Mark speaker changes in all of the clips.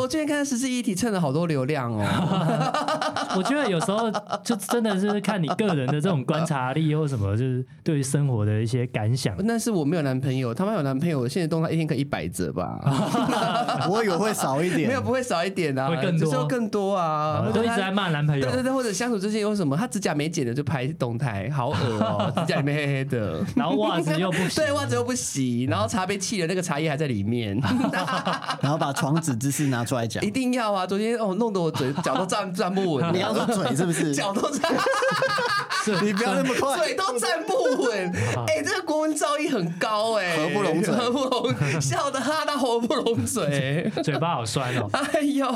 Speaker 1: 我最近看十四一体蹭了好多流量哦，
Speaker 2: 我觉得有时候就真的是看你个人的这种观察力或什么，就是对于生活的一些感想。
Speaker 1: 那是我没有男朋友，他妈有男朋友，现在动态一天可以一百折吧？
Speaker 3: 我以为会少一点，
Speaker 1: 没有不会少一点啊，
Speaker 2: 会更多
Speaker 1: 就是要更多啊，
Speaker 2: 我
Speaker 1: 或
Speaker 2: 都
Speaker 1: 者
Speaker 2: 一
Speaker 1: 他
Speaker 2: 直在骂男朋友
Speaker 1: 对，对对，或者相处之间有什么，他指甲没剪的就拍动态，好恶哦、指甲里面黑黑的，
Speaker 2: 然后袜子又不 洗
Speaker 1: 对，袜子又不洗，然后茶杯气了，那个茶叶还在里面，
Speaker 3: 然后把床纸知识拿出来讲
Speaker 1: 一。定要啊！昨天哦，弄得我嘴脚都站站不稳
Speaker 3: 你刚
Speaker 1: 了，
Speaker 3: 说嘴是不 是？
Speaker 1: 脚都站，啊
Speaker 3: 你不要那么快
Speaker 1: 嘴，都站不 稳，哎、这个国文造诣很高哎、
Speaker 3: 啊合不拢 嘴
Speaker 1: 合不拢，笑得哈到合不拢嘴，
Speaker 2: 嘴巴好酸哦。
Speaker 1: 哎呦。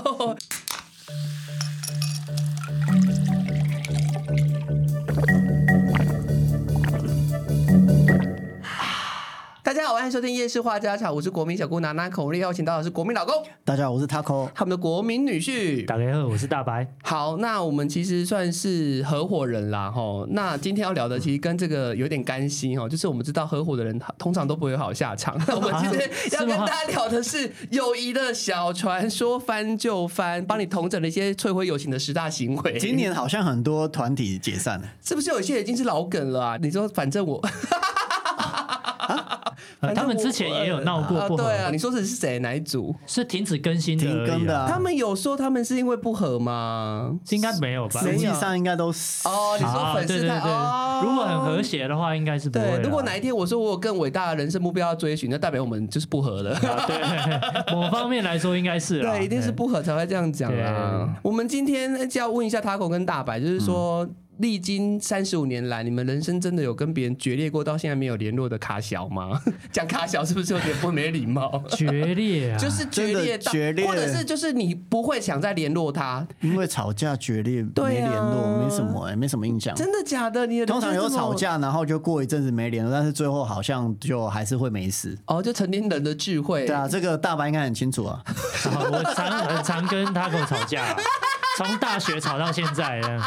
Speaker 1: 大家好，欢迎收听夜市话家常，我是国民小姑娜娜口令，邀请到的是国民老公，
Speaker 3: 大家好，我是 Taco。
Speaker 1: 他们的国民女婿。
Speaker 2: 打开后，我是大白，
Speaker 1: 好，那我们其实算是合伙人啦，吼。那今天要聊的
Speaker 2: 嗯
Speaker 1: 其实跟这个有点干系哦，就是我们知道合伙的人通常都不会有好下 场。那我们今天要
Speaker 2: 是
Speaker 1: 跟
Speaker 2: 吗
Speaker 1: 大家聊的是友谊的小船，说翻就翻，帮你统整了一些摧毁友情的十大行为。
Speaker 3: 今年好像很多团体解散了，
Speaker 1: 是不是有一些已经是老梗了啊？你说，反正 我
Speaker 2: 呃，他们之前也有闹过
Speaker 1: 啊
Speaker 2: 不
Speaker 1: 对啊，
Speaker 2: 和，
Speaker 1: 你说的是谁哪一组？
Speaker 2: 是停止更新的而已
Speaker 3: 停
Speaker 2: 啊，
Speaker 3: 更的
Speaker 1: 他
Speaker 3: 啊，
Speaker 1: 们有说他们是因为不和吗？
Speaker 2: 应该没有吧？
Speaker 3: 实际
Speaker 1: 啊
Speaker 3: 上应该都是
Speaker 1: 哦，你说
Speaker 2: 啊，
Speaker 1: 粉
Speaker 2: 对
Speaker 1: 丝
Speaker 2: 对
Speaker 1: 太、
Speaker 2: 对
Speaker 1: 哦，，
Speaker 2: 如果很和谐的话，应该是不会
Speaker 1: 对
Speaker 2: 啦。，
Speaker 1: 如果哪一天我说我有更伟大的人生目标要追寻，那代表我们就是不合了。
Speaker 2: 啊对某方面来说，应该是啊啦嗯
Speaker 1: 对，一定是不合才会这样讲啦。我们今天就要问一下 Taco 跟大白，就是说，历经三十五年来，你们人生真的有跟别人决裂过，到现在没有联络的卡小吗？ 讲卡小是不是有点不没礼貌？
Speaker 2: 决裂啊，
Speaker 1: 就是决裂到，
Speaker 3: 真的决裂
Speaker 1: 或者是就是你不会想再联络他，
Speaker 3: 因为吵架决裂没
Speaker 1: 对啊
Speaker 3: 联络，没什么哎，没什么印象。
Speaker 1: 真的假的？你的人
Speaker 3: 通
Speaker 1: 生
Speaker 3: 常有
Speaker 1: 这么
Speaker 3: 吵架，然后就过一阵子没联络，但是最后好像就还是会没事。
Speaker 1: 哦，就成年人的智慧。
Speaker 3: 对啊，这个大白应该很清楚啊。
Speaker 2: 啊我常很常跟他跟我吵架啊，从大学吵到现在。嗯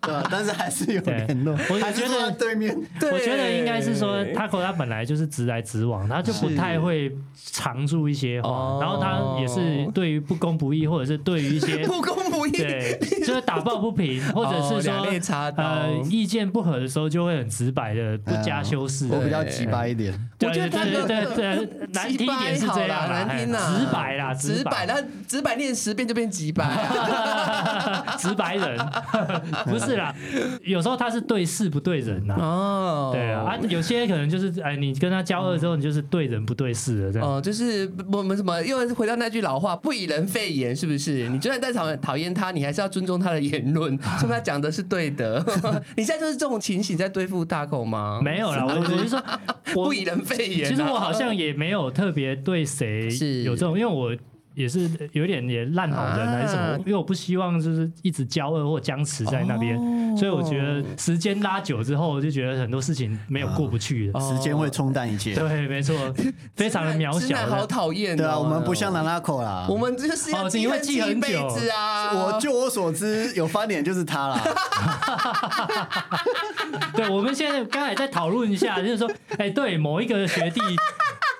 Speaker 3: 对啊， 但是还是有
Speaker 2: 对
Speaker 3: 联络，
Speaker 2: 我
Speaker 3: 还是
Speaker 2: 觉
Speaker 3: 坐
Speaker 2: 得
Speaker 3: 在对面。
Speaker 1: 对，
Speaker 2: 我觉得应该是说，Taco 他本来就是直来直往，他就不太会藏住一些
Speaker 1: 哦
Speaker 2: 话，然后他也是对于不公不义，或者是对于一些
Speaker 1: 不 公不义。
Speaker 2: 对，就是打抱不平，或者
Speaker 1: 哦
Speaker 2: 是
Speaker 1: 两肋
Speaker 2: 说
Speaker 1: 插刀
Speaker 2: 呃意见不合的时候，就会很直白的，不加修饰
Speaker 1: 嗯
Speaker 3: 我
Speaker 2: 的
Speaker 3: 比。较直白一点，
Speaker 2: 对
Speaker 1: 我觉得
Speaker 2: 对
Speaker 1: 他
Speaker 2: 对
Speaker 1: 的
Speaker 2: 对对，对难听一点是这样啦，
Speaker 1: 难
Speaker 2: 哎
Speaker 1: 听啦，
Speaker 2: 直白啦，
Speaker 1: 直白，
Speaker 2: 啦，
Speaker 1: 那直白念十遍就变几百、 啊。
Speaker 2: 直白人，不是啦，有时候他是对事不对人呐。
Speaker 1: 哦，
Speaker 2: 对啊， 啊，有些可能就是哎，你跟他交恶之后，你就是对人不对啊事了，这样。
Speaker 1: 哦，就是我们什么，又回到那句老话，不以人废言，是不是？你就算再讨讨厌他，你还是要尊重他的言论，说明他讲的是对的。 你现在就是这种情形在对付大狗吗？，
Speaker 2: 没有啦，我我 是说，我
Speaker 1: 不以人废言、啊。
Speaker 2: 其实我好像也没有特别对谁
Speaker 1: 是
Speaker 2: 有这种，因为我也是有点也烂好人还是什么，
Speaker 1: 啊
Speaker 2: 因为我不希望就是一直交恶或僵持在那边，
Speaker 1: 哦
Speaker 2: 所以我觉得时间拉久之后，我就觉得很多事情没有过不去
Speaker 1: 哦
Speaker 2: 的。
Speaker 3: 时间会冲淡一切。
Speaker 2: 对，没错，非常的渺
Speaker 1: 直男
Speaker 2: 小
Speaker 1: 好
Speaker 2: 的。
Speaker 1: 讨厌、哦
Speaker 3: 对啊，我们不像南拉口啦。
Speaker 1: 我们就是要
Speaker 2: 哦
Speaker 1: 记
Speaker 2: 你会
Speaker 1: 恨
Speaker 2: 记
Speaker 1: 记一
Speaker 2: 很
Speaker 1: 辈
Speaker 2: 久
Speaker 1: 子啊！
Speaker 3: 我就我所知，有翻脸就是 他啦。
Speaker 2: 对，我们现在刚才在讨论一下，就是说，哎，对，某一个学弟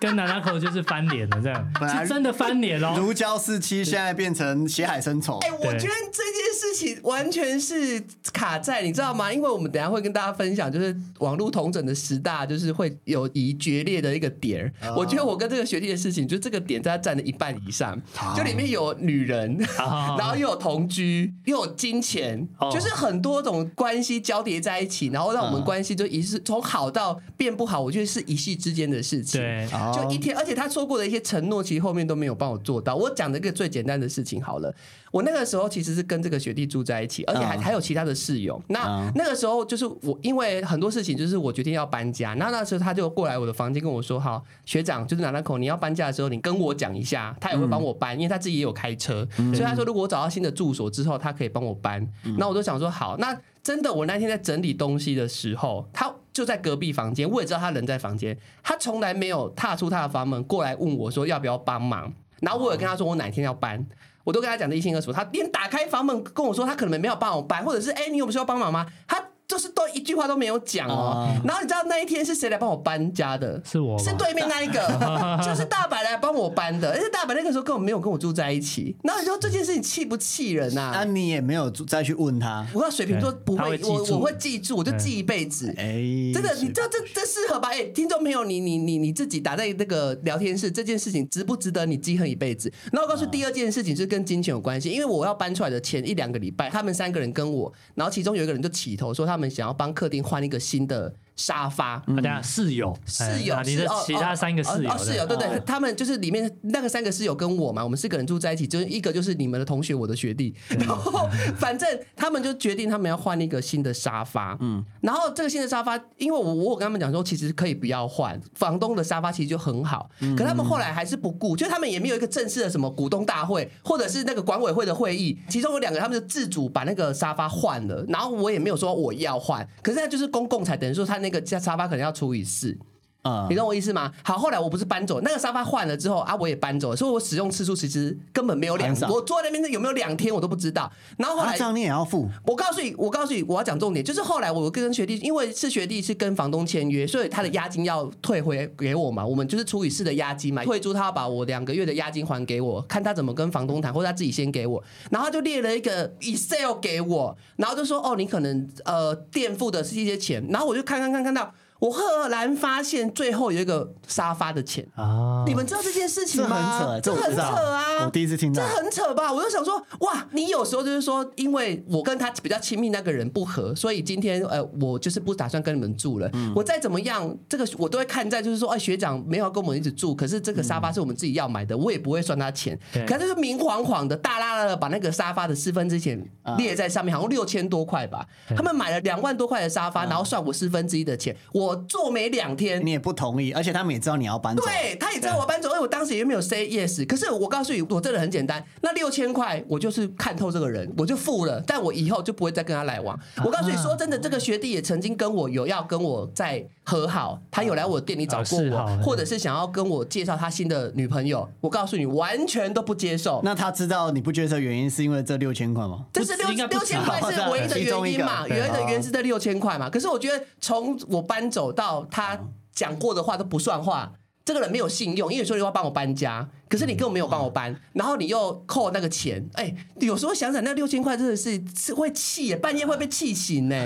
Speaker 2: 跟南南口就是翻脸了，这样
Speaker 3: 本来
Speaker 2: 是真的翻脸哦。
Speaker 3: 如胶似漆，现在变成血海深仇
Speaker 1: 哎、。我觉得这件事情完全是卡在，你知道吗？因为我们等一下会跟大家分享，就是网络同整的十大，就是会有疑决裂的一个点儿。
Speaker 3: 哦
Speaker 1: 我觉得我跟这个学弟的事情，就这个点在占了一半以上，就里面有女人，
Speaker 2: 啊
Speaker 1: 然后又有同居，又有金钱，
Speaker 2: 哦
Speaker 1: 就是很多种关系交叠在一起，然后让我们
Speaker 3: 嗯
Speaker 1: 关系就一是从好到变不好，我觉得是一夕之间的事情。
Speaker 2: 对，
Speaker 3: 哦
Speaker 1: 就一天，而且他说过的一些承诺，其实后面都没有帮我做到。我讲的一个最简单的事情好了，我那个时候其实是跟这个学弟住在一起，而且还、
Speaker 3: 嗯
Speaker 1: 还有其他的室友。那、
Speaker 3: 嗯
Speaker 1: 那个时候就是我，因为很多事情就是我决定要搬家，那那时候他就过来我的房间跟我说：“好，学长，就是哪哪口你要搬家的时候，你跟我讲一下，他也会帮我搬，因为他自己也有开车，所以他说如果我找到新的住所之后，他可以帮我搬。那我就想说好，那真的我那天在整理东西的时候，他。就在隔壁房间，我也知道他人在房间，他从来没有踏出他的房门过来问我说要不要帮忙。然后我有跟他说我哪天要搬，我都跟他讲的一清二楚。他连打开房门跟我说他可能没有帮我搬，或者是哎、你有需要帮忙吗？他就是都一句话都没有讲哦。
Speaker 3: 哦
Speaker 1: 然后你知道那一天是谁来帮我搬家的？
Speaker 2: 是我吗
Speaker 1: 是对面那一个，就是大白来帮我搬的。而且大白那个时候根本没有跟我住在一起。然后你说这件事情气不气人呐、
Speaker 3: 那
Speaker 1: 啊？
Speaker 3: 你也没有再去问他，
Speaker 1: 我水瓶座不
Speaker 2: 嗯他
Speaker 1: 会
Speaker 2: 会，记
Speaker 1: 我
Speaker 2: 住
Speaker 1: 我会记住，我就记一辈子。
Speaker 3: 哎，
Speaker 1: 真的，你知道这这适合吧？哎、听众朋友，你你你你自己打在那个聊天室，这件事情值不值得你记恨一辈子？然后我告诉第二件事情是跟金钱有关系，因为我要搬出来的前一两个礼拜，他们三个人跟我，然后其中有一个人就起头说他们想要帮客厅换一个新的沙发。
Speaker 2: 啊，等
Speaker 3: 嗯
Speaker 2: 下室友，哎
Speaker 1: 室友
Speaker 2: 啊，
Speaker 1: 是，
Speaker 2: 你的
Speaker 1: 哦
Speaker 2: 其他
Speaker 1: 哦
Speaker 2: 三个室友啊
Speaker 1: 哦，哦室友，对对，他们就是里面那个三个室友跟我嘛，我们四个人住在一起，就是一个就是你们的同学，我的学弟，然后反正他们就决定他们要换一个新的沙发，嗯，然后这个新的沙发，因为我我有跟他们讲说，其实可以不要换，房东的沙发其实就很好，
Speaker 2: 嗯
Speaker 1: 可他们后来还是不顾，就他们也没有一个正式的什么股东大会，或者是那个管委会的会议，其中有两个他们就自主把那个沙发换了，然后我也没有说我要换，可是那就是公共才等于说他那个沙发可能要除以四，
Speaker 3: 啊
Speaker 1: 你懂我意思吗？好，后来我不是搬走，那个沙发换了之后啊，我也搬走了，所以我使用次数其实根本没有两
Speaker 3: 很，少
Speaker 1: 我坐在那边有没有两天我都不知道。然后后
Speaker 3: 啊
Speaker 1: 来
Speaker 3: 这样你也要付
Speaker 1: 我告诉你，我告诉你，我要讲重点，就是后来我跟学弟，因为是学弟是跟房东签约，所以他的押金要退回给我嘛，我们就是除以四的押金嘛，退租他要把我两个月的押金还给我，看他怎么跟房东谈，或者他自己先给我，然后他就列了一个 Excel 给我，然后就说哦，你可能呃垫付的是一些钱，然后我就看看看看到。我赫然发现，最后有一个沙发的钱，
Speaker 2: 啊，
Speaker 1: 你们知道这件事情
Speaker 3: 这
Speaker 1: 吗？
Speaker 3: 很扯
Speaker 1: 这
Speaker 3: 这我
Speaker 1: 很
Speaker 3: 知
Speaker 1: 扯
Speaker 3: 道
Speaker 1: 啊！
Speaker 3: 我第一次听到
Speaker 1: 这很扯吧？我就想说，哇，你有时候就是说，因为我跟他比较亲密那个人不合，所以今天呃，我就是不打算跟你们住了。
Speaker 2: 嗯
Speaker 1: 我再怎么样，这个我都会看在就是说，哎、学长没有要跟我们一起住，可是这个沙发是我们自己要买的，我也不会算他钱。
Speaker 2: 对
Speaker 1: 可是就是明晃晃的大拉拉的把那个沙发的四分之前列在上面，好像六千多块吧。
Speaker 2: 对嗯
Speaker 1: 他们买了两万多块的沙发，然后算我四分之一的钱，我做没两天，
Speaker 3: 你也不同意，而且他们也知道你要搬走，
Speaker 1: 嗯对，他也知道我搬走，因为我当时也没有 say yes。可是我告诉你，我真的很简单，那六千块我就是看透这个人，我就付了，但我以后就不会再跟他来往。我告诉你，说真的，这个学弟也曾经跟我有要跟我再和好，他有来我店里找过
Speaker 2: 啊示
Speaker 1: 我，
Speaker 2: 好
Speaker 1: 或者是想要跟我介绍他新的女朋友。我告诉你，完全都不接受。
Speaker 3: 那他知道你不接受原因是因为这六千块吗？
Speaker 1: 这是六
Speaker 2: 应该不
Speaker 1: 六
Speaker 2: 止
Speaker 1: 千
Speaker 2: 吧
Speaker 1: 块 是唯一的原因嘛？
Speaker 3: 其中一个
Speaker 1: 唯
Speaker 3: 对哦
Speaker 1: 一的原因是这六千块嘛？可是我觉得从我搬走到他
Speaker 3: 哦
Speaker 1: 讲过的话都不算话，这个人没有信用，因为你说你要帮我搬家，可
Speaker 3: 嗯
Speaker 1: 是你根本没有
Speaker 3: 哦
Speaker 1: 帮我搬，然后你又扣那个钱，哎，有时候想想那六千块真的是是会气耶，半夜会被气醒 呢。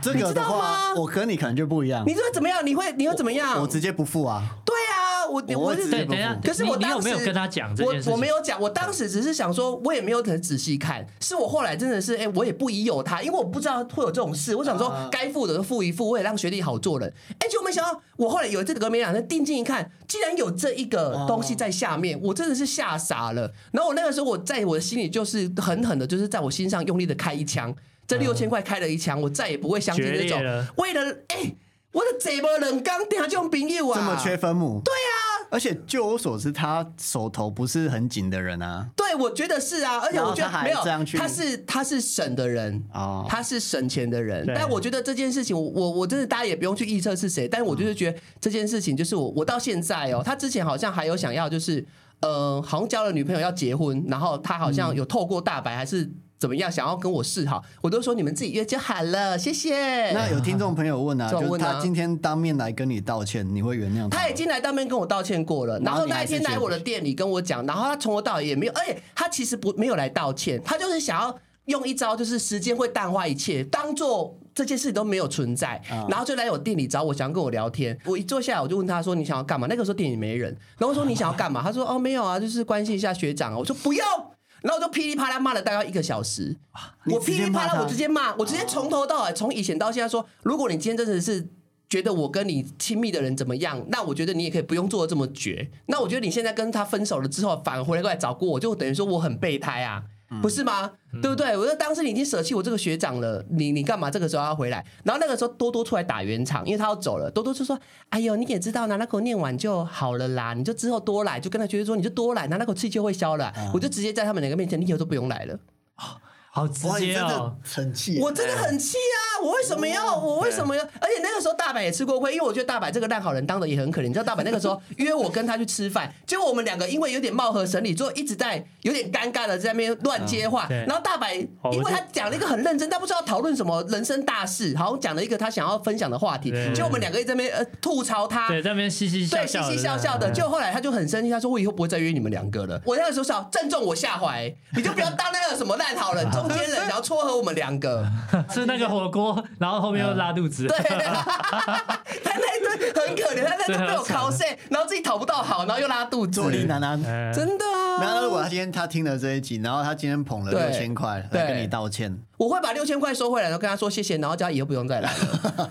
Speaker 3: 这
Speaker 1: 你
Speaker 3: 个
Speaker 1: 知
Speaker 3: 的
Speaker 1: 道
Speaker 3: 话，
Speaker 1: 吗
Speaker 3: 我跟你可能就不一样
Speaker 1: 你，说怎么样？你会你会怎么样？
Speaker 3: 我直接不付啊。
Speaker 1: 对啊，我
Speaker 3: 我
Speaker 1: 我
Speaker 3: 会
Speaker 1: 就
Speaker 3: 直接
Speaker 2: 对，等一下，
Speaker 1: 啊可是
Speaker 2: 你
Speaker 1: 我
Speaker 2: 你
Speaker 1: 当
Speaker 2: 有
Speaker 1: 时
Speaker 2: 没有跟他讲这件事情？
Speaker 1: 我我没有讲，我当时只是想说，我也没有很仔细看，是我后来真的是，哎、我也不疑有他，因为我不知道会有这种事，我想说
Speaker 3: 啊
Speaker 1: 该付的就付一付，我也让学弟好做人。哎、结果没想到，我后来有这个隔没两天定睛一看，竟然有这一
Speaker 2: 哦
Speaker 1: 个东西在下面，我真的是吓傻了。然后我那个时候，我在我的心里就是狠狠的，就是在我心上用力的开一枪，这六千块开了一枪，我再也不会相信
Speaker 2: 嗯决
Speaker 1: 那
Speaker 2: 裂
Speaker 1: 种
Speaker 2: 了
Speaker 1: 为了哎、我的这波人刚掉这种朋友啊，
Speaker 3: 这么缺分母？对啊，而且据我所知，他手头不是很紧的人啊。
Speaker 1: 对，我觉得是啊，而且
Speaker 3: 然后
Speaker 1: 我觉
Speaker 3: 他
Speaker 1: 得
Speaker 3: 还
Speaker 1: 没有
Speaker 3: 这样，去
Speaker 1: 他是他是省的人
Speaker 3: 哦
Speaker 1: 他是省钱的人。
Speaker 2: 对
Speaker 1: 但我觉得这件事情，我我我真的大家也不用去预测是谁，但我
Speaker 3: 嗯
Speaker 1: 就是觉得这件事情，就是我我到现在哦，他之前好像还有想要就是呃，好像交了女朋友要结婚，然后他好
Speaker 3: 嗯
Speaker 1: 像有透过大白还是。怎么样？想要跟我示好，我都说你们自己约就好了，谢谢。
Speaker 3: 那有听众朋友问啊，
Speaker 1: 这我
Speaker 3: 就是
Speaker 1: 问啊
Speaker 3: 他今天当面来跟你道歉，你会原谅
Speaker 1: 他
Speaker 3: 吗
Speaker 1: 已？经来当面跟我道歉过了，然
Speaker 3: 然
Speaker 1: 后
Speaker 3: 后你
Speaker 1: 那一
Speaker 3: 还是
Speaker 1: 天来
Speaker 3: 觉得
Speaker 1: 我的店里跟我讲，然后他从头到尾也没有，而且他其实不没有来道歉，他就是想要用一招，就是时间会淡化一切，当做。这件事情都没有存在，
Speaker 3: 啊
Speaker 1: 然后就来我店里找我，想要跟我聊天。我一坐下来，我就问他说：“你想要干嘛？”那个时候店里没人，然后我说：“你想要干嘛？”他说：“哦，没有啊，就是关心一下学长啊。”我说：“不用。”然后我就噼里啪啦骂了大概一个小时。
Speaker 3: 你
Speaker 1: 我
Speaker 3: 直
Speaker 1: 噼
Speaker 3: 接
Speaker 1: 里啪
Speaker 3: 骂
Speaker 1: 啦，
Speaker 3: 他哦
Speaker 1: 我直接骂，我直接从头到尾，从以前到现在说，如果你今天真的是觉得我跟你亲密的人怎么样，那我觉得你也可以不用做的这么绝。那我觉得你现在跟他分手了之后，反而回来过来找过我，就等于说我很备胎啊。
Speaker 3: 嗯
Speaker 1: 不是吗？对不对？我说当时你已经舍弃我这个学长了，你你干嘛这个时候要回来？然后那个时候多多出来打圆场，因为他要走了。多多就说：“哎呦，你也知道，拿那口念完就好了啦，你就之后多来，就跟他学姐说，你就多来，拿那口气就会消了。
Speaker 3: 嗯
Speaker 1: 我就直接在他们两个面前，你以后都不用来了。
Speaker 2: 好直
Speaker 3: 哇，你
Speaker 2: 接
Speaker 3: 真
Speaker 2: 哦
Speaker 3: 的，很气，
Speaker 1: 我真的很气啊！我为什么要？
Speaker 2: 嗯
Speaker 1: 我为什么要？而且那个时候大阪也吃过亏，因为我觉得大阪这个烂好人当的也很可怜。你知道大阪那个时候 约我跟他去吃饭，结果我们两个因为有点貌合神离，就一直在有点尴尬的在那边乱接话。
Speaker 2: 嗯对
Speaker 1: 然后大阪
Speaker 2: 哦我
Speaker 1: 因为他
Speaker 2: 就
Speaker 1: 讲了一个很认真，但不知道讨论什么人生大事，好像讲了一个他想要分享的话题
Speaker 2: 对，
Speaker 1: 结果我们两个一直在那边呃吐槽他，
Speaker 2: 对，在那边嘻嘻笑
Speaker 1: 对，
Speaker 2: 笑
Speaker 1: 嘻
Speaker 2: 的，
Speaker 1: 嘻笑笑的。
Speaker 2: 嗯
Speaker 1: 就后来他就很生气，他说：“我以后不会再约你们两个了。”我那个时候想正中我下怀，你就不要当那个什么烂好人、中间人，然后撮合我们两个。
Speaker 2: 吃那个火锅，然后后面又拉肚子，
Speaker 1: 对，他那一顿很可怜，他那一顿被我 cos，然后自己讨不到好，然后又拉肚子
Speaker 3: 坐，立难安。
Speaker 2: 嗯
Speaker 1: 真的
Speaker 3: 啊没有，如果
Speaker 1: 啊
Speaker 3: 他！今天他听了这一集，然后他今天捧了
Speaker 1: 对
Speaker 3: 六千块来跟你道歉，
Speaker 1: 我会把六千块收回来，然后跟他说谢谢，然后叫他以后不用再来了，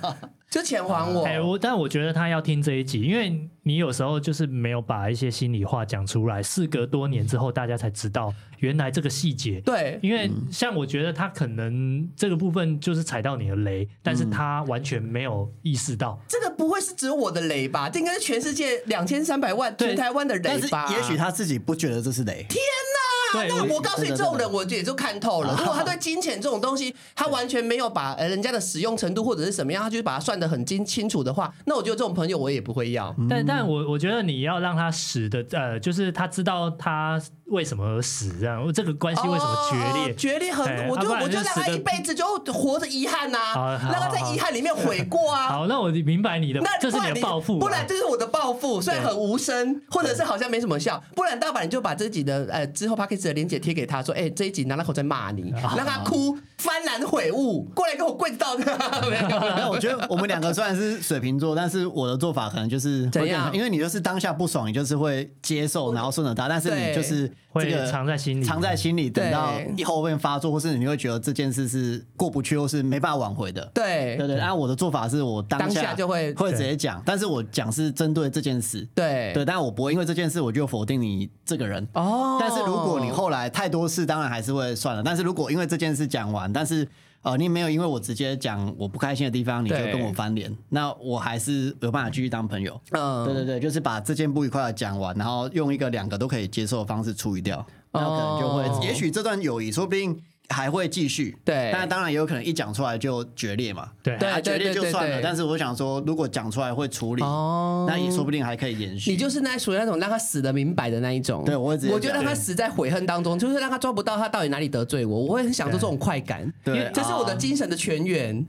Speaker 1: 就钱还
Speaker 2: 哎、
Speaker 1: 我。
Speaker 2: 我但我觉得他要听这一集，因为你有时候就是没有把一些心里话讲出来，事隔多年之后，大家才知道原来这个细节。
Speaker 1: 对，嗯
Speaker 2: 因为像我觉得他可能这个部分就是踩到你的雷，但
Speaker 1: 嗯
Speaker 2: 是他完全没有意识到。
Speaker 1: 这个不会是只有我的雷吧？这应该是全世界两千三百万
Speaker 2: 对
Speaker 1: 全台湾的
Speaker 3: 但
Speaker 1: 雷
Speaker 3: 是
Speaker 1: 吧？
Speaker 3: 也许他自己不觉得这 是雷，
Speaker 2: 对，
Speaker 1: 啊那我
Speaker 2: 我
Speaker 1: 告诉你，这
Speaker 3: 真的
Speaker 1: 种
Speaker 3: 真的
Speaker 1: 人我也就看透了。如果他对金钱这种东西，他完全没有把呃人家的使用程度或者是什么样，他就把它算得很清清楚的话，那我觉得这种朋友我也不会要。
Speaker 2: 但但我我觉得你要让他死的，呃，就是他知道他为什么而死，这样这个关系为什么决裂？
Speaker 1: 哦决裂很，
Speaker 2: 哎
Speaker 1: 我就
Speaker 2: 啊不然
Speaker 1: 我就
Speaker 2: 就
Speaker 1: 让
Speaker 2: 死
Speaker 1: 他
Speaker 2: 得
Speaker 1: 一辈子就活着遗憾呐、
Speaker 2: 好好
Speaker 1: 让他在
Speaker 2: 好
Speaker 1: 遗憾里面悔过啊。
Speaker 2: 好，那我明白你的，
Speaker 1: 那
Speaker 2: 这是
Speaker 1: 不
Speaker 2: 你
Speaker 1: 然
Speaker 2: 的报复啊、
Speaker 1: 不然这是我的报复，虽然
Speaker 2: 对
Speaker 1: 很无声，或者是好像没什么效。不然大把你就把这集的呃之后 p a c k a g e 的链接贴给他说，哎、这一集拿拉口在骂 你，让他哭，幡然悔悟，过来给我跪着 道歉。没有没有
Speaker 3: 哎那我觉得我们两个虽然是水瓶座，但是我的做法可能就是
Speaker 1: 怎样
Speaker 3: 会变成因为你就是当下不爽，你就是会接受，然后顺着他，但是
Speaker 1: 对
Speaker 3: 你就是这个
Speaker 2: 会藏在心里
Speaker 3: 藏在心里，
Speaker 1: 对
Speaker 3: 等到后面发作，或是你会觉得这件事是过不去，或是没办法挽回的。
Speaker 1: 对
Speaker 3: 对对，然后我的做法是我当
Speaker 1: 当下就会
Speaker 3: 会直接讲，但是我讲是针对这件事，
Speaker 1: 对
Speaker 3: 对，但我不会因为这件事我就否定你这个人。
Speaker 1: 哦
Speaker 3: 但是如果你后来太多事，当然还是会算了。但是如果因为这件事讲完，但是呃，你没有因为我直接讲我不开心的地方，你就
Speaker 1: 对
Speaker 3: 跟我翻脸，那我还是有办法继续当朋友。
Speaker 1: 嗯
Speaker 3: 对对对，就是把这件不愉快的讲完，然后用一个两个都可以接受的方式处理掉，那可能就会，
Speaker 1: 哦
Speaker 3: 也许这段友谊说不定还会继续。
Speaker 1: 对
Speaker 3: 但当然也有可能一讲出来就决裂嘛。
Speaker 2: 对
Speaker 1: 对
Speaker 3: 啊决裂就算
Speaker 1: 对对
Speaker 3: 了。
Speaker 1: 对
Speaker 3: 但是我想说，如果讲出来会处理，
Speaker 1: 哦
Speaker 3: 那也说不定还可以延续。
Speaker 1: 你就是那属于那种让他死的明白的那一种。
Speaker 3: 对我会直接
Speaker 1: 我觉得让他死在悔恨当中，就是让他抓不到他到底哪里得罪我，我会很享受这种快感。
Speaker 3: 对啊
Speaker 1: 因为这是我的精神的泉源。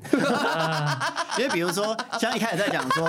Speaker 3: 因为比如说，像一开始在讲说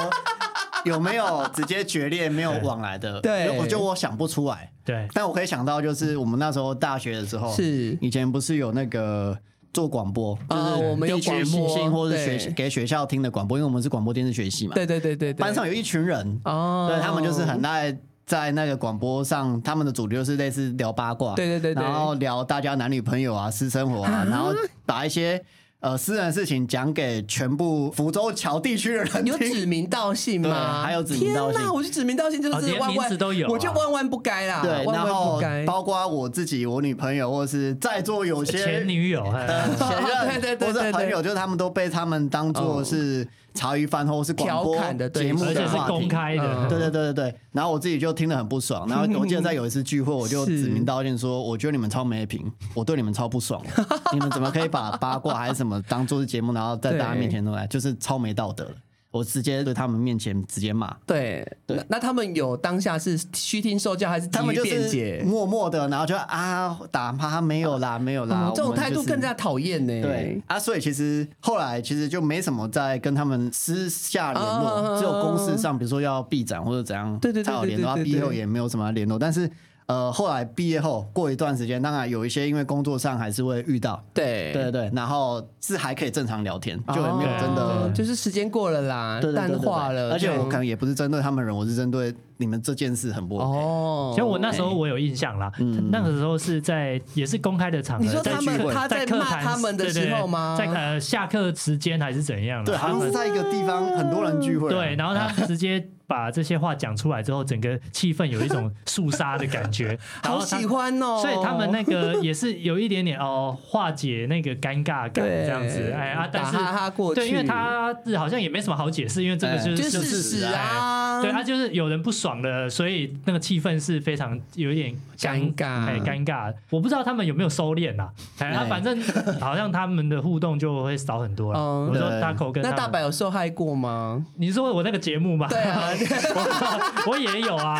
Speaker 3: 有没有直接决裂、没有往来的，
Speaker 1: 对
Speaker 3: 我就我想不出来，
Speaker 2: 对
Speaker 3: 但我可以想到就是我们那时候大学的时候，
Speaker 1: 是
Speaker 3: 以前不是有那个。做广播
Speaker 1: 啊
Speaker 3: 就是
Speaker 1: 我们有
Speaker 3: 地区
Speaker 1: 广播
Speaker 3: 性或
Speaker 1: 对
Speaker 3: 是学给学校听的广播，因为我们是广播电视学系嘛。
Speaker 1: 对对对对对，
Speaker 3: 班上有一群人，
Speaker 1: 哦，
Speaker 3: 对他们就是很爱在那个广播上，他们的主流是类似聊八卦，
Speaker 1: 对对对对
Speaker 3: 然后聊大家男女 朋友啊、私生活啊，然后把一些呃私人的事情讲给全部福州桥地区的人
Speaker 1: 有
Speaker 3: 听。
Speaker 1: 指名道姓吗？
Speaker 3: 对还有指名道姓
Speaker 1: 天哪我就指名道姓就
Speaker 2: 哦
Speaker 1: 是
Speaker 2: 连
Speaker 1: 万
Speaker 2: 名字
Speaker 1: 万
Speaker 2: 都有啊
Speaker 1: 我就万万不该啦，
Speaker 3: 对，
Speaker 1: 啊万
Speaker 3: 然
Speaker 1: 万不
Speaker 3: 后
Speaker 1: 该。
Speaker 3: 包括我自己、我女朋友，或是在座有些
Speaker 2: 前女友，哎
Speaker 1: 呃
Speaker 3: 前任，
Speaker 1: 对对对对
Speaker 3: 或
Speaker 1: 对
Speaker 3: 者朋友，就是他们都被他们当做是茶余饭后或是广播
Speaker 1: 调侃的对
Speaker 3: 节目
Speaker 2: 而且
Speaker 3: 的
Speaker 2: 是
Speaker 3: 话
Speaker 2: 公
Speaker 3: 题。
Speaker 2: 开的，
Speaker 1: 嗯
Speaker 3: 对对对对对，然后我自己就听得很不爽，然后我记得在有一次聚会，我 就
Speaker 1: 是
Speaker 3: 指名道姓说，我觉得你们超没品， 我对你们超不爽，你们怎么可以把八卦还是什么当做是节目，然后在大家面前弄来，就是超没道德的我直接对他们面前直接骂，
Speaker 1: 对，
Speaker 3: 对
Speaker 1: 那那他们有当下是虚听受教还是急
Speaker 3: 他们
Speaker 1: 于
Speaker 3: 就
Speaker 1: 辩
Speaker 3: 是嗯
Speaker 1: 解？
Speaker 3: 默默的，然后就啊打他没有啦，没有啦
Speaker 1: 哦，这
Speaker 3: 我
Speaker 1: 种
Speaker 3: 们
Speaker 1: 态
Speaker 3: 就
Speaker 1: 度
Speaker 3: 是
Speaker 1: 更加讨厌呢。
Speaker 3: 对，啊，所以其实后来其实就没什么在跟他们私下联
Speaker 1: 啊
Speaker 3: 络，只有公事上，比如说要闭展或者怎样，
Speaker 1: 对对对
Speaker 3: 才有联
Speaker 1: 对
Speaker 3: 络。
Speaker 1: 对对
Speaker 3: 啊毕业后
Speaker 1: 对
Speaker 3: 也没有什么联络，但是呃，后来毕业后过一段时间，当然有一些因为工作上还是会遇到，
Speaker 1: 对
Speaker 3: 对对对，然后是还可以正常聊天，就也没有真
Speaker 1: 哦
Speaker 3: 的。
Speaker 1: 就是时间过了啦，
Speaker 3: 对对对对
Speaker 1: 淡
Speaker 3: 对
Speaker 1: 化了。
Speaker 3: 而且我
Speaker 1: 看
Speaker 3: 可能也不是针对他们人，我是针对你们这件事很不 OK。
Speaker 1: 哦，嗯
Speaker 2: 其实我那时候我有印象啦，那个时候是在也是公开的场合，
Speaker 1: 你说
Speaker 2: 在
Speaker 1: 他
Speaker 2: 聚
Speaker 1: 们
Speaker 2: 会
Speaker 1: 他在
Speaker 2: 在课
Speaker 1: 骂
Speaker 2: 堂
Speaker 1: 他们的
Speaker 2: 对对
Speaker 1: 时候
Speaker 2: 对
Speaker 1: 吗，
Speaker 2: 在呃下课时间还是怎样啦？
Speaker 3: 对，好像是在一个地方很多人聚会啊，
Speaker 2: 对，然后他直接把这些话讲出来之后，整个气氛有一种肃杀的感觉然
Speaker 1: 好
Speaker 2: 后他
Speaker 1: 喜。欢哦，
Speaker 2: 所以他们那个也是有一点点哦，化解那个尴尬感
Speaker 1: 对
Speaker 2: 这样子，哎啊，但
Speaker 1: 打
Speaker 2: 是
Speaker 1: 哈哈过去，
Speaker 2: 对，因为他好像也没什么好解释，因为这个
Speaker 3: 哎
Speaker 2: 就是
Speaker 1: 就是
Speaker 2: 事
Speaker 1: 事实
Speaker 2: 哎
Speaker 1: 啊，
Speaker 2: 对他就是有人不爽的，所以那个气氛是非常有一点
Speaker 1: 尴尬
Speaker 2: 哎，尴尬。我不知道他们有没有收敛啦，哎，他
Speaker 3: 哎
Speaker 2: 反正好像他们的互动就会少很多了。
Speaker 1: 嗯
Speaker 2: 我说
Speaker 3: 对
Speaker 2: 大口跟
Speaker 1: 那
Speaker 2: 他
Speaker 1: 大
Speaker 2: 们，
Speaker 1: 白有受害过吗？
Speaker 2: 你说我那个节目吗？
Speaker 1: 对啊，
Speaker 2: 我我也有啊，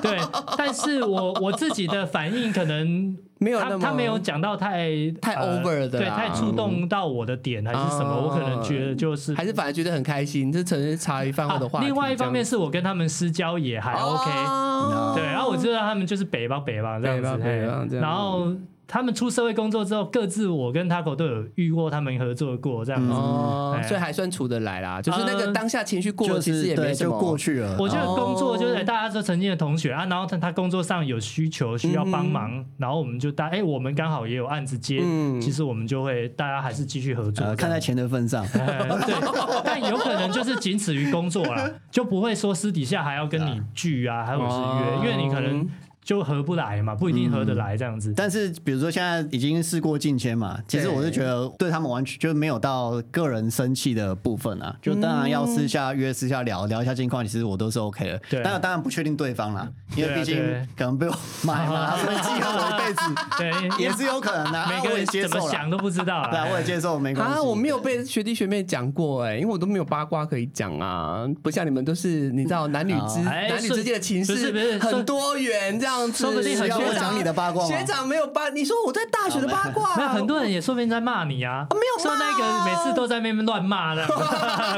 Speaker 2: 对，但是我我自己的反应可能
Speaker 1: 没有那
Speaker 2: 他
Speaker 1: 么
Speaker 2: 他没有 讲到太
Speaker 1: 太
Speaker 2: 呃
Speaker 1: over 的
Speaker 2: 对，
Speaker 1: 啦
Speaker 2: 太触动到我的点还是什么，
Speaker 1: 嗯
Speaker 2: 我可能觉得就是
Speaker 1: 哦还是反而觉得很开心，这曾是茶余饭后的话
Speaker 2: 啊
Speaker 1: 题。
Speaker 2: 另外一方面是我跟他们私交也还
Speaker 1: 这样
Speaker 2: OK，、
Speaker 1: 哦
Speaker 2: 对，啊然后我知道他们就是北方北方这样
Speaker 1: 北
Speaker 2: 子，
Speaker 1: 方北方
Speaker 2: 嘿
Speaker 1: 这样
Speaker 2: 然后他们出社会工作之后，各自我跟 Taco 都有遇过，他们合作过这样子。
Speaker 1: 哦
Speaker 2: 哎，
Speaker 1: 所以还算处得来啦，就是那个
Speaker 2: 呃
Speaker 1: 当下情绪过
Speaker 3: 就
Speaker 1: 了，其实
Speaker 3: 是
Speaker 1: 也没
Speaker 3: 对，
Speaker 1: 什
Speaker 3: 就
Speaker 1: 么
Speaker 3: 过去了。
Speaker 2: 我觉得
Speaker 1: 哦
Speaker 2: 工作就是、哎大家都曾经的同学啊，然后他他工作上有需求需要帮忙，然后我们就大哎、我们刚好也有案子接，
Speaker 1: 嗯
Speaker 2: 其实我们就会大家还是继续合作这样
Speaker 3: 呃，
Speaker 2: 子，
Speaker 3: 看在钱的份上，
Speaker 2: 哎对， 但有可能就是仅此于工作 啦，就不会说私底下还要跟你聚啊，还有是约，因为你可能就合不来嘛，不一定合得来这样子。
Speaker 3: 但是比如说现在已经事过境迁嘛，其实
Speaker 1: 对
Speaker 3: 我是觉得对他们完全就没有到个人生气的部分啊，就当然要私下约、私下聊聊一下近况，其实我都是 OK 的。
Speaker 2: 对啊
Speaker 3: 但当然不确定对方啦，因为
Speaker 2: 对啊
Speaker 3: 毕竟
Speaker 2: 对
Speaker 3: 可能被我买 嘛，所以记恨我一辈子
Speaker 2: 对，
Speaker 3: 也是有可能的、 啊，
Speaker 2: 每个
Speaker 3: 我
Speaker 2: 人
Speaker 3: 也接
Speaker 2: 怎么
Speaker 3: 受
Speaker 2: 想
Speaker 3: 啦。
Speaker 2: 都不知道
Speaker 3: 对啊，
Speaker 2: 啦。
Speaker 3: 我也接受，没关系。
Speaker 1: 啊，我没有被学弟学妹讲过哎、因为我都没有八卦可以讲啊，不像你们都是你知道男女之、
Speaker 2: 哎
Speaker 1: 男女
Speaker 2: 是
Speaker 1: 之间的情
Speaker 2: 不是不
Speaker 1: 事
Speaker 2: 是
Speaker 1: 很多元这样子，
Speaker 2: 说不定很
Speaker 1: 学
Speaker 2: 多人啊
Speaker 1: 长
Speaker 3: 讲你的八卦吗
Speaker 1: 学长没有八，你说我在大学的八卦， 啊
Speaker 2: 那很多人也说不定在骂你啊，
Speaker 1: 没有
Speaker 2: 说那个
Speaker 1: 骂
Speaker 2: 每次都在那边乱骂 的。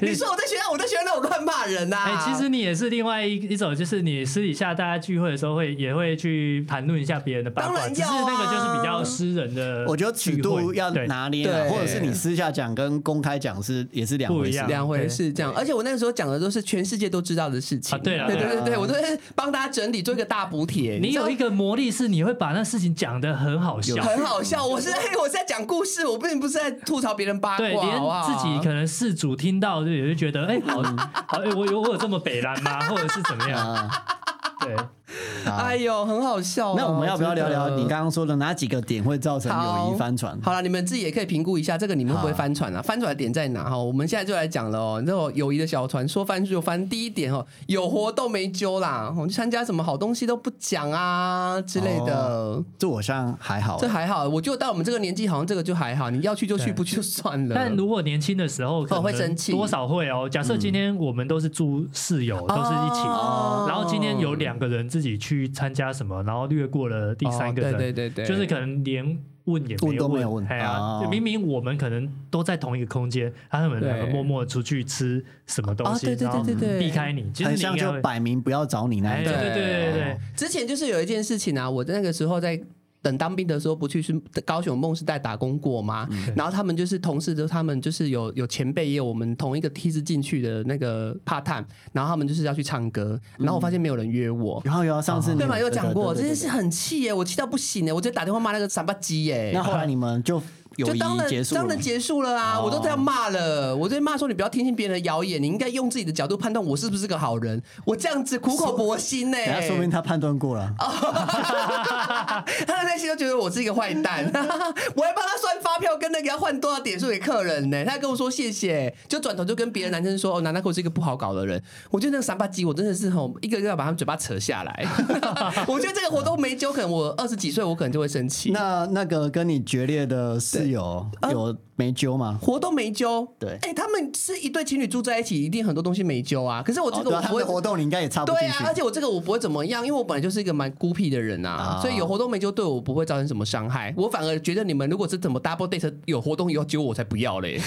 Speaker 1: 你说我在学校，我在学校那我乱骂人呐、
Speaker 2: 哎、
Speaker 1: 啊
Speaker 2: 其实你也是另外一一种，就是你私底下大家聚会的时候会也会去谈论一下别人的八
Speaker 1: 当
Speaker 2: 卦，
Speaker 1: 然
Speaker 2: 只是
Speaker 1: 要啊
Speaker 2: 那个就是比较私人的聚会，
Speaker 3: 我觉得尺度要
Speaker 2: 对
Speaker 3: 拿捏啦，
Speaker 1: 对
Speaker 3: 或者是你私下讲跟公开讲是也是两
Speaker 2: 不
Speaker 3: 回
Speaker 2: 一
Speaker 3: 事啊
Speaker 2: 样。
Speaker 1: 两回事，这样，而且我那个时候讲的都是全世界都知道的事情，
Speaker 2: 啊对啊
Speaker 1: 对
Speaker 2: 对啊
Speaker 1: 对对，我都在帮大家整理做一个大补帖。
Speaker 2: 你
Speaker 1: 知道
Speaker 2: 有一个魔力是你会把那事情讲得很好笑，
Speaker 1: 很好笑，我是 嘿我是在讲故事，我并不是在吐槽别人八卦，
Speaker 2: 对，连
Speaker 1: 好不好
Speaker 2: 自己可能事主听到就也就觉得，哎、好，好，哎、我有我有这么北蓝吗？或者是怎么样？
Speaker 3: 啊，
Speaker 2: 对，
Speaker 3: 好
Speaker 1: 哎呦，很好笑哦、
Speaker 3: 啊那我们要不要聊聊
Speaker 1: 真的
Speaker 3: 你刚刚说的哪几个点会造成友谊翻船？嗯
Speaker 1: 好了，你们自己也可以评估一下，这个你们会不会翻船啊？翻船的点在哪？哈，我们现在就来讲了哦。这种友谊的小船说翻就翻。第一点哦，有活动没揪啦，我去参加什么好东西都不讲啊之类的。
Speaker 3: 这我像还好啊
Speaker 1: 这，还好，我觉得到我们这个年纪，好像这个就还好，你要去就去，
Speaker 2: 对
Speaker 1: 不去就算了。
Speaker 2: 但如果年轻的时候，可能
Speaker 1: 会生气
Speaker 2: 多少会哦。假设今天我们都是住室友，都是一起，
Speaker 1: 哦
Speaker 2: 然后今天有两个人自己去参加什么，然后略过了第三个人，
Speaker 1: 哦对对对对
Speaker 2: 就是可能连。问也
Speaker 3: 问都没有问
Speaker 2: 哎呀、
Speaker 3: 哦
Speaker 2: 就明明我们可能都在同一个空间，他们两个
Speaker 1: 对
Speaker 2: 默默地出去吃什么东
Speaker 1: 哦
Speaker 2: 西，
Speaker 1: 对对对
Speaker 2: 然后
Speaker 1: 对对
Speaker 2: 避开你，其实
Speaker 3: 很
Speaker 2: 你应
Speaker 3: 像
Speaker 2: 该
Speaker 3: 就
Speaker 2: 会，
Speaker 3: 摆明不要找你那
Speaker 2: 哎，
Speaker 3: 一
Speaker 2: 对
Speaker 3: 种。
Speaker 2: 对对对对，
Speaker 1: 之前就是有一件事情啊，我那个时候在等当兵的时候，不去是高雄梦时代打工过嘛，然后他们就是同事，就他们就是有有前辈，也有我们同一个梯子进去的那个 part time，然后他们就是要去唱歌，然后我发现没有人约我。
Speaker 3: 然后有啊上次你
Speaker 1: 对嘛？有讲过，这
Speaker 3: 对
Speaker 1: 件
Speaker 3: 对对
Speaker 1: 事很气耶，我气到不行耶，我直接打电话骂那个三八鸡耶。
Speaker 3: 那后来你们就友
Speaker 1: 就
Speaker 3: 谊
Speaker 1: 当然
Speaker 3: 结束
Speaker 1: 当
Speaker 3: 了
Speaker 1: 然。结束了啊！
Speaker 3: 哦
Speaker 1: 我都这样骂了，我在骂说你不要听信别人的谣言，你应该用自己的角度判断我是不是个好人。我这样子苦口婆心呢、
Speaker 3: 等下说明他判断过了，
Speaker 1: 哦 他的内心都觉得我是一个坏蛋， 我还帮他算发票跟那个要换多少点数给客人呢、他还跟我说谢谢，就转头就跟别的男生说：“哦，南大我是一个不好搞的人。”我觉得那个三八鸡，我真的是吼一个一个要把他们嘴巴扯下来。 我觉得这个活动没揪，可能我二十几岁，我可能就会生气。
Speaker 3: 那那个跟你决裂的室友
Speaker 1: 哦
Speaker 3: 有没揪吗？
Speaker 1: 活动没揪，
Speaker 3: 对
Speaker 1: 哎、他们是一对情侣住在一起，一定很多东西没揪啊。可是我这
Speaker 3: 哦
Speaker 1: 个
Speaker 3: 对
Speaker 1: 我
Speaker 3: 啊，他
Speaker 1: 不
Speaker 3: 们
Speaker 1: 会
Speaker 3: 的活动你应该也插不
Speaker 1: 对
Speaker 3: 进
Speaker 1: 啊，
Speaker 3: 去
Speaker 1: 而。且我这个我不会怎么样，因为我本来就是一个蛮孤僻的人啊，
Speaker 3: 啊
Speaker 1: 所以有活动没揪对我不会造成什么伤害。我反而觉得你们如果是怎么 double
Speaker 3: 哎
Speaker 1: date 有活动有揪我才不要嘞，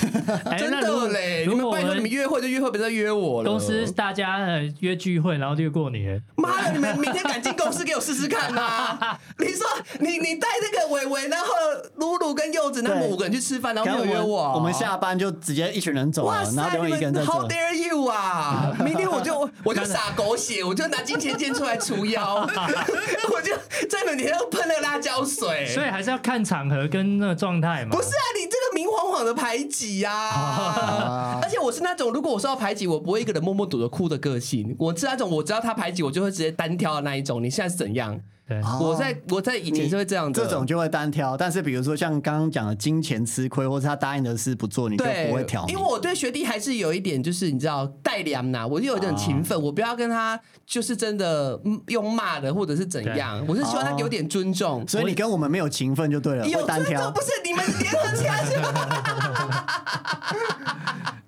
Speaker 2: 哎
Speaker 1: 真
Speaker 2: 那如
Speaker 1: 的
Speaker 2: 果
Speaker 1: 嘞！你
Speaker 2: 如
Speaker 1: 们
Speaker 2: 果我
Speaker 1: 拜托你们约会就约会，别再约我了。
Speaker 2: 公司大家呃约聚会，然后略过你，
Speaker 1: 妈的，你们明天敢进公司给我试试看呐、啊 你说你你带那个伟伟，然后露露跟柚子他们
Speaker 3: 对
Speaker 1: 五个人去吃饭，然后
Speaker 3: 然
Speaker 1: 没
Speaker 3: 后
Speaker 1: 有约
Speaker 3: 我
Speaker 1: 我，啊
Speaker 3: 们我们下班就直接一群人走
Speaker 1: 哇
Speaker 3: 了，啊然后
Speaker 1: 塞！
Speaker 3: 留
Speaker 1: 你
Speaker 3: 你一个人
Speaker 1: 们
Speaker 3: 在
Speaker 1: How
Speaker 3: 这。
Speaker 1: dare you 啊！ 明天我就我就撒狗血，我就拿金钱剑出来除妖， 我就在你们脸上喷了辣椒水。
Speaker 2: 所以还是要看场合跟那个状态嘛。
Speaker 1: 不是啊，你这个明晃晃的排挤呀、 啊！而且我是那种，如果我受到排挤，我不会一个人默默躲着哭的个性。我是那种，我知道他排挤，我就会直接单挑的那一种。你现在是怎样？
Speaker 2: 对，
Speaker 1: 我在我在以前是会这样的，
Speaker 3: 哦这种就会单挑，但是比如说像刚刚讲的金钱吃亏，或是他答应的事不做，你就
Speaker 1: 对，
Speaker 3: 不会挑。
Speaker 1: 因为我对学弟还是有一点，就是你知道带凉呐，我就有点勤
Speaker 3: 啊
Speaker 1: 奋，我不要跟他就是真的嗯用骂的或者是怎样，我是希望他给我点尊重。
Speaker 3: 所以你跟我们没有情分就对了，
Speaker 1: 有
Speaker 3: 会单
Speaker 1: 尊
Speaker 3: 挑
Speaker 1: 重不，是你们联合起来是吗？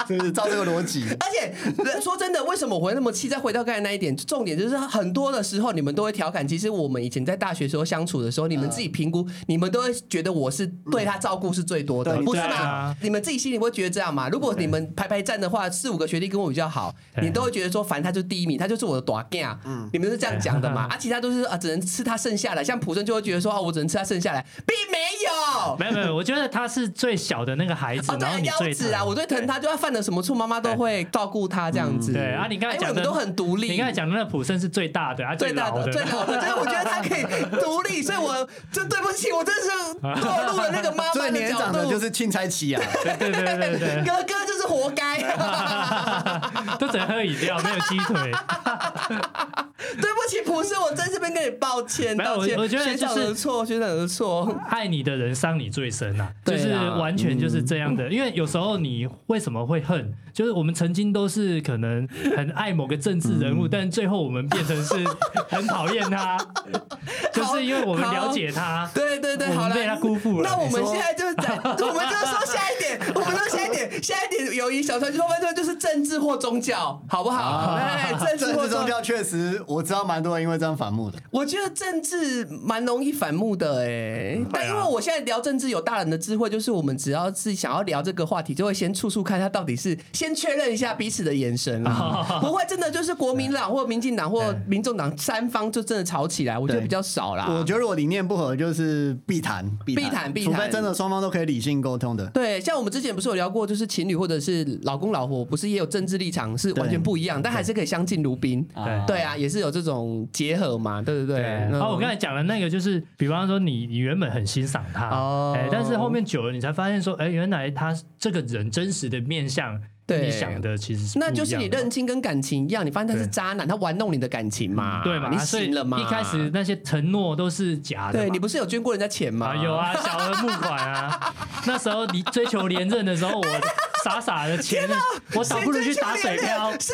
Speaker 3: 是不是照这个逻辑？
Speaker 1: 而 且呃说真的，为什么我会那么气？再回到刚才那一点，重点就是很多的时候你们都会调侃，其实我们以前在大学时候相处的时候，你们自己评估，你们都会觉得我是对他照顾是最多的，
Speaker 3: 对
Speaker 1: 不是
Speaker 2: 嗯对
Speaker 1: 嘛
Speaker 2: 啊？
Speaker 1: 你们自己心里会觉得这样嘛？如果你们排排站的话，四五个学弟跟我比较好，
Speaker 2: 对
Speaker 1: 你都会觉得说，反正他就第一名，他就是我的短 g 嗯，你们是这样讲的嘛？啊，其他都是啊，只能吃他剩下来，像普生就会觉得说，啊，我只能吃他剩下来，并没有。
Speaker 2: 没有没有，我觉得他是最小的那个孩子
Speaker 1: 哦，，
Speaker 2: 然后
Speaker 1: 对，
Speaker 2: 你
Speaker 1: 腰
Speaker 2: 最
Speaker 1: 子啊，
Speaker 2: 疼
Speaker 1: 我最疼他，就算犯了什么错，妈妈都会照顾他这样子。
Speaker 2: 对啊，你刚才
Speaker 1: 哎
Speaker 2: 讲
Speaker 1: 我
Speaker 2: 的
Speaker 1: 们都很独立，
Speaker 2: 你刚才讲的那个普生是最大的，啊
Speaker 1: 最大
Speaker 2: 老
Speaker 1: 的、
Speaker 2: 的，
Speaker 1: 最老的，所以我觉得他可以独立，所以我真对不起，我真是落入了那个妈妈
Speaker 3: 最
Speaker 1: 的
Speaker 3: 年
Speaker 1: 角
Speaker 3: 长
Speaker 1: 度。
Speaker 3: 的就是钦差期 啊，
Speaker 2: 对对对对对，
Speaker 1: 哥哥就是活该，
Speaker 2: 都只能喝饮料，没有鸡腿。
Speaker 1: 对不起，朴实，我在这边跟你抱歉，
Speaker 2: 没有
Speaker 1: 道歉。
Speaker 2: 我我觉得
Speaker 1: 学长
Speaker 2: 就是
Speaker 1: 的错，学长的错。
Speaker 2: 爱你的人伤你最深啊，
Speaker 1: 对
Speaker 2: 就
Speaker 1: 啊嗯
Speaker 2: 是完全就是这样的。因为有时候你为什么会恨，就是我们曾经都是可能很爱某个政治
Speaker 1: 嗯
Speaker 2: 人物，但最后我们变成是很讨厌 他，就是因为我们了解他。
Speaker 1: 对对对，
Speaker 2: 我们
Speaker 1: 好了，
Speaker 2: 被他辜负了
Speaker 1: 那我
Speaker 2: 你
Speaker 1: 们
Speaker 2: 说
Speaker 1: 现在就 在，我们就说下一点，我们说下一点，下一点友谊小船后半段就是政治或宗教，好不好？来，来政
Speaker 3: 啊政
Speaker 1: 治或
Speaker 3: 治宗
Speaker 1: 宗教，
Speaker 3: 教确实我知道蛮多人因为这样反目的。
Speaker 1: 我觉得政治蛮容易反目的哎、但因为我现在聊政治有大人的智慧，就是我们只要是想要聊这个话题，就会先处处看他到底是先确认一下彼此的眼神啦，不会真的就是国民党或民进党或
Speaker 2: 对
Speaker 1: 民众党三方就真的吵起来，我觉得
Speaker 3: 对
Speaker 1: 比较少啦。
Speaker 3: 我觉得如果理念不合，就是必谈，必
Speaker 1: 必啊谈必
Speaker 3: 除非
Speaker 1: 谈
Speaker 3: 真的双方都可以理性沟通的。
Speaker 1: 对，像我们之前不是有聊过，就是情侣或者是老公老婆，不是也有政治立场是完全不一样，但还是可以相敬如宾。
Speaker 2: 啊
Speaker 1: 对啊，也是有这种结合嘛，对不对？
Speaker 2: 对，
Speaker 1: 嗯
Speaker 2: 哦，我刚才讲的那个就是，比方说你你原本很欣赏他，
Speaker 1: 哦
Speaker 2: 哎，但是后面久了你才发现说，哎，原来他这个人真实的面相，
Speaker 1: 对
Speaker 2: 你想的其实是
Speaker 1: 那
Speaker 2: 不一
Speaker 1: 就是你
Speaker 2: 样的
Speaker 1: 认清跟感情一样，你发现他是
Speaker 2: 对
Speaker 1: 渣男，他玩弄你的感情嘛，
Speaker 2: 对嘛，
Speaker 1: 你
Speaker 2: 所以
Speaker 1: 醒了嘛？
Speaker 2: 一开始那些承诺都是假的嘛，
Speaker 1: 对你不是有捐过人家钱吗？
Speaker 2: 啊，有啊，小额募款啊。 那时候你追求连任的时候，我傻傻的钱，我倒不如去打水漂。
Speaker 1: 是是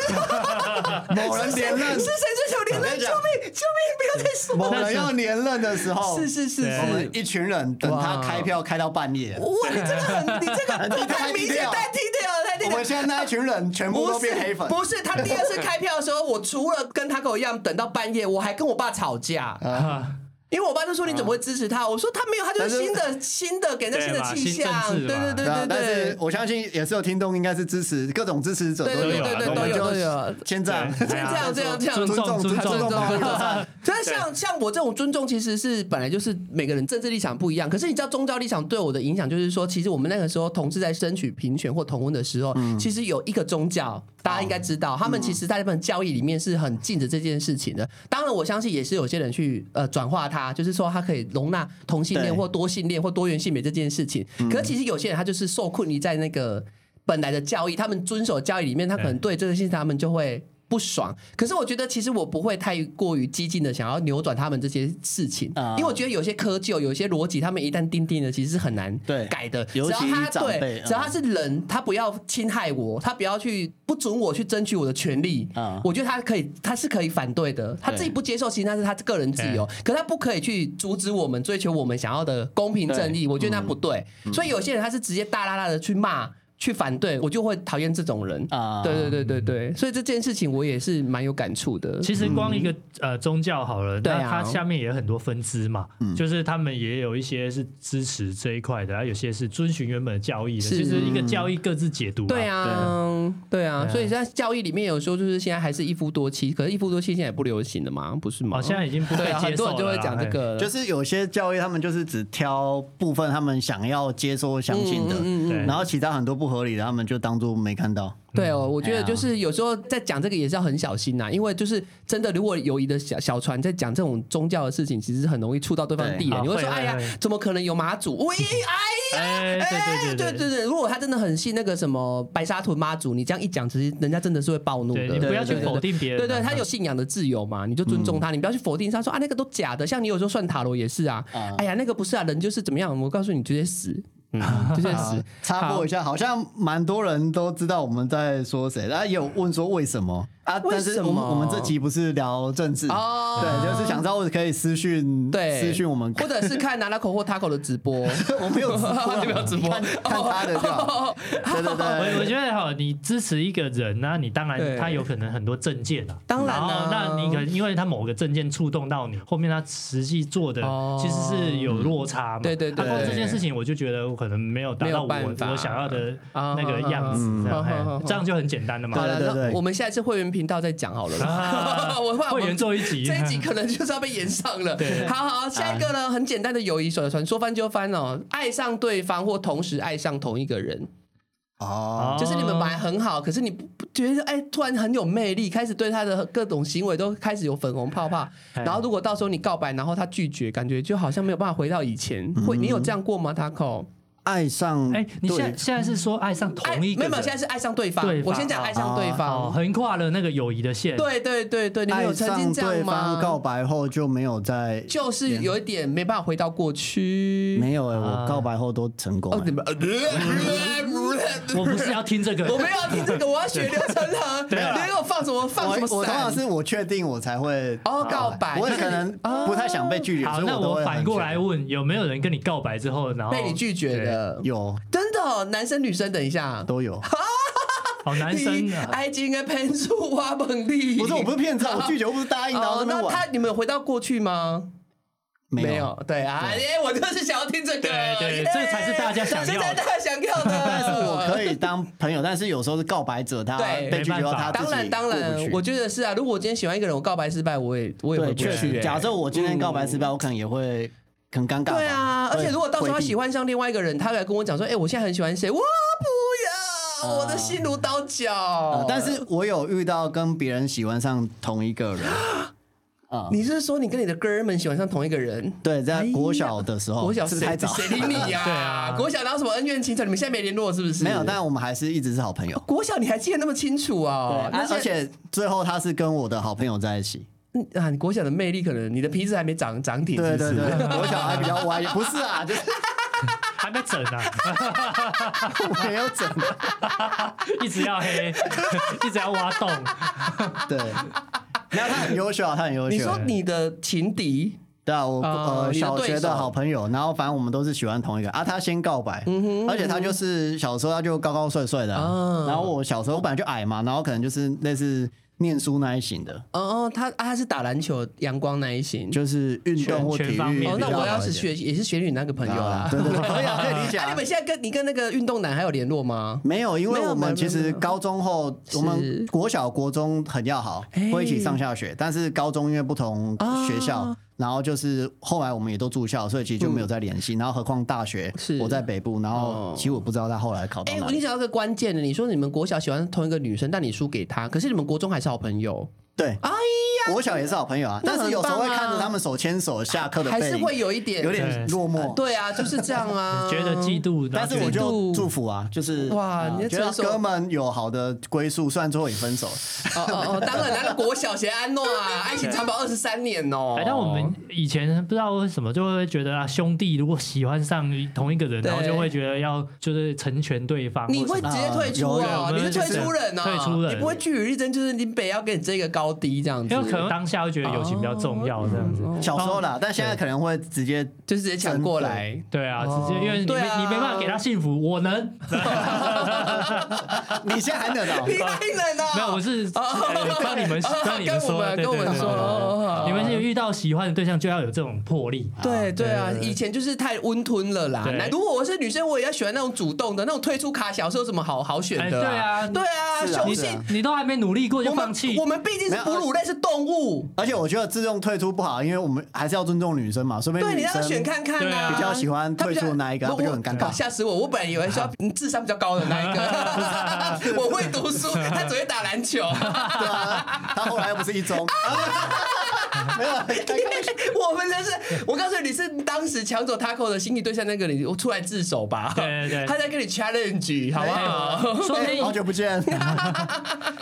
Speaker 3: 某人连任
Speaker 1: 是，谁追求连任？救命！救命！不要再 说
Speaker 3: 某人要连任的时候，
Speaker 1: 是是是
Speaker 2: 对
Speaker 3: 我
Speaker 1: 是
Speaker 3: 们。一群人等他开票开到半夜。
Speaker 1: 哦哇，你这个很， 你这个太明显，太低调了，太低
Speaker 3: 我
Speaker 1: 调了
Speaker 3: 们。现在那一群人全部都
Speaker 1: 不是
Speaker 3: 变黑粉，
Speaker 1: 不是他第二次开票的时候，我除了跟他跟我一样等到半夜，我还跟我爸吵架，
Speaker 2: 啊
Speaker 1: 因为我爸就说你怎么会支持他？我说他没有，他就是新的新的给人家新的气象，对
Speaker 2: 对嘛
Speaker 1: 对
Speaker 2: 新政治嘛
Speaker 1: 对
Speaker 3: 对啊
Speaker 1: 对
Speaker 3: 但
Speaker 1: 对
Speaker 3: 是。我相信也是有听众，应该是支持各种支持者
Speaker 1: 对
Speaker 3: 都
Speaker 1: 对
Speaker 3: 有
Speaker 1: 对
Speaker 2: 啊
Speaker 1: 对，
Speaker 3: 我
Speaker 1: 都
Speaker 3: 们
Speaker 1: 有
Speaker 3: 就
Speaker 1: 都有，
Speaker 3: 先这样，
Speaker 2: 对
Speaker 1: 这样这样这样这样，
Speaker 2: 尊重
Speaker 3: 尊
Speaker 2: 重
Speaker 3: 重
Speaker 1: 尊
Speaker 3: 包容友
Speaker 1: 重
Speaker 3: 善。
Speaker 1: 但是像像我这种尊重，其实是本来就是每个人政治立场不一样。可是你知道宗教立场对我的影响，就是说，其实我们那个时候同志在争取平权或同婚的时候，
Speaker 3: 嗯
Speaker 1: 其实有一个宗教，大家应该知道，他们其实在那本教义里面是很禁止这件事情的。当然，我相信也是有些人去呃转化它，就是说他可以容纳同性恋
Speaker 3: 对嗯
Speaker 1: 或多性恋或多元性别这件事情。可是其实有些人他就是受困于在那个。本来的教义，他们遵守教义里面，他可能对这个事情他们就会不爽。可是我觉得，其实我不会太过于激进的想要扭转他们这些事情，
Speaker 3: 啊
Speaker 1: 因为我觉得有些窠臼、有些逻辑，他们一旦钉定了，其实是很难
Speaker 3: 对
Speaker 1: 改的。
Speaker 3: 尤
Speaker 1: 只
Speaker 3: 其
Speaker 1: 要他
Speaker 3: 长
Speaker 1: 对
Speaker 3: 辈，
Speaker 1: 只要他
Speaker 3: 嗯
Speaker 1: 是人，他不要侵害我，他不要去不准我去争取我的权利。
Speaker 3: 啊
Speaker 1: 我觉得他可以，他是可以反对的。他自己不接受，其实那是他个人自由，可他不可以去阻止我们追求我们想要的公平正义。我觉得那不对，
Speaker 2: 嗯
Speaker 1: 所以有些人他是直接大啦啦的去骂。去反对，我就会讨厌这种人
Speaker 3: 啊
Speaker 1: 对对对对对，所以这件事情我也是蛮有感触的。
Speaker 2: 嗯其实光一个呃宗教好了，
Speaker 1: 对啊
Speaker 2: 那它下面也有很多分支嘛，就是他们也有一些是支持这一块的，啊然后有些是遵循原本的教义的，
Speaker 1: 是
Speaker 2: 就是一个教义各自解读嘛。
Speaker 1: 对啊，对啊，所以在教育里面有说，就是现在还是一夫多妻，可是一夫多妻现在也不流行了嘛，不是吗？
Speaker 2: 哦，现在已经不被
Speaker 1: 对啊，很
Speaker 2: 接
Speaker 1: 多
Speaker 2: 受
Speaker 1: 人
Speaker 2: 了
Speaker 1: 就
Speaker 2: 啦，
Speaker 1: 会讲这
Speaker 2: 嘿
Speaker 1: 个，
Speaker 3: 就是有些教育他们就是只挑部分他们想要接收相信
Speaker 1: 嗯
Speaker 3: 的，
Speaker 2: 对
Speaker 3: 然后其他很多不合理的，他们就当做没看到。
Speaker 1: 对哦，我觉得
Speaker 3: 哎呀
Speaker 1: 就是有时候在讲这个也是要很小心呐、因为就是真的，如果友谊的小小船在讲这种宗教的事情，其实很容易触到对方的地雷。
Speaker 2: 对
Speaker 1: 你会
Speaker 2: 啊
Speaker 1: 说：“
Speaker 2: 会
Speaker 1: 哎呀
Speaker 2: 会会，
Speaker 1: 怎么可能有马祖？我也哎
Speaker 2: 哎，对
Speaker 1: 对
Speaker 2: 对对
Speaker 1: 对对，如果他真的很信那个什么白沙屯妈祖，你这样一讲，其实人家真的是会暴怒的。
Speaker 2: 对你不要去
Speaker 1: 对对对
Speaker 2: 否定别人啊
Speaker 1: 对对，他有信仰的自由嘛，你就尊重他，你不要去否定他说啊那个都假的。像你有时候算塔罗也是啊，
Speaker 3: 啊
Speaker 1: 哎呀那个不是啊，人就是怎么样，我告诉你直接死，嗯， 直接
Speaker 3: 啊
Speaker 1: 死。
Speaker 3: 插播一下，好像蛮多人都知道我们在说谁，然后也有问说为什么啊？
Speaker 1: 为
Speaker 3: 但是
Speaker 1: 什
Speaker 3: 我们
Speaker 1: 么
Speaker 3: 我们这集不是聊政治
Speaker 1: 哦
Speaker 3: 对，就是想知道可以私讯
Speaker 1: 对，
Speaker 3: 私讯我们，
Speaker 1: 或者是看拿拉口或 Taco 的直播，
Speaker 3: 我 没有直播，啊
Speaker 1: 你没有直播哦
Speaker 3: 看看他的就好。对对
Speaker 2: 我我
Speaker 3: 对，
Speaker 2: 觉得哈，你支持一个人那、你当
Speaker 1: 哎对
Speaker 2: 然他有可能很多证件啊，
Speaker 1: 当然啊
Speaker 2: 后那你可能因为他某个证件触动到你，后面他实际做的
Speaker 1: 哦
Speaker 2: 其实是有落差嘛。
Speaker 1: 对对对
Speaker 2: 啊光这件事情我就觉得我可能没有达到我
Speaker 1: 没有办法
Speaker 2: 我想要的那个样
Speaker 1: 啊
Speaker 2: 子，这样
Speaker 1: 啊啊啊
Speaker 2: 哎这样就很简单了嘛。
Speaker 1: 好了，
Speaker 3: 对对对
Speaker 1: 那我们下一次会员频道再讲好了啦。
Speaker 2: 啊
Speaker 1: 我怕我
Speaker 2: 会
Speaker 1: 们
Speaker 2: 员做一集，
Speaker 1: 这一集可能就是要被延上了。
Speaker 2: 对
Speaker 1: 好好，下一个呢，很简单的友谊手传，说翻就翻哦，爱上对方或同时爱上同一个人，
Speaker 3: 哦，
Speaker 1: 就是你们本来很好，可是你不不觉得哎，突然很有魅力，开始对他的各种行为都开始有粉红泡泡，
Speaker 2: 哎
Speaker 1: 然后如果到时候你告白，然后他拒绝，感觉就好像没有办法回到以前。
Speaker 3: 嗯
Speaker 1: 会，你有这样过吗，Taco？
Speaker 3: 爱上
Speaker 2: 哎，你现在
Speaker 3: 对
Speaker 2: 现在是说爱上
Speaker 1: 爱
Speaker 2: 同
Speaker 1: 没
Speaker 2: 一
Speaker 1: 有
Speaker 2: 个
Speaker 1: 哎没有，
Speaker 2: 人，
Speaker 1: 现在是爱上对方
Speaker 2: 对。方
Speaker 1: 我先讲爱上对
Speaker 2: 哦，
Speaker 1: 方。
Speaker 2: 横跨了那个友谊的线。
Speaker 1: 对对对对，你们有
Speaker 3: 爱
Speaker 1: 曾经
Speaker 3: 上
Speaker 1: 这样
Speaker 3: 对
Speaker 1: 吗
Speaker 3: 方？告白后就没有再
Speaker 1: 就是有一点没办法回到过去。
Speaker 3: 没有哎，
Speaker 2: 啊
Speaker 3: 我告白后都成功
Speaker 1: 哦，
Speaker 3: 哎
Speaker 1: 你。们，呃
Speaker 3: 啊
Speaker 2: 我不是要听这个，
Speaker 1: 我没有要听 这个，我要学刘成恒。
Speaker 2: 对啊
Speaker 1: 你给我放什么放
Speaker 3: 我
Speaker 1: 什么
Speaker 3: 我通常
Speaker 1: 闪？
Speaker 3: 是我确定我才会
Speaker 1: 哦，告白，
Speaker 3: 我
Speaker 1: 就
Speaker 3: 也
Speaker 1: 是啊
Speaker 3: 可能不太想被拒绝，
Speaker 2: 好，
Speaker 3: 所以
Speaker 2: 那
Speaker 3: 都
Speaker 2: 我
Speaker 3: 会
Speaker 2: 反
Speaker 3: 很
Speaker 2: 过
Speaker 3: 久
Speaker 2: 来问，有没有人跟你告白之后，然后
Speaker 1: 被你拒绝的，
Speaker 3: 有
Speaker 1: 真的哦，男生女生，等一下。
Speaker 3: 都 有，
Speaker 2: 对？好男生
Speaker 1: 你
Speaker 2: 啊，
Speaker 1: 埃及应该喷出花本地。
Speaker 3: 不是我不是骗子啊，我拒绝，我不是答应的，然后
Speaker 1: 哦
Speaker 3: 这，边
Speaker 1: 那他
Speaker 3: 玩
Speaker 1: 你们有回到过去吗？没
Speaker 3: 没。
Speaker 1: 有，对啊，哎，我就是想要听这个，
Speaker 2: 对对
Speaker 1: 耶
Speaker 2: 这个才是大家想要的
Speaker 1: 这才是大家想要的。
Speaker 3: 但是我可
Speaker 1: 以。
Speaker 3: 以当朋友，但是有时候是告白者，他
Speaker 1: 呃对
Speaker 3: 被拒绝
Speaker 2: 没
Speaker 3: 后，
Speaker 2: 办法
Speaker 3: 他自己
Speaker 1: 当然，当
Speaker 3: 过
Speaker 1: 然
Speaker 3: 不，去
Speaker 1: 我觉得是啊。如果我今天喜欢一个人，我告白失败，我也我也回不
Speaker 3: 对，确
Speaker 1: 去。
Speaker 3: 实，
Speaker 1: 哎
Speaker 3: 假设我今天告白失败，我可能也会很尴尬吧。
Speaker 1: 对啊，而且如果到时候他喜
Speaker 3: 欢，
Speaker 1: 欢上另外一个人，他来跟我讲说：“哎、我现在很喜欢谁？”我不要，
Speaker 3: 啊
Speaker 1: 我的心如刀绞。
Speaker 3: 呃但是我有遇到跟别人喜欢上同一个人，啊，
Speaker 1: 你是说你跟你的哥们喜欢上同一个人？
Speaker 3: 对，
Speaker 1: 哎
Speaker 3: 在
Speaker 1: 呀
Speaker 3: 国小的时候，
Speaker 1: 国小
Speaker 3: 哦是
Speaker 1: 谁
Speaker 3: 不是太早，
Speaker 1: 谁理你 呀、
Speaker 2: 对啊
Speaker 1: 国小然后什么恩怨情仇，你们现在没联络是不是？
Speaker 3: 没有，但我们还是一直是好朋友。
Speaker 1: 国小你还记得那么清楚
Speaker 3: 对
Speaker 1: 哦？
Speaker 3: 啊而且最后他是跟我的好朋友在一起。
Speaker 1: 嗯啊，你国小的魅力可能你的皮子还没长长挺，
Speaker 3: 对
Speaker 1: 是不
Speaker 3: 对
Speaker 1: 是？
Speaker 3: 对， 我小孩比较歪，不是 啊，就是
Speaker 2: 还没整啊，
Speaker 3: 我没有整。
Speaker 2: 一直要黑，一直要挖洞。
Speaker 3: 对，然后他很优秀啊，他很优秀。
Speaker 1: 你说你的情敌
Speaker 3: 对啊，我、
Speaker 1: 哦
Speaker 3: 呃
Speaker 1: 你的
Speaker 3: 小
Speaker 1: 对
Speaker 3: 学
Speaker 1: 手
Speaker 3: 的好朋友，然后反正我们都是喜欢同一个啊。他先告白，
Speaker 1: 嗯
Speaker 3: 而且他就是小时候他就高高帅帅的啊、
Speaker 1: 啊
Speaker 3: 然后我小时候我本来就矮嘛，然后可能就是类似念书那一型的，
Speaker 1: 哦哦，他啊他是打篮球阳光那一型。
Speaker 3: 就是运动或
Speaker 2: 全
Speaker 3: 体育
Speaker 2: 全方面，
Speaker 1: 哦，
Speaker 3: 比
Speaker 1: 那
Speaker 3: 较
Speaker 1: 我要
Speaker 3: 好一
Speaker 1: 是
Speaker 3: 点
Speaker 1: 学也是学你那个朋友啦
Speaker 3: 啊，。对 对对，可以啊，可以理解、
Speaker 1: 啊，你
Speaker 3: 啊
Speaker 1: 们。现在跟你跟那个运动男还有联络吗？
Speaker 3: 没有，因
Speaker 1: 没
Speaker 3: 为
Speaker 1: 有
Speaker 3: 我
Speaker 1: 没有
Speaker 3: 们
Speaker 1: 没
Speaker 3: 其
Speaker 1: 有
Speaker 3: 实高中后，
Speaker 1: 是
Speaker 3: 我们国小、国中很要好
Speaker 1: 哎，
Speaker 3: 会一起上下学。但是高中因为不同
Speaker 1: 啊
Speaker 3: 学校，然后就是后来我们也都住校，所以其实就没有再联系。然后何况大学
Speaker 1: 嗯是，
Speaker 3: 我在北部，然
Speaker 1: 哦
Speaker 3: 后其实我不知道他后来考到
Speaker 1: 哎、
Speaker 3: 哪
Speaker 1: 我
Speaker 3: 里
Speaker 1: 你。想到一个关键的，你说你们国小喜欢同一个女生，但你输给她，可是你们国中还是好朋友，
Speaker 3: 对，
Speaker 1: 哎呀，
Speaker 3: 国小也是好朋友啊，
Speaker 1: 那
Speaker 3: 但
Speaker 1: 很
Speaker 3: 是有时候会
Speaker 1: 棒啊
Speaker 3: 看着他们手牵手下课的
Speaker 1: 还
Speaker 3: 背
Speaker 1: 是
Speaker 3: 影，
Speaker 1: 会有一点，
Speaker 3: 有点落
Speaker 1: 啊
Speaker 3: 寞。
Speaker 1: 对啊，就是这样啊
Speaker 2: 觉得嫉。妒，然
Speaker 3: 嗯但
Speaker 2: 后
Speaker 3: 是
Speaker 2: 觉得
Speaker 3: 我
Speaker 1: 嫉
Speaker 3: 就
Speaker 1: 妒
Speaker 3: 祝福啊，就是
Speaker 1: 哇
Speaker 3: 啊
Speaker 1: 你的
Speaker 3: 觉得
Speaker 1: 成熟
Speaker 3: 哥们有好的归宿，虽然最后也分手了。
Speaker 1: 哦哦哦，当然，那个国小谁安诺啊，爱情长跑二十三年哦。
Speaker 2: 哎，但我们以前不知道为什么就会觉得啊，兄弟如果喜欢上同一个人，
Speaker 1: 对
Speaker 2: 然后就会觉得要就是成全对方或什
Speaker 1: 你
Speaker 2: 么的。
Speaker 1: 会直接退出
Speaker 3: 有
Speaker 1: 哦，
Speaker 2: 啊有
Speaker 1: 你是退出人哦，
Speaker 2: 退出人
Speaker 1: 你不会据理力争，就是林北要跟你争一个高低这样子，
Speaker 2: 因为可能当下会觉得友情比较重要，这样子。
Speaker 1: 哦
Speaker 3: 小时候啦，但现在可能会直接
Speaker 1: 就是直接抢过来。
Speaker 2: 对啊，
Speaker 1: 哦
Speaker 2: 直接因为你
Speaker 1: 对
Speaker 2: 没
Speaker 1: 啊
Speaker 2: 你没办法给他幸福，我能。
Speaker 3: 你现在还能啊？
Speaker 1: 你听人哦，
Speaker 2: 没有，我是呃帮你们
Speaker 1: 哦
Speaker 2: 帮你们
Speaker 1: 跟我
Speaker 2: 说
Speaker 1: 们，
Speaker 2: 对
Speaker 1: 跟我们
Speaker 2: 对
Speaker 1: 说
Speaker 2: 对对对
Speaker 1: 哦好
Speaker 2: 你们是遇到喜欢的对象就要有这种魄力。
Speaker 1: 对对啊，
Speaker 2: 对对对
Speaker 1: 以前就是太温吞了啦。
Speaker 2: 对
Speaker 1: 那如果我是女生，我也要喜欢那种主动的，那种退出卡小是有什么好好选的、
Speaker 2: 哎
Speaker 1: 对
Speaker 2: 对
Speaker 1: 啊，
Speaker 3: 是
Speaker 1: 对
Speaker 3: 啊
Speaker 1: 啊，雄
Speaker 3: 是
Speaker 1: 性
Speaker 3: 啊。
Speaker 2: 你都还没努力过就
Speaker 1: 我
Speaker 2: 放
Speaker 1: 们
Speaker 2: 弃
Speaker 1: 我，们毕竟是
Speaker 3: 没有呃
Speaker 1: 哺乳类，是动物。
Speaker 3: 而且我觉得自动退出不好，因为我们还是要尊重女生嘛，说不定
Speaker 1: 对，你
Speaker 3: 女
Speaker 1: 让他
Speaker 3: 生
Speaker 1: 选看看
Speaker 2: 对
Speaker 1: 啊。
Speaker 2: 啊
Speaker 3: 比较喜欢退出的那一个
Speaker 1: 他比较
Speaker 3: 那不就很尴尬
Speaker 1: 我我吓死我！我本来以为是 要智商比较高的那一个，我会读书，他只会打篮球。
Speaker 3: 对啊，他后来又不是一中，没有，开开玩笑
Speaker 1: 我们真是，我告诉你，你是当时抢走 Taco 的心理对象那个你，我出来自首吧。
Speaker 2: 对对对啊
Speaker 1: 他在跟你 challenge，好不好？
Speaker 2: 说不定
Speaker 3: 好久不见，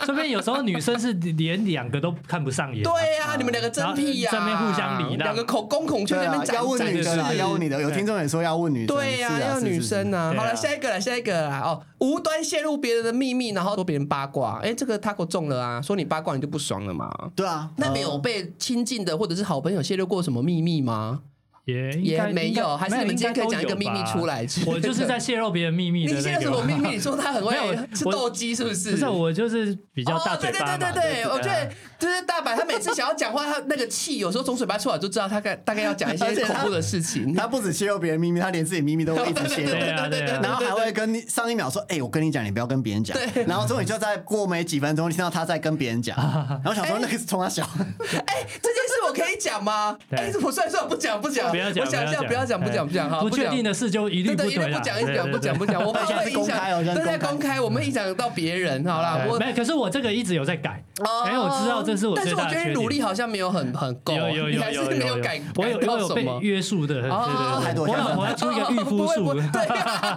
Speaker 2: 这边有时候女生是连两个都看不上眼。
Speaker 1: 对呀、你们两个真屁呀、
Speaker 2: 啊然后在那边互相礼让
Speaker 1: 两个口公孔雀在
Speaker 3: 对
Speaker 1: 那边
Speaker 3: 啊，
Speaker 1: 展
Speaker 3: 要问
Speaker 1: 展
Speaker 3: 女
Speaker 1: 示
Speaker 3: 生啊，要问女的，有听众也说要问女生，
Speaker 1: 对呀、
Speaker 3: 是啊
Speaker 1: 要
Speaker 3: 是
Speaker 1: 女
Speaker 3: 是是
Speaker 1: 生啊。
Speaker 2: 对啊
Speaker 1: 好了，下一个了，下一个了。哦，无端泄露别人的秘密，然后说别人八卦，哎，这个 Taco 中了啊，说你八卦你就不爽了嘛？
Speaker 3: 对啊，
Speaker 1: 那
Speaker 3: 呃
Speaker 1: 没 有被亲近的或者是好朋友泄露过什么秘密
Speaker 2: 呃
Speaker 1: 吗？
Speaker 2: 也应该
Speaker 1: 也没
Speaker 2: 应该
Speaker 1: 有，还是你们今天可以讲一个秘密出。来？
Speaker 2: 没有应该都有吧我就是在泄露别人秘密
Speaker 1: 你
Speaker 2: 的
Speaker 1: 现
Speaker 2: 那
Speaker 1: 在什么
Speaker 2: 个
Speaker 1: 秘
Speaker 2: 吧。
Speaker 1: 密？你说他很
Speaker 2: 没有
Speaker 1: 会吃
Speaker 2: 我
Speaker 1: 斗鸡，是不是？
Speaker 2: 不是，我就是比
Speaker 1: 比
Speaker 2: 较大嘴巴嘛。
Speaker 1: 哦对对对对，
Speaker 2: 啊
Speaker 1: 我觉得就是大白，他每次想要讲话，他那个气有时候从嘴巴出来就知道他该大概要讲一 些
Speaker 3: 而且
Speaker 1: 恐
Speaker 3: 他
Speaker 1: 怖的事情。
Speaker 3: 他不止泄露别人秘密，他连自己秘密都会一 直泄
Speaker 2: 对
Speaker 3: 露。
Speaker 2: 对啊啊
Speaker 3: 然后还会跟你上一秒说，哎、我跟你讲，你不要跟别人讲。然后终于就在过没几分钟，听到他在跟别人 讲，然后想说那个是冲他小，
Speaker 1: 哎，这件事我可以讲吗？
Speaker 2: 对
Speaker 1: 哎，我算了算了不讲不讲，
Speaker 2: 不要讲，
Speaker 1: 我想一下，不
Speaker 2: 不
Speaker 1: 要讲不讲不讲，好，
Speaker 2: 不确
Speaker 1: 讲
Speaker 2: 定的事就一
Speaker 1: 对
Speaker 2: 律不
Speaker 1: 对，一
Speaker 2: 推
Speaker 1: 定
Speaker 2: 啦
Speaker 1: 不讲，一定不讲，
Speaker 2: 对
Speaker 1: 不讲，不讲，我怕
Speaker 3: 现
Speaker 1: 会
Speaker 3: 在是
Speaker 1: 影
Speaker 3: 公开哦
Speaker 1: 响，
Speaker 3: 现在
Speaker 1: 对
Speaker 3: 是
Speaker 1: 对，
Speaker 3: 公开
Speaker 1: 公开，我们影响到别人，好啦，我
Speaker 2: 对没，可是我这个一直有在改。
Speaker 1: 哦
Speaker 2: 哎，我知道这是我
Speaker 1: 但
Speaker 2: 最
Speaker 1: 是我
Speaker 2: 大
Speaker 1: 觉
Speaker 2: 的
Speaker 1: 得
Speaker 2: 缺
Speaker 1: 你
Speaker 2: 点。
Speaker 1: 努力好像没有很很够，
Speaker 2: 有有
Speaker 1: 你
Speaker 2: 有
Speaker 1: 还是
Speaker 2: 有
Speaker 1: 没
Speaker 2: 有
Speaker 1: 改，
Speaker 2: 我有
Speaker 1: 改
Speaker 2: 我
Speaker 1: 到
Speaker 2: 有
Speaker 1: 什
Speaker 2: 被
Speaker 1: 么？
Speaker 2: 约束的，对
Speaker 1: 哦
Speaker 2: 对
Speaker 3: 太
Speaker 2: 对，
Speaker 3: 多
Speaker 2: 我
Speaker 3: 想
Speaker 2: 老
Speaker 3: 法
Speaker 2: 婆要出一个 御
Speaker 1: 不
Speaker 2: 夫
Speaker 1: 会不
Speaker 2: 术
Speaker 1: 会，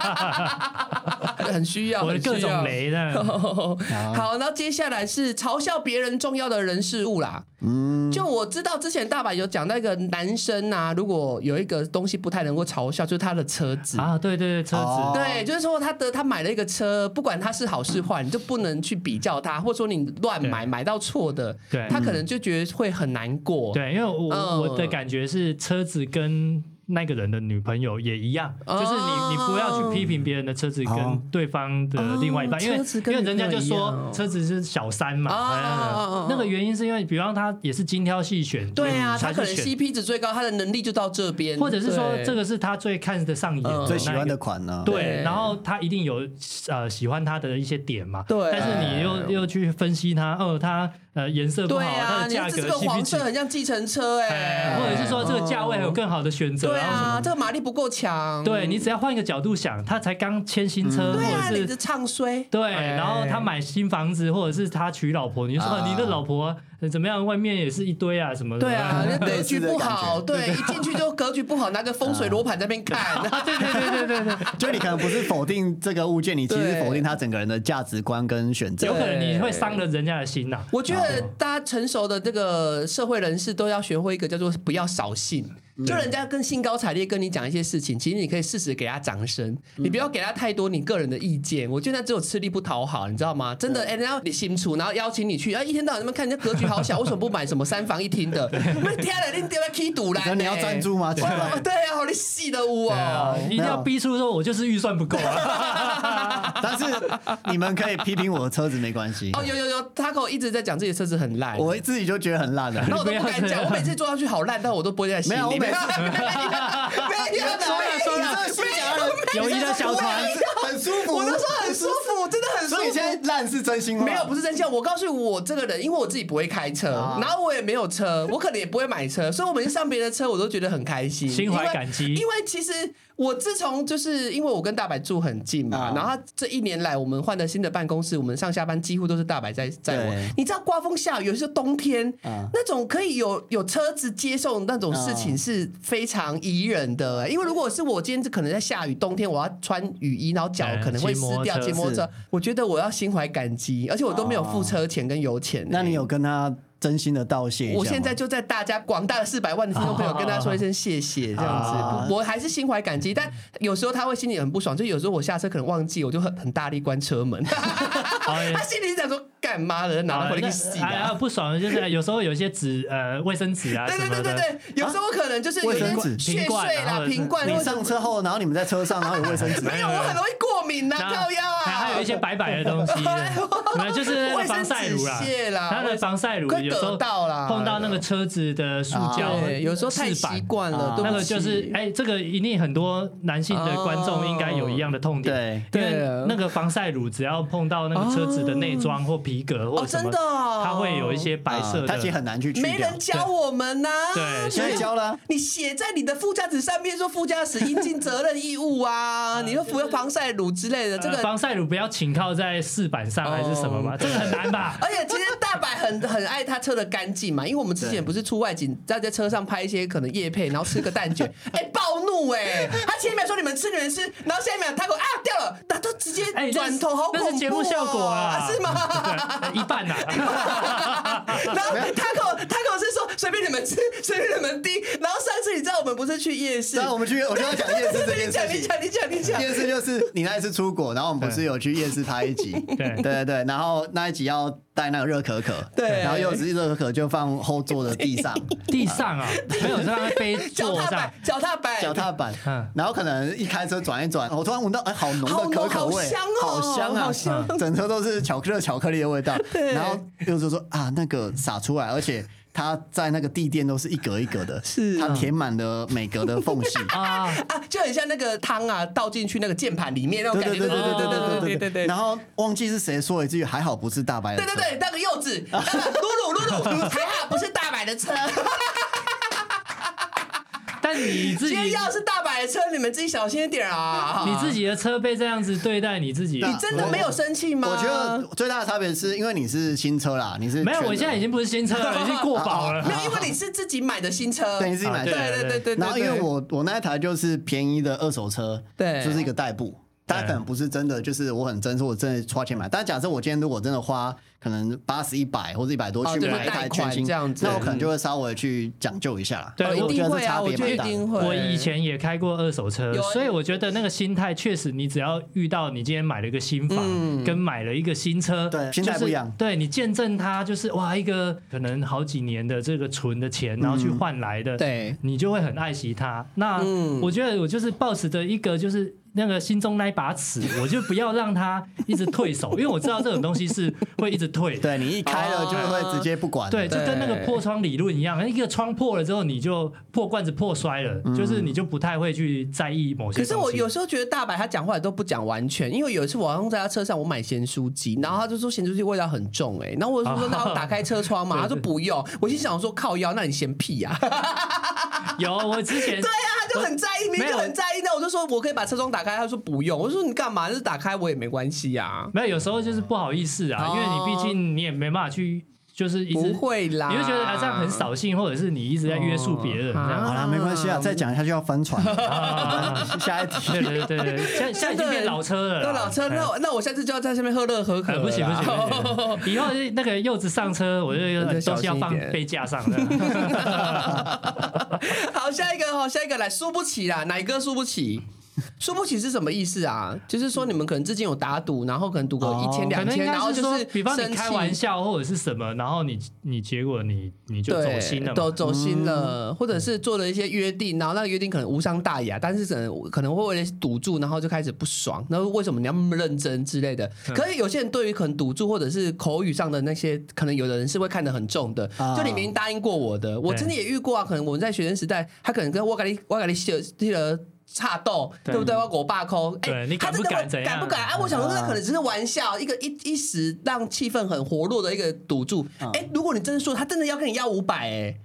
Speaker 1: 对，很需要，
Speaker 2: 我的
Speaker 1: 很需
Speaker 2: 各
Speaker 1: 要
Speaker 2: 种。雷呢。
Speaker 1: 哦好，然后接下来是嘲笑别人重要的人事物啦。嗯，就我知道之前大阪有讲那个男生啊，如果有一个东西不太能够嘲笑，就是他的车子。
Speaker 2: 啊，对对对，车
Speaker 3: 哦
Speaker 2: 子，
Speaker 1: 对，就是说他的他买了一个车，不管他是好是坏，你就不能去比较他，或者说你乱买买到错的，
Speaker 2: 对
Speaker 1: 他可能就觉得会很难过。
Speaker 2: 对，因为我、
Speaker 1: 嗯
Speaker 2: 我的感觉是车子跟。那个人的女朋友也一样，
Speaker 1: 哦
Speaker 2: 就是你，你不要去批评别人的车子
Speaker 3: 哦
Speaker 2: 跟对方的另外一半，
Speaker 1: 哦
Speaker 2: 因为
Speaker 1: 车子
Speaker 2: 因
Speaker 1: 跟
Speaker 2: 为人家就
Speaker 1: 女朋友一样
Speaker 2: 说车子是小三嘛，
Speaker 1: 哦
Speaker 2: 哎
Speaker 1: 哦哦哦哦
Speaker 2: 那个原因是因为，比方他也是精挑细选，
Speaker 1: 对啊，
Speaker 2: 嗯
Speaker 1: 他
Speaker 2: 才去
Speaker 1: 可能
Speaker 2: 选，
Speaker 1: CP 值最高，他的能力就到这边，
Speaker 2: 或者是说
Speaker 1: 对
Speaker 2: 这个是他最看得上眼的那
Speaker 1: 嗯
Speaker 2: 一个、
Speaker 3: 最喜欢的款呢、
Speaker 2: 对
Speaker 1: 对，
Speaker 2: 然后他一定有呃喜欢他的一些点嘛，
Speaker 1: 对
Speaker 2: 但是你又又去分析他，哦，他呃颜色不
Speaker 1: 对
Speaker 2: 好，它
Speaker 1: 啊，
Speaker 2: 的
Speaker 1: 你
Speaker 2: 价
Speaker 1: 看这
Speaker 2: 格
Speaker 1: 个
Speaker 2: CP
Speaker 1: 黄
Speaker 2: 值
Speaker 1: 色很像计程车哎
Speaker 2: 哎，，或者是说这个价位还有更好的选择，
Speaker 1: 对
Speaker 2: 然后什
Speaker 1: 啊，
Speaker 2: 么
Speaker 1: 这个马力不够强，
Speaker 2: 对你只要换一个角度想，他才刚签新车，
Speaker 1: 对啊，
Speaker 2: 或
Speaker 1: 你
Speaker 2: 者
Speaker 1: 的
Speaker 2: 是。
Speaker 1: 唱衰，
Speaker 2: 对，
Speaker 1: 哎
Speaker 2: 然后他买新房子，或者是他娶老婆，你就说、
Speaker 3: 啊
Speaker 2: 啊、你的老婆呃怎么样？外面也是一堆啊，什么的
Speaker 1: 对啊，那格
Speaker 3: 类
Speaker 1: 局
Speaker 3: 似的
Speaker 1: 不
Speaker 3: 感觉
Speaker 1: 好，对，一进去就格局不好，拿个风水罗盘在那边看，
Speaker 2: 对对对对对对，
Speaker 3: 就你可能不是否定这个物件，你其实
Speaker 1: 对
Speaker 3: 否定他整个人的价值观跟选
Speaker 2: 有
Speaker 3: 择
Speaker 2: 可。能你会伤了人家的心呐、
Speaker 1: 我觉得大家成熟的这个社会人士都要学会一个叫做不要扫兴。就人家跟兴高采烈跟你讲一些事情，其实你可以适时给他掌声，嗯你不要给他太多你个人的意见。我觉得那只有吃力不讨好，你知道吗？真的，哎，人家你新出，然后邀请你去，啊，一天到晚那边看人家格局好小，为什么不买什么三房一厅 的？那天了，你丢来 K 赌啦！
Speaker 3: 那你要赞助吗
Speaker 1: 我 我对啊，好你细的屋
Speaker 2: 啊
Speaker 1: 哦。
Speaker 2: 一定要逼出说我就是预算不够 啊。
Speaker 3: 但是你们可以批评我的车子没关系，
Speaker 1: 哦，有有有，Taco 一直在讲自己的车子很烂，
Speaker 3: 我自己就觉得很烂了。
Speaker 1: 那我都不
Speaker 2: 你
Speaker 1: 敢
Speaker 2: 不要这
Speaker 1: 讲，
Speaker 2: 样
Speaker 1: 我每次坐上去好烂，但我都不会在心里。
Speaker 3: 没有我每次
Speaker 1: 没有， 没有，
Speaker 3: 说了说了
Speaker 1: 没有
Speaker 3: 虚假的
Speaker 1: 没有
Speaker 2: 友谊的小船
Speaker 1: 没有
Speaker 3: 很舒服
Speaker 1: 我都说很舒服，真的很舒
Speaker 3: 所以现在
Speaker 1: 服。
Speaker 3: 烂是真心话，
Speaker 1: 没有，不是真相。我告诉你我这个人，因为我自己不会开车，
Speaker 3: 啊
Speaker 1: 然后我也没有车，我可能也不会买车，所以我每次上别人的车，我都觉得很开心，
Speaker 2: 心怀感激
Speaker 1: 因为因为其实我自从就是因为我跟大白住很近嘛，
Speaker 3: 啊
Speaker 1: 然后他这一年来我们换了新的办公室，我们上下班几乎都是大白在载我
Speaker 3: 对。
Speaker 1: 你知道刮风下雨，有时候冬天，
Speaker 3: 啊
Speaker 1: 那种可以有有车子接送那种事
Speaker 3: 嗯
Speaker 1: 情是非常宜人的、欸因为如果是我今天可能在下雨，冬天我要穿雨衣，然后脚
Speaker 2: 对
Speaker 1: 可能会湿掉，
Speaker 2: 骑
Speaker 1: 骑
Speaker 2: 摩
Speaker 1: 摩托
Speaker 3: 哎托车
Speaker 1: 车，我觉得我要心怀感激，而且我都没有付车钱跟油钱、
Speaker 3: 哦那你有？跟他真心的道谢一下吗？
Speaker 1: 我现在就在大家广大的四百万的听众朋友跟他说一声谢谢，这样
Speaker 3: 啊
Speaker 1: 子，不我还是心怀感激。但有时候他会心里很不爽，就有时候我下车可能忘记，我就很很大力关车 门，
Speaker 2: 好
Speaker 1: 他心里想说干嘛了，拿了回来去洗
Speaker 2: 哎
Speaker 1: 啊
Speaker 2: 呀，。不爽的就是哎有时候有一些纸呃卫生纸啊
Speaker 1: 对
Speaker 2: 什
Speaker 1: 对
Speaker 2: 么
Speaker 1: 对对
Speaker 2: 的，
Speaker 1: 对，有时候可能就是有
Speaker 3: 卫
Speaker 1: 些
Speaker 3: 生
Speaker 1: 血
Speaker 3: 纸
Speaker 1: 水
Speaker 2: 瓶罐然
Speaker 1: 啦、
Speaker 2: 后
Speaker 1: 瓶罐，
Speaker 3: 你
Speaker 1: 或者
Speaker 3: 上车后，然后你们在车上，然后有卫生 纸，
Speaker 1: 没有，啊我很容易过敏呐，
Speaker 2: 那
Speaker 1: 靠腰啊，哎
Speaker 2: 还有一些白白的东西，没有就是那个防晒乳啦
Speaker 1: 卫生纸屑啦，
Speaker 2: 它的防晒乳
Speaker 1: 会
Speaker 2: 有时候
Speaker 1: 得到啦，
Speaker 2: 碰到那个车子的塑胶
Speaker 3: 啊，
Speaker 1: 对，有时候太
Speaker 2: 饰板
Speaker 1: 习惯了
Speaker 3: 啊，
Speaker 1: 对
Speaker 2: 那
Speaker 1: 不
Speaker 2: 个
Speaker 1: 起
Speaker 2: 就是哎，这个一定很多男性的观众应该有一样的痛点，
Speaker 3: 对。
Speaker 1: 哦
Speaker 2: 因
Speaker 1: 对啊
Speaker 2: 为那个防晒乳只要碰到那个车子的内装或皮及格或
Speaker 1: 哦，
Speaker 2: 者什
Speaker 1: 真
Speaker 2: 么，
Speaker 1: 的哦，啊
Speaker 2: 它会有一些白色的。
Speaker 3: 啊它其实很难去去
Speaker 1: 没
Speaker 3: 掉
Speaker 1: 人教我们呐、
Speaker 2: 对
Speaker 3: 现在教了啊，
Speaker 1: 你写在你的附加值上面说附加值应尽责任义务啊，你说服用防晒乳之类的，这
Speaker 2: 呃
Speaker 1: 个
Speaker 2: 防晒乳不要倾靠在饰板上还是什么吗？
Speaker 1: 哦
Speaker 2: 这个很难吧？
Speaker 1: 而且其实大阪很很爱他车的干净嘛，因为我们之前不是出外景，在在车上拍一些可能夜配，然后吃个蛋卷，哎、暴怒哎、他前一秒说你们吃你们吃，然后下一秒他给我啊掉了，他都直接
Speaker 2: 哎，那
Speaker 1: 转
Speaker 2: 是
Speaker 1: 头，好恐
Speaker 2: 那
Speaker 1: 怖、哦，
Speaker 2: 是节目效果啊，
Speaker 1: 是吗？
Speaker 2: 对？一半呐、啊
Speaker 1: 然后他跟我他跟我是说随便你们吃， 随便你们滴。然后上次你知道我们不是去夜市
Speaker 3: 对，啊，我们去，我就要讲夜市这 件
Speaker 1: 你讲你
Speaker 3: 事情。
Speaker 1: 讲你讲你讲，
Speaker 3: 夜市就是你那一次出国，然后我们不是有去夜市拍一集，
Speaker 2: 对
Speaker 3: 对对对，然后那一集要带那个热可可，
Speaker 1: 对
Speaker 3: 然后柚子热可可就放后座的地 上
Speaker 2: 地上啊，没有让它飞
Speaker 1: 脚
Speaker 2: 坐
Speaker 1: 踏
Speaker 2: 上
Speaker 1: 板。脚踏板
Speaker 3: 脚踏板
Speaker 2: 嗯，
Speaker 3: 然后可能一开车转一转，我突然闻到哎好浓
Speaker 1: 好浓
Speaker 3: 的可可味，
Speaker 1: 好香哦
Speaker 3: 好香啊，
Speaker 1: 好香
Speaker 3: 嗯整车都是巧克力巧克力的 味道，然后柚子说啊那个洒出来，而且。它在那个地垫都是一格一格的，
Speaker 1: 是
Speaker 3: 它填满了每格的缝 隙，
Speaker 2: 啊，
Speaker 1: 啊，就很像那个汤啊倒进去那个键盘里面那种
Speaker 3: 对
Speaker 1: 感觉，
Speaker 3: 对对对
Speaker 1: 对
Speaker 3: 对对
Speaker 1: 对
Speaker 3: 对对
Speaker 1: 对
Speaker 3: 然。后嗯忘记是谁说一句，还好不是大白的。
Speaker 1: 对对对，那个柚子，那个露露露 露，还好不是大白的车。
Speaker 2: 但你
Speaker 1: 今
Speaker 2: 自己
Speaker 1: 天要是大白的车，你们自己小心一点 啊！
Speaker 2: 你自己的车被这样子对待你自己，
Speaker 1: 你真的没有生气吗？
Speaker 3: 我觉得最大的差别是因为你是新车啦，你是
Speaker 2: 没有，
Speaker 3: 全
Speaker 2: 我现在已经不是新 车了，已经过保了
Speaker 1: 没。有，因为你是自己买的新 车。
Speaker 3: 对你自己买
Speaker 2: 啊
Speaker 3: 的。
Speaker 1: 对对对对。
Speaker 3: 然后因为
Speaker 1: 对
Speaker 3: 我我那一台就是便宜的二手车，
Speaker 1: 对
Speaker 3: 就是一个代步。大家可能不是真的，就是我很真，说我真的花钱买。但假设我今天如果真的花可能八十、一百或者一百多
Speaker 1: 哦
Speaker 3: 去
Speaker 1: 就是
Speaker 3: 买一台
Speaker 1: 贷
Speaker 3: 全
Speaker 1: 款
Speaker 3: 新，
Speaker 1: 这样子
Speaker 3: 那我可能就会稍微去讲究一下啦。
Speaker 2: 对
Speaker 1: 哦
Speaker 3: 我
Speaker 1: 一
Speaker 3: 觉
Speaker 1: 定
Speaker 3: 得
Speaker 1: 会
Speaker 3: 这
Speaker 1: 啊，
Speaker 3: 差
Speaker 1: 我
Speaker 3: 别
Speaker 1: 觉得
Speaker 3: 蛮
Speaker 1: 一
Speaker 3: 大的。
Speaker 1: 定会。
Speaker 2: 我以前也开过二手车
Speaker 1: 有，啊
Speaker 2: 所以我觉得那个心态确实，你只要遇到你今天买了一个新房，
Speaker 1: 嗯
Speaker 2: 跟买了一个新车，
Speaker 3: 对
Speaker 2: 就是
Speaker 3: 心态不一样
Speaker 2: 对你见证它就是哇，一个可能好几年的这个存的钱，然后去换来的，
Speaker 1: 嗯对
Speaker 2: 你就会很爱惜它。那
Speaker 1: 嗯
Speaker 2: 我觉得我就是抱持着一个就是那个心中那一把尺，我就不要让它一直退手，因为我知道这种东西是会一直退。的。
Speaker 3: 对你一开了就会直接不管了。
Speaker 2: 对，就
Speaker 1: 哦对
Speaker 2: 跟那个破窗理论一样，一个窗破了之后，你就破罐子破摔了，就是你就不太会去在意某些
Speaker 1: 可
Speaker 2: 东西。
Speaker 1: 是我有时候觉得大白他讲话都不讲完全，因为有一次我好像在他车上，我买咸酥鸡，然后他就说咸酥鸡味道很重哎、欸然后我就说
Speaker 2: 嗯啊
Speaker 1: 那 我打开车窗嘛，他说不用，我心想说靠腰，那你嫌屁 呀、啊？
Speaker 2: 有我之前
Speaker 1: 对啊，他就很在意，明明就很在意，那我就说我可以把车窗打开，他说不用，我说你干嘛？就是打开我也没关系啊呀、
Speaker 2: 没有，有时候就是不好意思啊，
Speaker 1: 哦
Speaker 2: 因为你毕竟你也没办法去，就是一
Speaker 1: 不
Speaker 2: 直。
Speaker 1: 会啦，
Speaker 2: 你会觉得啊，这样很扫兴，或者是你一直在约束别人，这样
Speaker 3: 好啦，没关系
Speaker 1: 嗯
Speaker 3: 啊，再讲下去要翻船了。
Speaker 2: 啊，
Speaker 3: 下一题
Speaker 2: 对对对对，现在现在已经变老车了啦，
Speaker 1: 对老车，那我那我下次就要在下面喝乐可可
Speaker 2: 哎
Speaker 1: 了啦、
Speaker 2: 不行不行，不行以后那个柚子上车，我就
Speaker 1: 你就小
Speaker 2: 东西
Speaker 1: 心
Speaker 2: 要
Speaker 1: 一
Speaker 2: 放
Speaker 1: 点
Speaker 2: 杯架上的。
Speaker 1: 好，下一个哦，下一个来，输不起啦，奶哥输不 起。输不起是什么意思啊？就是说你们可能之间有打赌，然后可能赌个
Speaker 3: 哦
Speaker 1: 一千
Speaker 2: 可
Speaker 1: 两
Speaker 2: 能应
Speaker 1: 千，然后
Speaker 2: 该是
Speaker 1: 就
Speaker 2: 说
Speaker 1: 是，
Speaker 2: 比方你开玩
Speaker 1: 生气，
Speaker 2: 笑或者是什么，然后你你结果你你就走心
Speaker 1: 对，
Speaker 2: 了
Speaker 1: 都
Speaker 2: 嘛。
Speaker 1: 走心了，或者是做了一些约定，然后那个约定可能无伤大雅，但是可能可能会为了赌注，然后就开始不爽，那为什么你要那么认真之类的？可是有些人对于可能赌注或者是口语上的那些，可能有的人是会看得很重的，
Speaker 3: 啊
Speaker 1: 就你明明答应过我的，我
Speaker 2: 对
Speaker 1: 真的也遇过啊。可能我们在学生时代，他可能跟我跟你我跟你写那个差呃斗，
Speaker 2: 对
Speaker 1: 对不对？我跟我爸抠，哎、
Speaker 2: 对你
Speaker 1: 他
Speaker 2: 敢
Speaker 1: 真
Speaker 2: 不
Speaker 1: 的会
Speaker 2: 敢怎样嗯
Speaker 1: 敢不敢？哎、我想说，那可能只是玩笑，一个一一时让气氛很活络的一个赌注。
Speaker 3: 嗯
Speaker 1: 哎、如果你真的说他真的要跟你要五百，哎。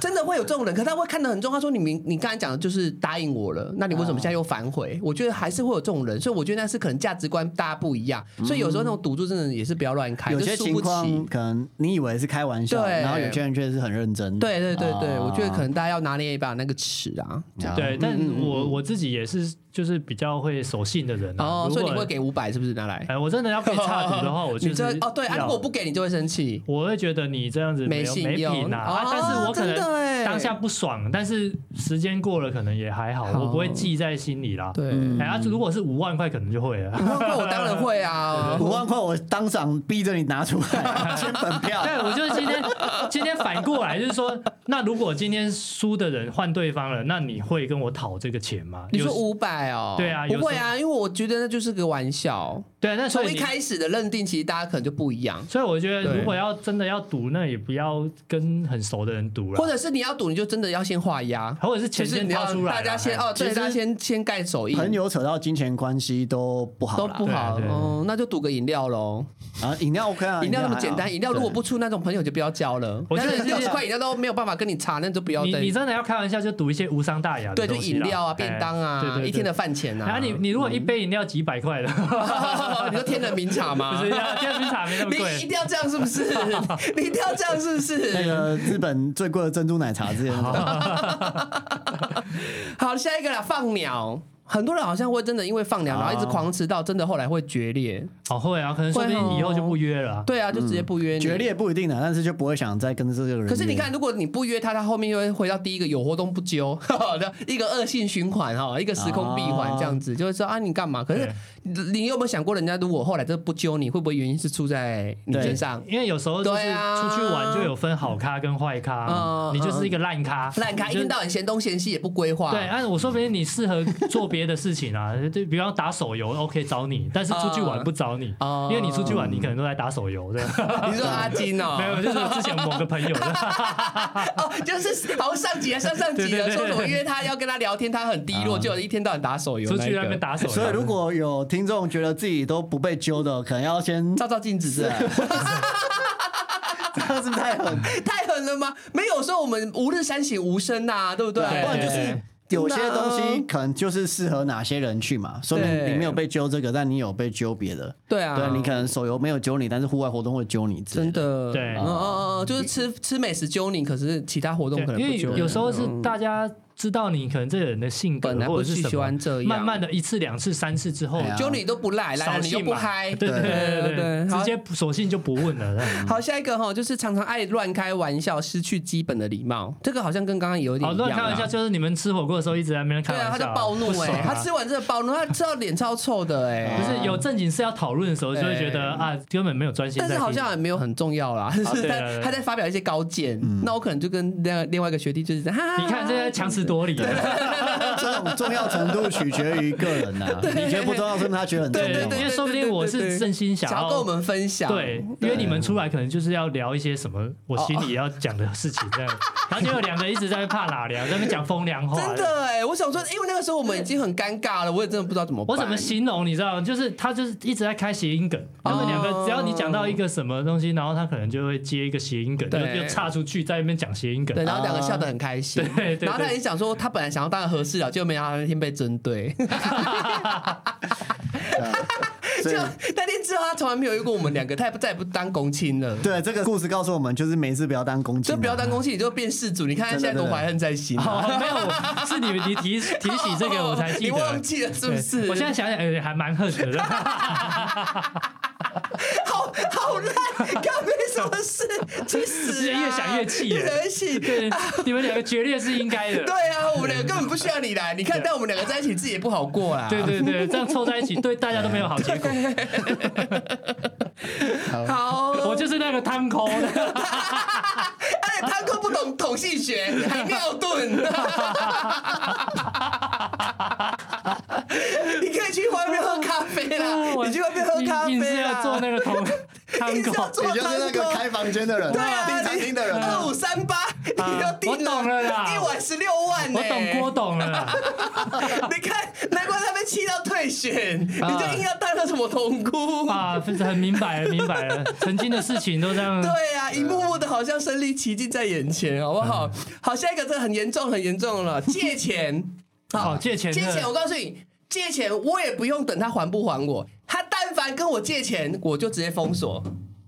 Speaker 1: 真的会有这种人，可他会看得很重。他说你明你刚才讲的就是答应我了，那你为什么现在又反悔？我觉得还是会有这种人，所以我觉得那是可能价值观大家不一样，所以有时候那种赌注真的也是不要乱开，
Speaker 3: 有
Speaker 1: 就
Speaker 3: 些
Speaker 1: 输
Speaker 3: 情
Speaker 1: 不
Speaker 3: 况
Speaker 1: 起。
Speaker 3: 可能你以为是开玩笑，
Speaker 1: 对
Speaker 3: 然后有些人确实是很认真。
Speaker 1: 对对对对，
Speaker 3: 啊
Speaker 1: 我觉得可能大家要拿捏一把那个尺啊。这样
Speaker 2: 对，但
Speaker 1: 嗯
Speaker 2: 我我自己也是，就是比较会守信的人啊。
Speaker 1: 哦，
Speaker 2: 如
Speaker 1: 所以
Speaker 2: 果
Speaker 1: 你会给五百是不是拿来？
Speaker 2: 哎，我真的要被 差评 的话，我就
Speaker 1: 你
Speaker 2: 是
Speaker 1: 这哦对，啊，
Speaker 2: 要
Speaker 1: 如果我不给你就会生气。
Speaker 2: 我会觉得你这样子
Speaker 1: 没
Speaker 2: 有
Speaker 1: 信
Speaker 2: 没
Speaker 1: 用
Speaker 2: 品啊啊
Speaker 1: 哦
Speaker 2: 但是我可
Speaker 1: 真的
Speaker 2: 能
Speaker 1: 欸
Speaker 2: 当下不爽，但是时间过了可能也还好，
Speaker 1: 好
Speaker 2: 我不会记在心里啦。
Speaker 1: 对，
Speaker 2: 哎，
Speaker 1: 五
Speaker 2: 然后如果是五万块，可能就会了。
Speaker 1: 万块我当然会啊。
Speaker 3: 五万块，我当场逼着你拿出来 签本票。
Speaker 2: 对，我就是今天今天反过来，就是说，那如果今天输的人换对方了，那你会跟我讨这个钱吗？
Speaker 1: 你说
Speaker 2: 有
Speaker 1: 五百哦？
Speaker 2: 对啊有
Speaker 1: 不会啊，因为我觉得那就是个玩笑。
Speaker 2: 对，那所
Speaker 1: 从
Speaker 2: 以
Speaker 1: 一
Speaker 2: 你
Speaker 1: 开始的认定，其实大家可能就不一样。
Speaker 2: 所以我觉得，
Speaker 1: 对
Speaker 2: 如果要真的要赌，那也不要跟很熟的人赌了。
Speaker 1: 或者是你要赌赌，你就真的要先画押，
Speaker 2: 或者是
Speaker 1: 就
Speaker 2: 钱
Speaker 1: 是
Speaker 2: 啊先
Speaker 1: 你
Speaker 2: 掏
Speaker 1: 要
Speaker 2: 出来啦，哎
Speaker 1: 大家先哦，
Speaker 3: 其
Speaker 1: 对，
Speaker 3: 实
Speaker 1: 大家先先盖手印，
Speaker 3: 朋友扯到金钱关系都不好
Speaker 1: 都
Speaker 3: 啦
Speaker 1: 不好，
Speaker 2: 对对啊
Speaker 1: 哦，那就赌个饮料喽。
Speaker 3: 啊，饮料 OK 啊，
Speaker 1: 饮料那么
Speaker 3: 还好
Speaker 1: 简单，饮料如果不出那种朋友就不要交了。
Speaker 2: 我觉
Speaker 1: 但
Speaker 2: 得
Speaker 1: 是六十块饮料都没有办法跟你查，那就不要
Speaker 2: 你
Speaker 1: 再
Speaker 2: 你真的要开玩笑，就赌一些无伤大雅的
Speaker 1: 哦对，就
Speaker 2: 东西啦
Speaker 1: 饮料啊、
Speaker 2: 哎
Speaker 1: 便当
Speaker 2: 对对
Speaker 1: 啊、
Speaker 2: 对
Speaker 1: 一天的饭钱
Speaker 2: 然
Speaker 1: 啊。
Speaker 2: 后你你如果一杯饮料几百块 的，
Speaker 1: 你说天人名茶
Speaker 2: 不
Speaker 1: 吗
Speaker 2: 是？要电冰茶没那么
Speaker 1: 你一定
Speaker 2: 贵，
Speaker 1: 要这样是不 是？你一定要这样是不
Speaker 3: 那
Speaker 1: 是？
Speaker 3: 个日本最贵的珍珠奶茶之前，
Speaker 1: 好，下一个啦，放鸟。很多人好像会真的因为放
Speaker 2: 啊
Speaker 1: 鸟，然后一直狂吃到，真的后来会决裂。
Speaker 2: 好会啊，可能说不定以后就不约了啊。
Speaker 1: 对啊，就直接不约你。
Speaker 3: 决裂不一定的，但是就不会想再跟这个人。
Speaker 1: 可是你看，，如果你不约他，他后面又会回到第一个有活动不 揪，一个恶性循环哈，一个时空闭环这样子，就是说啊，你干嘛？可是你你有没有想过，人家如果后来真的不揪你，会不会原因是出在你身上？
Speaker 2: 因为有时候就是
Speaker 1: 对啊
Speaker 2: 出去玩就有分好咖跟坏咖，
Speaker 1: 嗯
Speaker 2: 你就是一个烂咖，
Speaker 1: 烂咖
Speaker 2: 你
Speaker 1: 一
Speaker 2: 就
Speaker 1: 天到晚嫌东嫌西也不规划，
Speaker 2: 对，啊按我说不定你适合做别的事情啊， 就比方打手游，OK 找你，但是出去玩不找你，
Speaker 1: 哦
Speaker 2: 因为你出去玩你可能都在打手游这样。
Speaker 1: 你说阿金哦、
Speaker 2: 没有，就是我之前某个朋友，
Speaker 1: 哦，就是好像上集还啊是上上集的
Speaker 2: 对对对啊
Speaker 1: 说什么约他要跟他聊天，他很低落，就一天到晚打手游
Speaker 2: 出
Speaker 1: 那一
Speaker 2: 去那边
Speaker 1: 个，
Speaker 2: 打手游，
Speaker 3: 所以如果有听众觉得自己都不被揪的，可能要先
Speaker 1: 照照镜子是吧。
Speaker 2: 啊
Speaker 3: 这样是不是太狠？
Speaker 1: 太狠了吗？没有说我们吾日三省吾身呐、对不对？
Speaker 2: 对
Speaker 3: 不然就是有些东西
Speaker 1: 嗯
Speaker 3: 可能就是适合哪些人去嘛，说明
Speaker 1: 对
Speaker 3: 你没有被揪这个，但你有被揪别的。
Speaker 1: 对啊，
Speaker 3: 对你可能手游没有揪你，但是户外活动会揪你之类
Speaker 1: 真。的
Speaker 2: 对
Speaker 1: 嗯嗯嗯，就是吃吃美食揪你，可是其他活动可
Speaker 2: 对，
Speaker 1: 能
Speaker 2: 因
Speaker 1: 不
Speaker 2: 为
Speaker 1: 揪
Speaker 2: 有
Speaker 1: 你。
Speaker 2: 有时候嗯是大家知道你可能这个人的性格
Speaker 1: 本来
Speaker 2: 或
Speaker 1: 不
Speaker 2: 者
Speaker 1: 是
Speaker 2: 是什
Speaker 1: 喜欢这
Speaker 2: 么，
Speaker 1: 样
Speaker 2: 慢慢的一次两次三次之后
Speaker 3: 哎呀
Speaker 1: 揪你都不赖，来
Speaker 2: 扫
Speaker 1: 了你又
Speaker 2: 兴
Speaker 1: 不
Speaker 2: 嘛，
Speaker 1: 嗨，
Speaker 2: 对对对对对，
Speaker 1: 好
Speaker 2: 直接索性就不问了。 这样
Speaker 1: 好，下一个哈，就是常常爱乱开玩笑，失去基本的礼貌，这个好像跟刚刚有点
Speaker 2: 好
Speaker 1: 一样
Speaker 2: 哦乱
Speaker 1: 啦。
Speaker 2: 开玩笑，就是你们吃火锅的时候一直在那边开
Speaker 1: 对啊，他
Speaker 2: 玩
Speaker 1: 就
Speaker 2: 笑，
Speaker 1: 暴怒
Speaker 2: 不爽
Speaker 1: 哎，
Speaker 2: 啊
Speaker 1: 他吃完这个暴怒，他吃到脸超臭的哎，
Speaker 2: 不是有正经事要讨论的时候，就会觉得啊，根本没有专心在
Speaker 1: 但
Speaker 2: 听。
Speaker 1: 是好像也没有很重要 啦，就是
Speaker 2: 对啊对
Speaker 1: 他
Speaker 2: 啊
Speaker 1: 他在发表一些高见，
Speaker 3: 嗯
Speaker 1: 那我可能就跟另另外一个学弟就是，哈
Speaker 2: 你看这些强词夺理啊，
Speaker 3: 这种重要程度取决于个 人呐、你觉得不重要，说明他觉得很重要。
Speaker 1: 对对对
Speaker 2: 因为说不定我是真心想
Speaker 1: 想要
Speaker 2: 要
Speaker 1: 跟我们分享，
Speaker 2: 对，约你们出来可能就是要聊一些什么我心里要讲的事情这
Speaker 1: 哦
Speaker 2: 样，然后结果两个一直在怕哪凉，在那边讲风凉话，
Speaker 1: 真的哎、我想说，因为那个时候我们已经很尴尬了，我也真的不知道怎么办。
Speaker 2: 我怎么形容你知道吗？就是他就是一直在开谐音梗，他们
Speaker 1: 哦
Speaker 2: 两个只要你讲到一个什么东西，然后他可能就会接一个谐音梗，就
Speaker 1: 对
Speaker 2: 就岔出去在那边讲谐音梗
Speaker 1: 对，。然后两个笑得很开心。
Speaker 2: 啊对对对
Speaker 1: 然后他也想说，他本来想要当合适了，结果没想到那天被针 对。
Speaker 3: 所
Speaker 1: 就
Speaker 3: 啊以
Speaker 1: 那天之后，他从来没有遇过我们两个，他也不再也不当公亲了。
Speaker 3: 对这个故事告诉我们，就是每次不要当公鸡、
Speaker 1: 就不要当公亲，你就变世主。你看他现在
Speaker 3: 真的
Speaker 1: 多怀恨在心、啊。
Speaker 2: 哦，没有，是你你提提起这个我才记
Speaker 1: 你忘
Speaker 2: 得。
Speaker 1: 记了是不是？
Speaker 2: 对我现在想想，哎，还蛮恨的。
Speaker 1: 好好烂，干没什么事，去死、啊！
Speaker 2: 越想越气耶
Speaker 1: 越想越气。
Speaker 2: 对，你们两个决裂是应该的。
Speaker 1: 对啊，我们两个根本不需要你来。你看，但我们两个在一起，自己也不好过啦。
Speaker 2: 对对对，这样凑在一起，对大家都没有好 结果。
Speaker 1: 好，
Speaker 2: 我就是那个汤 空的，
Speaker 1: 而且他都哎不懂统性学，还尿遁。 你可以去外面喝咖啡啦，
Speaker 2: 哦我
Speaker 1: 你去外面喝 咖
Speaker 2: 硬硬是
Speaker 1: 啡
Speaker 2: 要
Speaker 1: 啦。
Speaker 2: 做那个汤
Speaker 1: 你
Speaker 2: 汤
Speaker 1: 是要
Speaker 2: 空。
Speaker 1: 做
Speaker 3: 你就是那个开房间的人，
Speaker 1: 对啊，
Speaker 3: 订餐厅的人啊、
Speaker 1: 二五三八，你要定
Speaker 2: 啊我懂了啦
Speaker 1: 一晚十六万呢、
Speaker 2: 我懂郭董 了啦，
Speaker 1: 你看，难怪他被气到退选，你就硬要当那什么童姑。
Speaker 2: 啊，很明白了，明白了，曾经的事情都这样。
Speaker 1: 对啊，一幕幕的好像身临其境在眼前，好不
Speaker 2: 啊
Speaker 1: 好？好，下一个这个很严重，很严重了，借钱。
Speaker 2: 好借钱的
Speaker 1: 借钱，我告诉你，借钱我也不用等他还不还我，他但凡跟我借钱，我就直接封锁。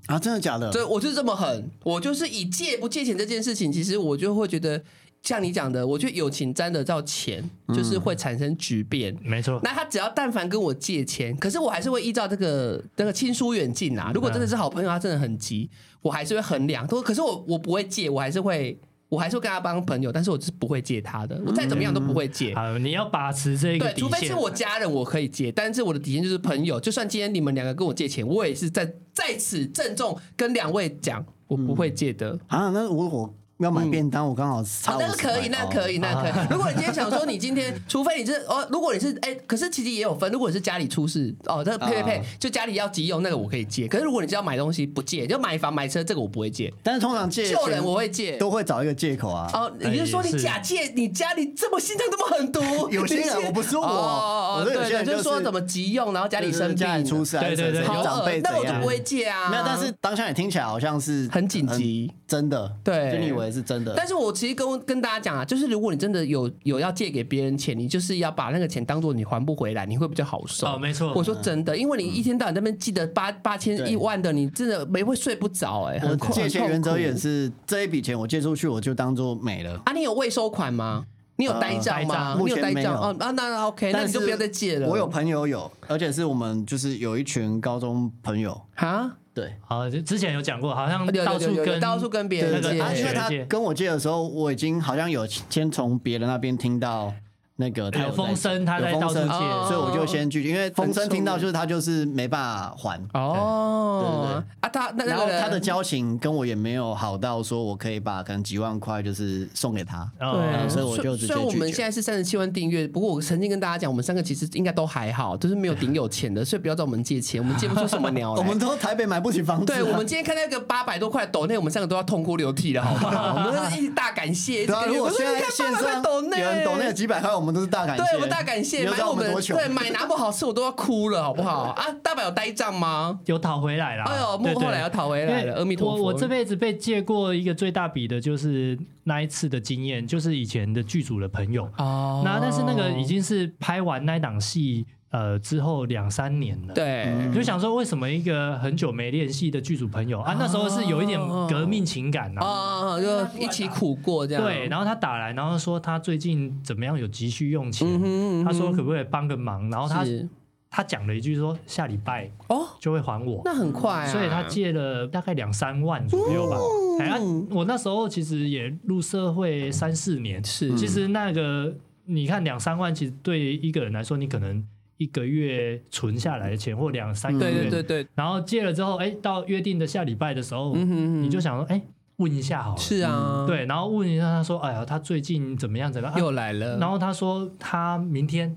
Speaker 3: 啊，真的假的？
Speaker 1: 所以我就是这么狠，我就是以借不借钱这件事情，其实我就会觉得，像你讲的，我觉得友情沾得到钱，就是会产生质变。
Speaker 2: 没错，
Speaker 1: 那他只要但凡跟我借钱，可是我还是会依照这个那个亲疏远近啊。如果真的是好朋友，他真的很急，我还是会衡量。都可是我我不会借，我还是会我还是会跟他帮朋友，但是我就是不会借他的，我再怎么样都不会借。
Speaker 2: 啊，你要把持这个
Speaker 1: 对，
Speaker 2: 底
Speaker 1: 除非是
Speaker 2: 线。
Speaker 1: 我家人，我可以借，但是我的底线就是朋友。就算今天你们两个跟我借钱，我也是在在此郑重跟两位讲，我不会借的。哦
Speaker 3: 啊，那如果要买便当，我刚好嗯
Speaker 1: 嗯啊
Speaker 3: 差
Speaker 1: 好，那个
Speaker 3: 50
Speaker 1: 可以，那
Speaker 3: 块哦
Speaker 1: 个可以，那个可以。如果你今天想说你今 天，除非你是哦，如果你是哎，可是其实也有分，如果你是家里出事哦，这个
Speaker 3: 啊
Speaker 1: 呸呸呸，就家里要急用那个我可以借，可是如果你是要买东西不借，就买房买车这个我不会借，
Speaker 3: 但是通常借
Speaker 1: 救人
Speaker 3: 钱
Speaker 1: 我会借。
Speaker 3: 都会找一个借口啊。
Speaker 1: 哦，
Speaker 2: 哎
Speaker 1: 你就说你
Speaker 2: 也是
Speaker 1: 假借你家里这么心脏这么狠毒，
Speaker 3: 有些
Speaker 1: 你
Speaker 3: 人
Speaker 1: 借
Speaker 3: 我不是说我
Speaker 1: 哦哦哦
Speaker 3: 我说有
Speaker 1: 对
Speaker 3: 些人
Speaker 1: 对，就
Speaker 3: 就是是
Speaker 1: 说怎么急用，然后家里
Speaker 3: 就是
Speaker 1: 生病，
Speaker 3: 家里出事啊，
Speaker 2: 对对对
Speaker 3: 什么
Speaker 1: 好
Speaker 3: 长辈
Speaker 1: 恶
Speaker 3: 怎
Speaker 1: 那我就
Speaker 3: 样
Speaker 1: 不？会借啊。
Speaker 3: 没有，但是当下你听起来好像是
Speaker 1: 很紧急，
Speaker 3: 真的，
Speaker 1: 对
Speaker 3: 就你以为是真的，
Speaker 1: 但是我其实跟跟大家讲啊，就是如果你真的有有要借给别人钱，你就是要把那个钱当做你还不回来，你会比较好受。
Speaker 2: 哦没错
Speaker 1: 我说真
Speaker 3: 嗯
Speaker 1: 的，因为你一天到晚在那边记得八八千
Speaker 3: 对
Speaker 1: 一万的，你真的没会睡不着哎、
Speaker 3: 我
Speaker 1: 很困
Speaker 3: 呃借钱原则也。
Speaker 1: 很痛苦
Speaker 3: 是这一笔钱我借出去，我就当做没了。
Speaker 1: 啊，你有未收款吗？你有呆账吗？
Speaker 3: 呃
Speaker 1: 你有呆
Speaker 3: 目前没有
Speaker 1: 账哦啊，那那 OK，那
Speaker 3: 但
Speaker 1: 你
Speaker 3: 是
Speaker 1: 就不要再借了。
Speaker 3: 我有朋友有，而且是我们就是有一群高中朋友，
Speaker 1: 啊，
Speaker 3: 对，
Speaker 2: 好，就之前有讲过，好像
Speaker 3: 嗯
Speaker 1: 有有有
Speaker 2: 到处
Speaker 1: 有有
Speaker 2: 跟
Speaker 1: 到处跟别人
Speaker 2: 那个
Speaker 1: 借
Speaker 3: 啊，因为他
Speaker 2: 借
Speaker 3: 跟我借的时候，我已经好像有先从别人那边听到那个他
Speaker 2: 有
Speaker 3: 在
Speaker 2: 风声，他
Speaker 3: 有
Speaker 2: 在
Speaker 3: 风
Speaker 2: 到处
Speaker 3: 声
Speaker 1: 哦
Speaker 2: 借，
Speaker 3: 所以我就先拒绝，因为风声听到就是他就是没办法还，
Speaker 1: 哦
Speaker 3: 对对 对
Speaker 1: 啊，他那
Speaker 3: 然后
Speaker 1: 那个
Speaker 3: 他的
Speaker 1: 人
Speaker 3: 交情跟我也没有好到说我可以把可能几万块就是送给他，
Speaker 2: 哦
Speaker 3: 嗯所以
Speaker 1: 对，
Speaker 3: 我就直接
Speaker 1: 虽然我
Speaker 3: 拒
Speaker 1: 们
Speaker 3: 绝
Speaker 1: 现在是三十七万订阅，不过我曾经跟大家讲，我们三个其实应该都还好，就是没有顶有钱的，所以不要找我们借钱，我们借不出什么鸟来。
Speaker 3: 我们都台北买不起房子啊，
Speaker 1: 对，我们今天看到一个八百多块的抖内，我们三个都要痛哭流涕了，好不好？我们一直大感谢，一直
Speaker 3: 对啊，
Speaker 1: 跟
Speaker 3: 如果
Speaker 1: 我说
Speaker 3: 现
Speaker 1: 你
Speaker 3: 在
Speaker 1: 看
Speaker 3: 线
Speaker 1: 800块
Speaker 3: 上
Speaker 1: 抖内，
Speaker 3: 有人抖那个几百块，我们都是大感谢，
Speaker 1: 对，我们大感
Speaker 3: 你
Speaker 1: 谢，
Speaker 3: 就知
Speaker 1: 买
Speaker 3: 道
Speaker 1: 我
Speaker 3: 我
Speaker 1: 们
Speaker 3: 们多穷，
Speaker 1: 对买拿不好吃我都要哭了，好不 好？啊，大宝有呆账吗？
Speaker 2: 有讨回来了。
Speaker 1: 哎呦，
Speaker 2: 啊对
Speaker 1: 幕后来要。讨回
Speaker 2: 对因
Speaker 1: 来
Speaker 2: 为
Speaker 1: 了，阿弥陀
Speaker 2: 我
Speaker 1: 佛。
Speaker 2: 我这辈子被借过一个最大笔的，就是那一次的经验，就是以前的剧组的朋友。
Speaker 1: 哦，
Speaker 2: 那但是那个已经是拍完那一档戏呃之后两三年了。
Speaker 1: 对，
Speaker 3: 嗯
Speaker 2: 就想说，为什么一个很久没联系的剧组朋友
Speaker 1: 哦
Speaker 2: 啊，那时候是有一点革命情感啊，
Speaker 1: 啊，就一起苦过这样。
Speaker 2: 对，然后他打来，然后说他最近怎么样有急需用钱，
Speaker 1: 嗯哼嗯哼
Speaker 2: 他说可不可以帮个忙，然后他
Speaker 1: 是
Speaker 2: 他讲了一句说下礼拜
Speaker 1: 哦，
Speaker 2: 就会还我，
Speaker 1: 那很快啊，哦
Speaker 2: 所以他借了大概两三万左右吧。哎、啊我那时候其实也入社会三四年，
Speaker 1: 是
Speaker 3: 嗯
Speaker 2: 其实那个你看两三万，其实对一个人来说，你可能一个月存下来的钱或两三个
Speaker 1: 嗯对
Speaker 2: 月，
Speaker 1: 对对对，
Speaker 2: 然后借了之后，哎、到约定的下礼拜的时候，
Speaker 1: 嗯
Speaker 2: 你就想说，哎、问一下好了，
Speaker 1: 是啊，，
Speaker 3: 嗯
Speaker 2: 对，然后问一下他说，哎呀，他最近怎么样怎么样？啊
Speaker 1: 又来了，
Speaker 2: 然后他说他明天，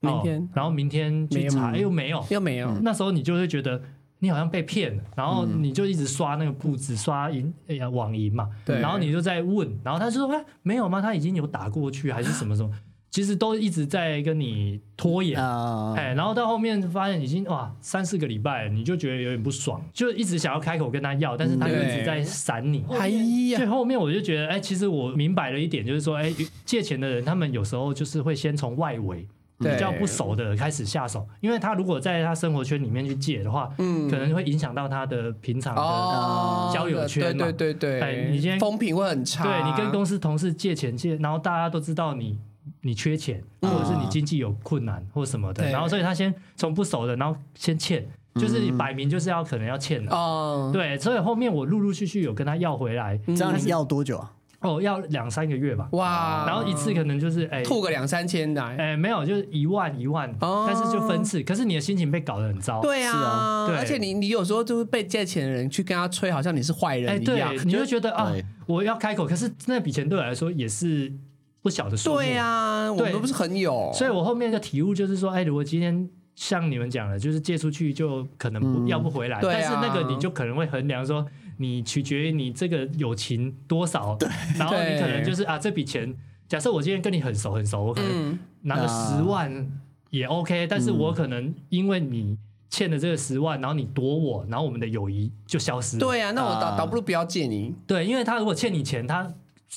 Speaker 1: 明天
Speaker 2: 哦然后明天去查，哎又没有，
Speaker 1: 又没有，
Speaker 3: 嗯
Speaker 2: 那时候你就会觉得你好像被骗了，然后你就一直刷那个步子，刷银哎呀网银嘛，
Speaker 1: 对
Speaker 2: 然后你就在问，然后他就说哎没有吗？他已经有打过去还是什么什么，其实都一直在跟你拖延。
Speaker 3: 啊，
Speaker 2: 哎，然后到后面发现已经哇三四个礼拜了，你就觉得有点不爽，就一直想要开口跟他要，但是他又一直在闪你。
Speaker 1: 哎
Speaker 2: 最
Speaker 1: 呀，
Speaker 2: 后面我就觉得，哎，其实我明白了一点，就是说，哎，借钱的人他们有时候就是会先从外围
Speaker 1: 对
Speaker 2: 比较不熟的开始下手，因为他如果在他生活圈里面去借的话，
Speaker 1: 嗯
Speaker 2: 可能会影响到他的平常的。
Speaker 1: 哦，
Speaker 2: 交友圈嘛
Speaker 1: 对对对
Speaker 2: 哎
Speaker 1: 对，
Speaker 2: 你今天
Speaker 1: 风评会很差，
Speaker 2: 对你跟公司同事借钱借，然后大家都知道你你缺钱，或者是你经济有困难或什么
Speaker 1: 嗯
Speaker 2: 的，
Speaker 1: 对嗯
Speaker 2: 然后所以他先从不熟的，然后先欠，就是摆明就是要可能要欠的。
Speaker 1: 哦，
Speaker 2: 对，所以后面我陆陆续续有跟他要回来，
Speaker 3: 这样你要多久啊？
Speaker 2: 哦，要两三个月吧，
Speaker 1: 哇，
Speaker 2: 然后一次可能就是哎，
Speaker 1: 吐个两三千来，
Speaker 2: 哎没有，就是一万一万，
Speaker 1: 哦
Speaker 2: 但是就分次，可是你的心情被搞得很糟。
Speaker 1: 对
Speaker 3: 是
Speaker 1: 啊
Speaker 3: 啊，
Speaker 2: 对
Speaker 1: 而且你你有时候就是被借钱的人去跟他吹，好像你是坏
Speaker 2: 哎，
Speaker 1: 人一
Speaker 2: 对
Speaker 1: 样，，
Speaker 2: 你就觉得啊
Speaker 3: 对，
Speaker 2: 我要开口，可是那笔钱对我来说也是不小的数目。
Speaker 1: 对啊，我们
Speaker 2: 对
Speaker 1: 都不是很有，
Speaker 2: 所以我后面的体悟就是说，哎，如果今天像你们讲的，就是借出去就可能不、要不回来，
Speaker 1: 对啊
Speaker 2: 但是那个你就可能会衡量说，你取决于你这个友情多少，然后你可能就是啊，这笔钱，假设我今天跟你很熟很熟，我可
Speaker 1: 嗯
Speaker 2: 能拿个
Speaker 3: 啊
Speaker 2: 十万也 OK，、但是我可能因为你欠了这个十万，然后你躲我，然后我们的友谊就消失了。
Speaker 1: 对啊，那我倒
Speaker 3: 啊
Speaker 1: 倒不如不要借你，
Speaker 2: 对，因为他如果欠你钱，他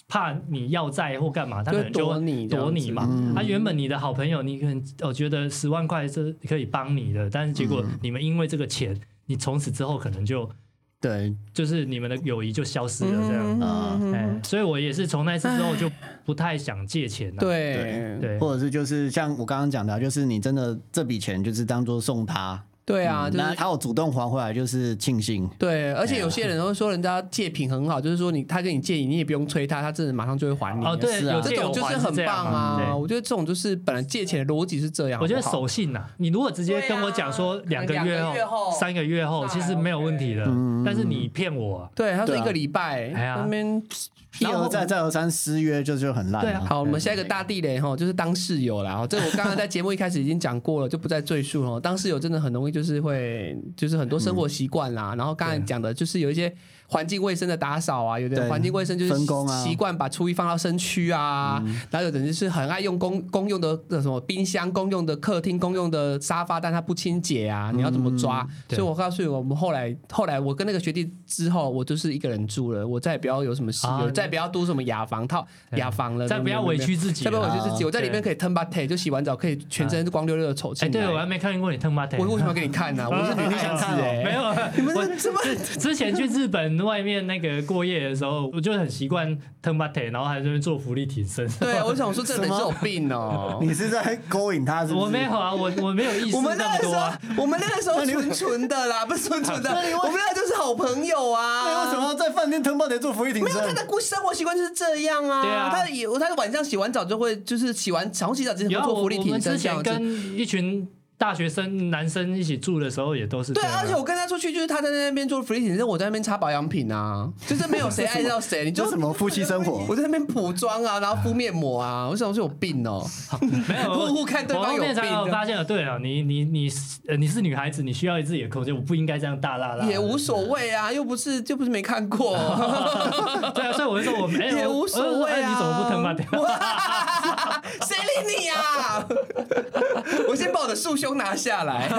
Speaker 2: 怕你要债或干嘛，他可能
Speaker 1: 就
Speaker 2: 就
Speaker 1: 躲
Speaker 2: 会
Speaker 1: 你这样
Speaker 2: 躲你
Speaker 1: 子嗯
Speaker 2: 嘛。他、原本你的好朋友，你可能哦觉得十万块是可以帮你的，但是结果你们因为这个钱，你从此之后可能就
Speaker 3: 对，
Speaker 2: 就是你们的友谊就消
Speaker 1: 嗯
Speaker 2: 失了这样。
Speaker 3: 啊，
Speaker 2: 哎，所以我也是从那次之后就不太想借钱了、
Speaker 1: 对
Speaker 2: 对
Speaker 3: 或者是就是像我刚刚讲的啊，就是你真的这笔钱就是当做送他，
Speaker 1: 对啊，就是
Speaker 3: 那他有主动还回来就是庆幸，
Speaker 1: 对，而且有些人会说人家借品很好，就是说你他跟你借你，你也不用催他，他真的马上就会还你。
Speaker 2: 哦，对，
Speaker 3: 是啊
Speaker 2: 有
Speaker 1: 这
Speaker 2: 借有
Speaker 1: 种就是
Speaker 2: 还
Speaker 1: 很
Speaker 2: 这样
Speaker 1: 棒
Speaker 2: 嘛
Speaker 1: 啊！
Speaker 2: 对
Speaker 1: 我觉得这种就是本来借钱的逻辑是这样。
Speaker 2: 我觉得
Speaker 1: 好不好
Speaker 2: 守信呐、你如果直接跟我讲说
Speaker 1: 对啊
Speaker 2: 两个月
Speaker 1: 两个月后
Speaker 2: 后、三个月后，
Speaker 1: 那还
Speaker 2: 其实没有问题
Speaker 1: 嗯
Speaker 2: 的
Speaker 3: OK。
Speaker 2: 但是你骗我，
Speaker 1: 对，他说
Speaker 3: 对啊
Speaker 1: 一个礼拜，
Speaker 2: 哎呀
Speaker 1: 那边
Speaker 3: 一而再再而三失约就就很烂
Speaker 2: 对啊
Speaker 3: 了。
Speaker 1: 好，我们下一个大地雷哈，就是当室友啦。哈，这我刚刚在节目一开始已经讲过了，就不再赘述了。当室友真的很容易就是会，就是很多生活习惯啦。然后刚才讲的就是有一些环境卫生的打扫啊，有的人
Speaker 3: 对
Speaker 1: 环境卫生就是
Speaker 3: 分工啊
Speaker 1: 习惯把厨余放到身区啊，然后有的人就是很爱用公公用的那什么冰箱、公用的客厅、公用的沙发，但他不清洁啊，你要怎么抓？所
Speaker 2: 对
Speaker 1: 以我告诉你，我们后来后来我跟那个学弟之后，我就是一个人住了，我再也不要有什么室
Speaker 2: 啊
Speaker 1: 友，再也不要租什么雅房套
Speaker 2: 对
Speaker 1: 雅房了。
Speaker 2: 再不要委屈自己啊
Speaker 1: 再不要委
Speaker 2: 了。
Speaker 1: 屈自己。啊我在里面可以 turn back tail，就洗完澡可以全身光溜溜的走
Speaker 2: 哎，
Speaker 1: 进
Speaker 2: 对我
Speaker 1: 来。
Speaker 2: 还没看过你 t 妈 n
Speaker 1: 我为什么要给你看呢？我是 你的想看
Speaker 2: 没
Speaker 1: 哎。
Speaker 2: 有，啊
Speaker 1: 你们
Speaker 2: 我
Speaker 1: 这什么？
Speaker 2: 之前去日本外面那个过夜的时候，我就很习惯 t 妈 n 然后还在那边做浮力挺身。
Speaker 1: 对，啊我想说这人是有病哦。
Speaker 3: 你是在勾引他是不是？
Speaker 2: 我没有啊，我我没有意识
Speaker 1: 我们
Speaker 2: 那
Speaker 1: 那
Speaker 2: 么
Speaker 1: 个时
Speaker 2: 多啊。
Speaker 1: 候，我们那个时候纯纯的啦，不是纯纯的，我们那个就是好朋友
Speaker 3: 那为什
Speaker 1: 啊。
Speaker 3: 么要在饭店吞泡得做服务挺
Speaker 1: 没有他
Speaker 3: 身？
Speaker 1: 的故生活习惯就是这样啊。
Speaker 2: 对啊
Speaker 1: 他也他晚上洗完澡就会，就是洗完想洗澡之前
Speaker 2: 有
Speaker 1: 会
Speaker 2: 啊，
Speaker 1: 做
Speaker 2: 我
Speaker 1: 福利
Speaker 2: 我
Speaker 1: 挺
Speaker 2: 们之
Speaker 1: 身这
Speaker 2: 前
Speaker 1: 样子。
Speaker 2: 跟一群大学生男生一起住的时候，也都是
Speaker 1: 对
Speaker 2: 这，样啊
Speaker 1: 而且我跟他出去，就是他在那边做 free 挺身，我在那边擦保养品啊，就是没有 谁爱到谁，你就
Speaker 3: 这什么夫妻生活？
Speaker 1: 我在那边补妆啊，然后敷面膜啊，我想说有病哦、
Speaker 2: 没有，
Speaker 1: 互互看对
Speaker 2: 我
Speaker 1: 方
Speaker 2: 后
Speaker 1: 有
Speaker 2: 面才
Speaker 1: 病
Speaker 2: 有
Speaker 1: 的
Speaker 2: 发现了，对啊，你你你是呃你是女孩子，你需要自己的空间，我不应该这样大啦啦。
Speaker 1: 也无所谓啊，又不是又不是没看过，
Speaker 2: 对啊，所以我就说我 没有，
Speaker 1: 也
Speaker 2: 我
Speaker 1: 无所谓
Speaker 2: 我就说哎
Speaker 1: 啊。
Speaker 2: 你怎么不疼吧？
Speaker 1: 吧？谁理你啊？我先把我的束胸拿下 来，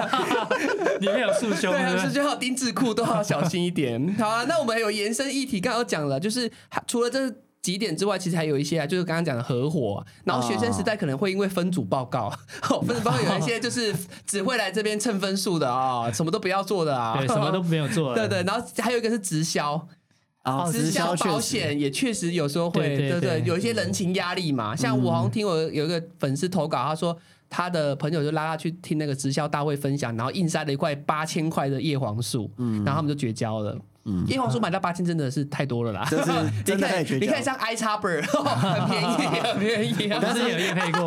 Speaker 2: 你没有束胸，
Speaker 1: 对，啊还有
Speaker 2: 是
Speaker 1: 束
Speaker 2: 不是
Speaker 1: 胸还有丁字裤都要小心一 点。好啊，那我们有延伸议题，刚刚有讲了，就是除了这。几点之外，其实还有一些啊，就是刚刚讲的合伙，然后学生时代可能会因为分组报告， 哦分组报告有一些就是只会来这边蹭分数的啊、什么都不要做的啊，
Speaker 2: 对，什么都没有做。
Speaker 1: 对对，然后还有一个是直销，
Speaker 3: 啊
Speaker 1: 直销
Speaker 3: 确实
Speaker 1: 哦保 险也确实有时候会，
Speaker 2: 对
Speaker 1: 对
Speaker 2: 对对
Speaker 1: 有一些人情压力嘛。像我好像听我有一个粉丝投稿，他说他的朋友就拉他去听那个直销大会分享，然后硬塞了一块八千块的叶黄素，然后他们就绝交了。叶黄素买到八千真的是太多了啦，
Speaker 3: 这 是真
Speaker 1: 你
Speaker 3: 的太
Speaker 1: 看
Speaker 3: 绝
Speaker 1: 你
Speaker 3: 交
Speaker 1: 看像 i c h a b e r 很便宜，很便宜
Speaker 2: 我
Speaker 1: 啊。
Speaker 2: 们之前有夜配过，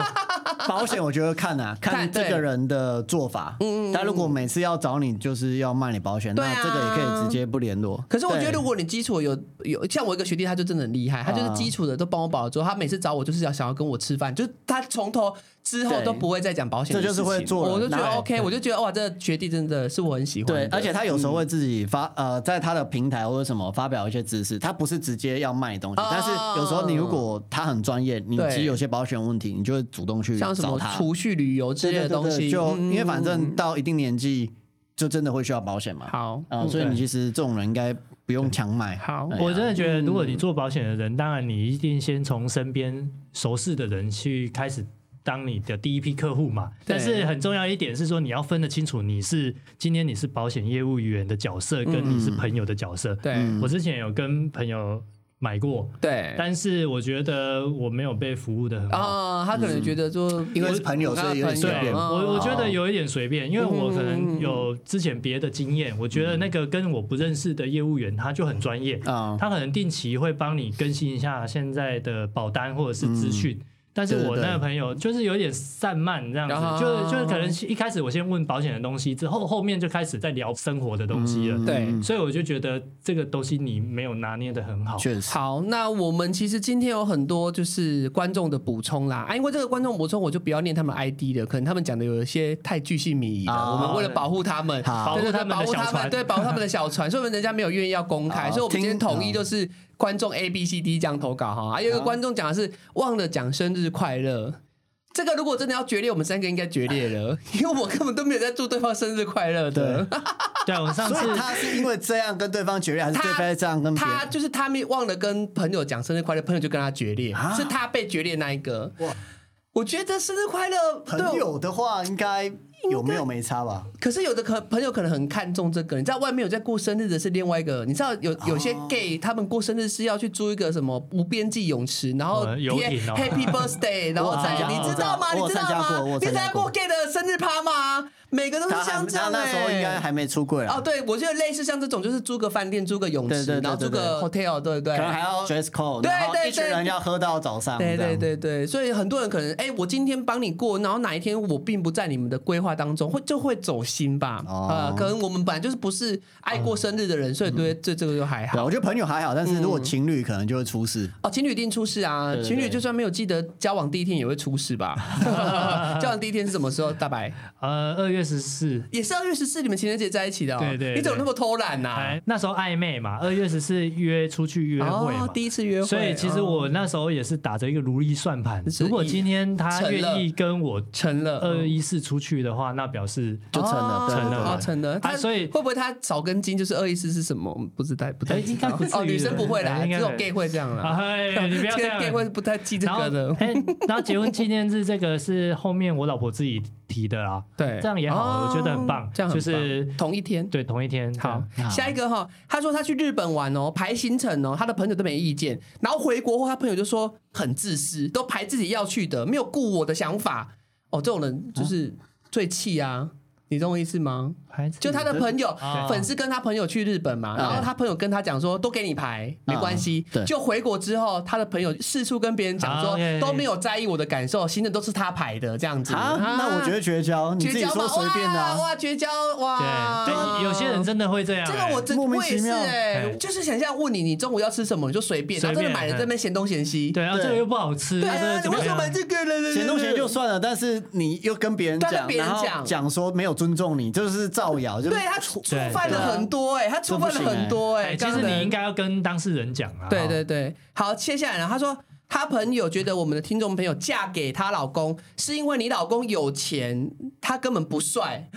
Speaker 3: 保险，我觉得 看啊，
Speaker 1: 看
Speaker 3: 看这
Speaker 1: 对
Speaker 3: 个人的做法。嗯，他如果每次要找你就是要卖你保险，
Speaker 1: 对啊
Speaker 3: 那这个也可以直接不联络。
Speaker 1: 可是我觉得，
Speaker 3: 对啊
Speaker 1: 如果你基础有有像我一个学弟，他就真的很厉害，他就是基础的都帮我保了之后，他每次找我就是要想要跟我吃饭，就是他从头之后
Speaker 3: 对
Speaker 1: 都不会再讲保险的
Speaker 3: 这
Speaker 1: 事
Speaker 3: 就
Speaker 1: 情，
Speaker 3: 是会做了
Speaker 1: 我就觉得
Speaker 3: 对
Speaker 1: OK，我就觉得哇，这个学弟真的是我很喜欢
Speaker 3: 对
Speaker 1: 的，，
Speaker 3: 而且他有时候会自己发呃，在他的平台或者什么发表一些知识，他不是直接要卖东西，
Speaker 1: 啊
Speaker 3: 但是有时候你如果他很专业，你
Speaker 1: 对
Speaker 3: 其实有些保险问题，你就会主动去
Speaker 1: 嗯像什
Speaker 3: 找
Speaker 1: 么
Speaker 3: 他。
Speaker 1: 储蓄、旅游之
Speaker 3: 对
Speaker 1: 类
Speaker 3: 对
Speaker 1: 的
Speaker 3: 对
Speaker 1: 东
Speaker 3: 对，
Speaker 1: 西，
Speaker 3: 就
Speaker 1: 嗯
Speaker 3: 因为反正到一定年纪，就真的会需要保险嘛。
Speaker 1: 好
Speaker 3: 啊，所以你其实这种人应该不用强买。
Speaker 1: 好
Speaker 3: 哎呀
Speaker 2: 我真的觉得，如果你做保险的人，当然你一定先从身边熟识的人去开始当你的第一批客户嘛。
Speaker 1: 对
Speaker 2: 但是很重要一点是说，你要分得清楚，你是今天你是保险业务员的角色，跟你是朋友的角色。
Speaker 1: 对
Speaker 3: 嗯
Speaker 2: 我之前有跟朋友买过，
Speaker 1: 对
Speaker 2: 但是我觉得我没有被服务的很好。
Speaker 1: 啊，他可能觉得说
Speaker 3: 嗯因为是朋友
Speaker 1: 我跟他
Speaker 3: 哦所以
Speaker 1: 朋友
Speaker 3: 有点哦嗯随便
Speaker 2: 对，
Speaker 1: 嗯
Speaker 2: 我我觉
Speaker 1: 好
Speaker 2: 得有一点随便，因为我可能有之前别的经验，我觉得那个跟我不认识的业务员他就很专业，
Speaker 1: 嗯
Speaker 3: 啊，
Speaker 2: 他可能定期会帮你更新一下现在的保单或者是资讯。
Speaker 3: 嗯
Speaker 2: 但是
Speaker 3: 对对
Speaker 2: 我
Speaker 3: 对
Speaker 2: 那个朋友就是有点散漫这样子，
Speaker 1: 啊
Speaker 2: 就就是可能
Speaker 3: 哦
Speaker 2: 一开始我先问保险的东西，之后后面就开始在聊生活的东西了，
Speaker 3: 嗯
Speaker 1: 对。
Speaker 2: 所以我就觉得这个东西你没有拿捏的很好。
Speaker 3: 确实。
Speaker 1: 好，那我们其实今天有很多就是观众的补充啦，啊，因为这个观众补充，我就不要念他们 ID 了，可能他们讲的有一些太巨细靡遗了，
Speaker 3: 哦
Speaker 1: 我们为了保护他们，
Speaker 3: 好
Speaker 1: 对对对
Speaker 2: 保
Speaker 1: 保
Speaker 2: 护他们的
Speaker 1: 护他
Speaker 2: 小
Speaker 1: 们，
Speaker 2: 船
Speaker 1: 对，保护他们的小船，所以我们人家没有愿意要公开，
Speaker 3: 好
Speaker 1: 所以我们今天
Speaker 3: 听
Speaker 1: 统一就是观众 A B C D 这样投稿哈，啊还有一个
Speaker 3: 好
Speaker 1: 观众讲的是忘了讲生日快乐。这个如果真的要决裂，我们三个应该决裂了， 因为我根本都没有在祝对方生日快乐的。
Speaker 2: 对，我上
Speaker 3: 所
Speaker 2: 次
Speaker 3: 以他是因为这样跟对方决裂，还是
Speaker 1: 他
Speaker 3: 对方这样跟别人
Speaker 1: 他？就是他没忘了跟朋友讲生日快乐，朋友就跟他决裂，是他被决裂那一个。
Speaker 3: 啊哇
Speaker 1: 我觉得生日快乐，对
Speaker 3: 朋友的话应该有没有没差吧？
Speaker 1: 可是有的可朋友可能很看重这个，你知道外面有在过生日的是另外一个，你知道有有些 gay 他们过生日是要去租一个什么无边际泳池，然后
Speaker 2: 呃游
Speaker 1: 贴
Speaker 2: 艇哦
Speaker 1: Happy Birthday，然后再
Speaker 2: 哇
Speaker 1: 你知道吗？你
Speaker 3: 我
Speaker 1: 知
Speaker 3: 有
Speaker 1: 道
Speaker 3: 参加过
Speaker 1: 吗
Speaker 3: 我？有参加过
Speaker 1: 你参加过 gay 的生日趴吗？每个都是
Speaker 3: 他还
Speaker 1: 像这
Speaker 3: 他
Speaker 1: 样
Speaker 3: 那时候应该
Speaker 1: 哎。
Speaker 3: 还没出柜啊
Speaker 1: 哦，，对，我觉得类似像这种，就是租个饭店、租个泳池，
Speaker 3: 对对对
Speaker 1: 然后租个 hotel，对不对？
Speaker 3: 可能还要 dress code，
Speaker 1: 对
Speaker 3: 然后
Speaker 1: 对
Speaker 3: 一群
Speaker 1: 对
Speaker 3: 人要喝到早上，
Speaker 1: 对
Speaker 3: 这
Speaker 1: 对
Speaker 3: 样
Speaker 1: 对对，所以很多人可能，哎、我今天帮你过，然后哪一天我并不在你们的规划当中，会就会走心吧？啊、
Speaker 3: 哦
Speaker 1: 可能我们本来就是不是爱过生日的
Speaker 2: 嗯
Speaker 1: 人，所以对这这个就还
Speaker 3: 对啊，
Speaker 1: 好。
Speaker 3: 我觉得朋友还好，但是如果
Speaker 1: 嗯
Speaker 3: 情侣可能就会出事。
Speaker 1: 哦，情侣一定出事啊！
Speaker 3: 对对
Speaker 1: 情侣就算没有记得交往第一天也会出事吧？ 交往第一天是什么时候？大白
Speaker 2: 呃，二月十四。
Speaker 1: 也是二月十四，你们情人节在一起的、哦。
Speaker 2: 对对
Speaker 1: 你怎么那么偷懒呐、啊
Speaker 2: 哎，那时候暧昧嘛，二月十四约出去约会嘛
Speaker 1: 哦，，第一次约会，
Speaker 2: 所以其实
Speaker 1: 哦
Speaker 2: 我那时候也是打着一个如意算盘
Speaker 1: 就，是
Speaker 2: 如果
Speaker 1: 一呃
Speaker 2: 今天他
Speaker 1: 成了
Speaker 2: 愿意跟我
Speaker 1: 成了
Speaker 2: 二一四出去的话，那表示
Speaker 3: 就成
Speaker 1: 哦
Speaker 3: 了对
Speaker 2: 对对
Speaker 1: 哦成了。
Speaker 2: 啊
Speaker 1: 他
Speaker 2: 所以
Speaker 1: 会不会他少根筋就是二意思是什么？我们不知道，不太
Speaker 2: 哎
Speaker 1: 知
Speaker 2: 应
Speaker 1: 道
Speaker 2: 该不至于
Speaker 1: 哦，女生不会啦，
Speaker 2: 哎
Speaker 1: 只
Speaker 2: 应该
Speaker 1: 有
Speaker 2: 不
Speaker 1: gay 会 这样啦。
Speaker 2: 哎，你不要这样
Speaker 1: gay。会不太记这
Speaker 2: 然后
Speaker 1: 个的，。
Speaker 2: 哎，然后结婚纪念日这个是后面我老婆自己提的啦，
Speaker 1: 对，
Speaker 2: 这样也好，我觉得很棒
Speaker 1: 哦，这样很
Speaker 2: 就
Speaker 1: 棒
Speaker 2: 是
Speaker 1: 同一天。
Speaker 2: 对同一天这
Speaker 1: 好
Speaker 2: 样，
Speaker 3: 好
Speaker 1: 下一个哈，他说他去日本玩哦，排行程哦，他的朋友都没意见，然后回国后，他朋友就说很自私，都排自己要去的，没有顾我的想法。哦，这种人就是最气啊，你懂我意思吗？
Speaker 2: 还是
Speaker 1: 就他的朋友
Speaker 2: 对
Speaker 1: 粉丝跟他朋友去日本嘛，
Speaker 3: 嗯
Speaker 1: 然后他朋友跟他讲说都给你排，没关系
Speaker 3: 嗯。对
Speaker 1: 就回国之后，他的朋友四处跟别人讲
Speaker 2: 啊
Speaker 1: 说
Speaker 2: ，OK，OK
Speaker 1: 都没有在意我的感受，行程都是他排的这样子。
Speaker 3: 啊，那我觉得绝交，你自
Speaker 1: 绝
Speaker 3: 己
Speaker 1: 交嘛，
Speaker 3: 说随便的
Speaker 1: 哇
Speaker 3: 啊。
Speaker 1: 哇绝交
Speaker 2: 对
Speaker 1: 哇，
Speaker 2: 对，有些人真的会这样，
Speaker 1: 哦这
Speaker 2: 哎
Speaker 1: 个我真
Speaker 3: 莫名
Speaker 1: 我也
Speaker 3: 其
Speaker 1: 是
Speaker 3: 妙
Speaker 1: 哎，
Speaker 2: 哎
Speaker 1: 就是想要问你，你中午要吃什么你就随便，
Speaker 2: 随
Speaker 1: 然后
Speaker 2: 便
Speaker 1: 真的买了
Speaker 2: 哎
Speaker 1: 这边嫌东嫌西。
Speaker 2: 对，然后
Speaker 3: 对
Speaker 2: 这个又不好吃，
Speaker 1: 对
Speaker 2: 啊这
Speaker 1: 啊，
Speaker 2: 个
Speaker 1: 你
Speaker 2: 怎么
Speaker 1: 为什么
Speaker 2: 样
Speaker 1: 买这个了？
Speaker 3: 嫌东嫌就算了，但是你又跟别人
Speaker 1: 对
Speaker 3: 讲，
Speaker 1: 跟别人
Speaker 3: 然后
Speaker 1: 讲
Speaker 3: 讲说没有尊重你，这就是造谣，就是
Speaker 1: 对他啊触触
Speaker 2: 对
Speaker 1: 犯
Speaker 3: 对
Speaker 1: 了
Speaker 3: 啊
Speaker 1: 很多哎，他触犯了
Speaker 3: 这不行
Speaker 1: 很多哎，
Speaker 2: 哎，其
Speaker 1: 这
Speaker 2: 实
Speaker 1: 样的
Speaker 2: 你应该要跟当事人讲啊，
Speaker 1: 对对对，好，接下来呢，他说他朋友觉得我们的听众朋友嫁给她老公是因为你老公有钱，他根本不帅。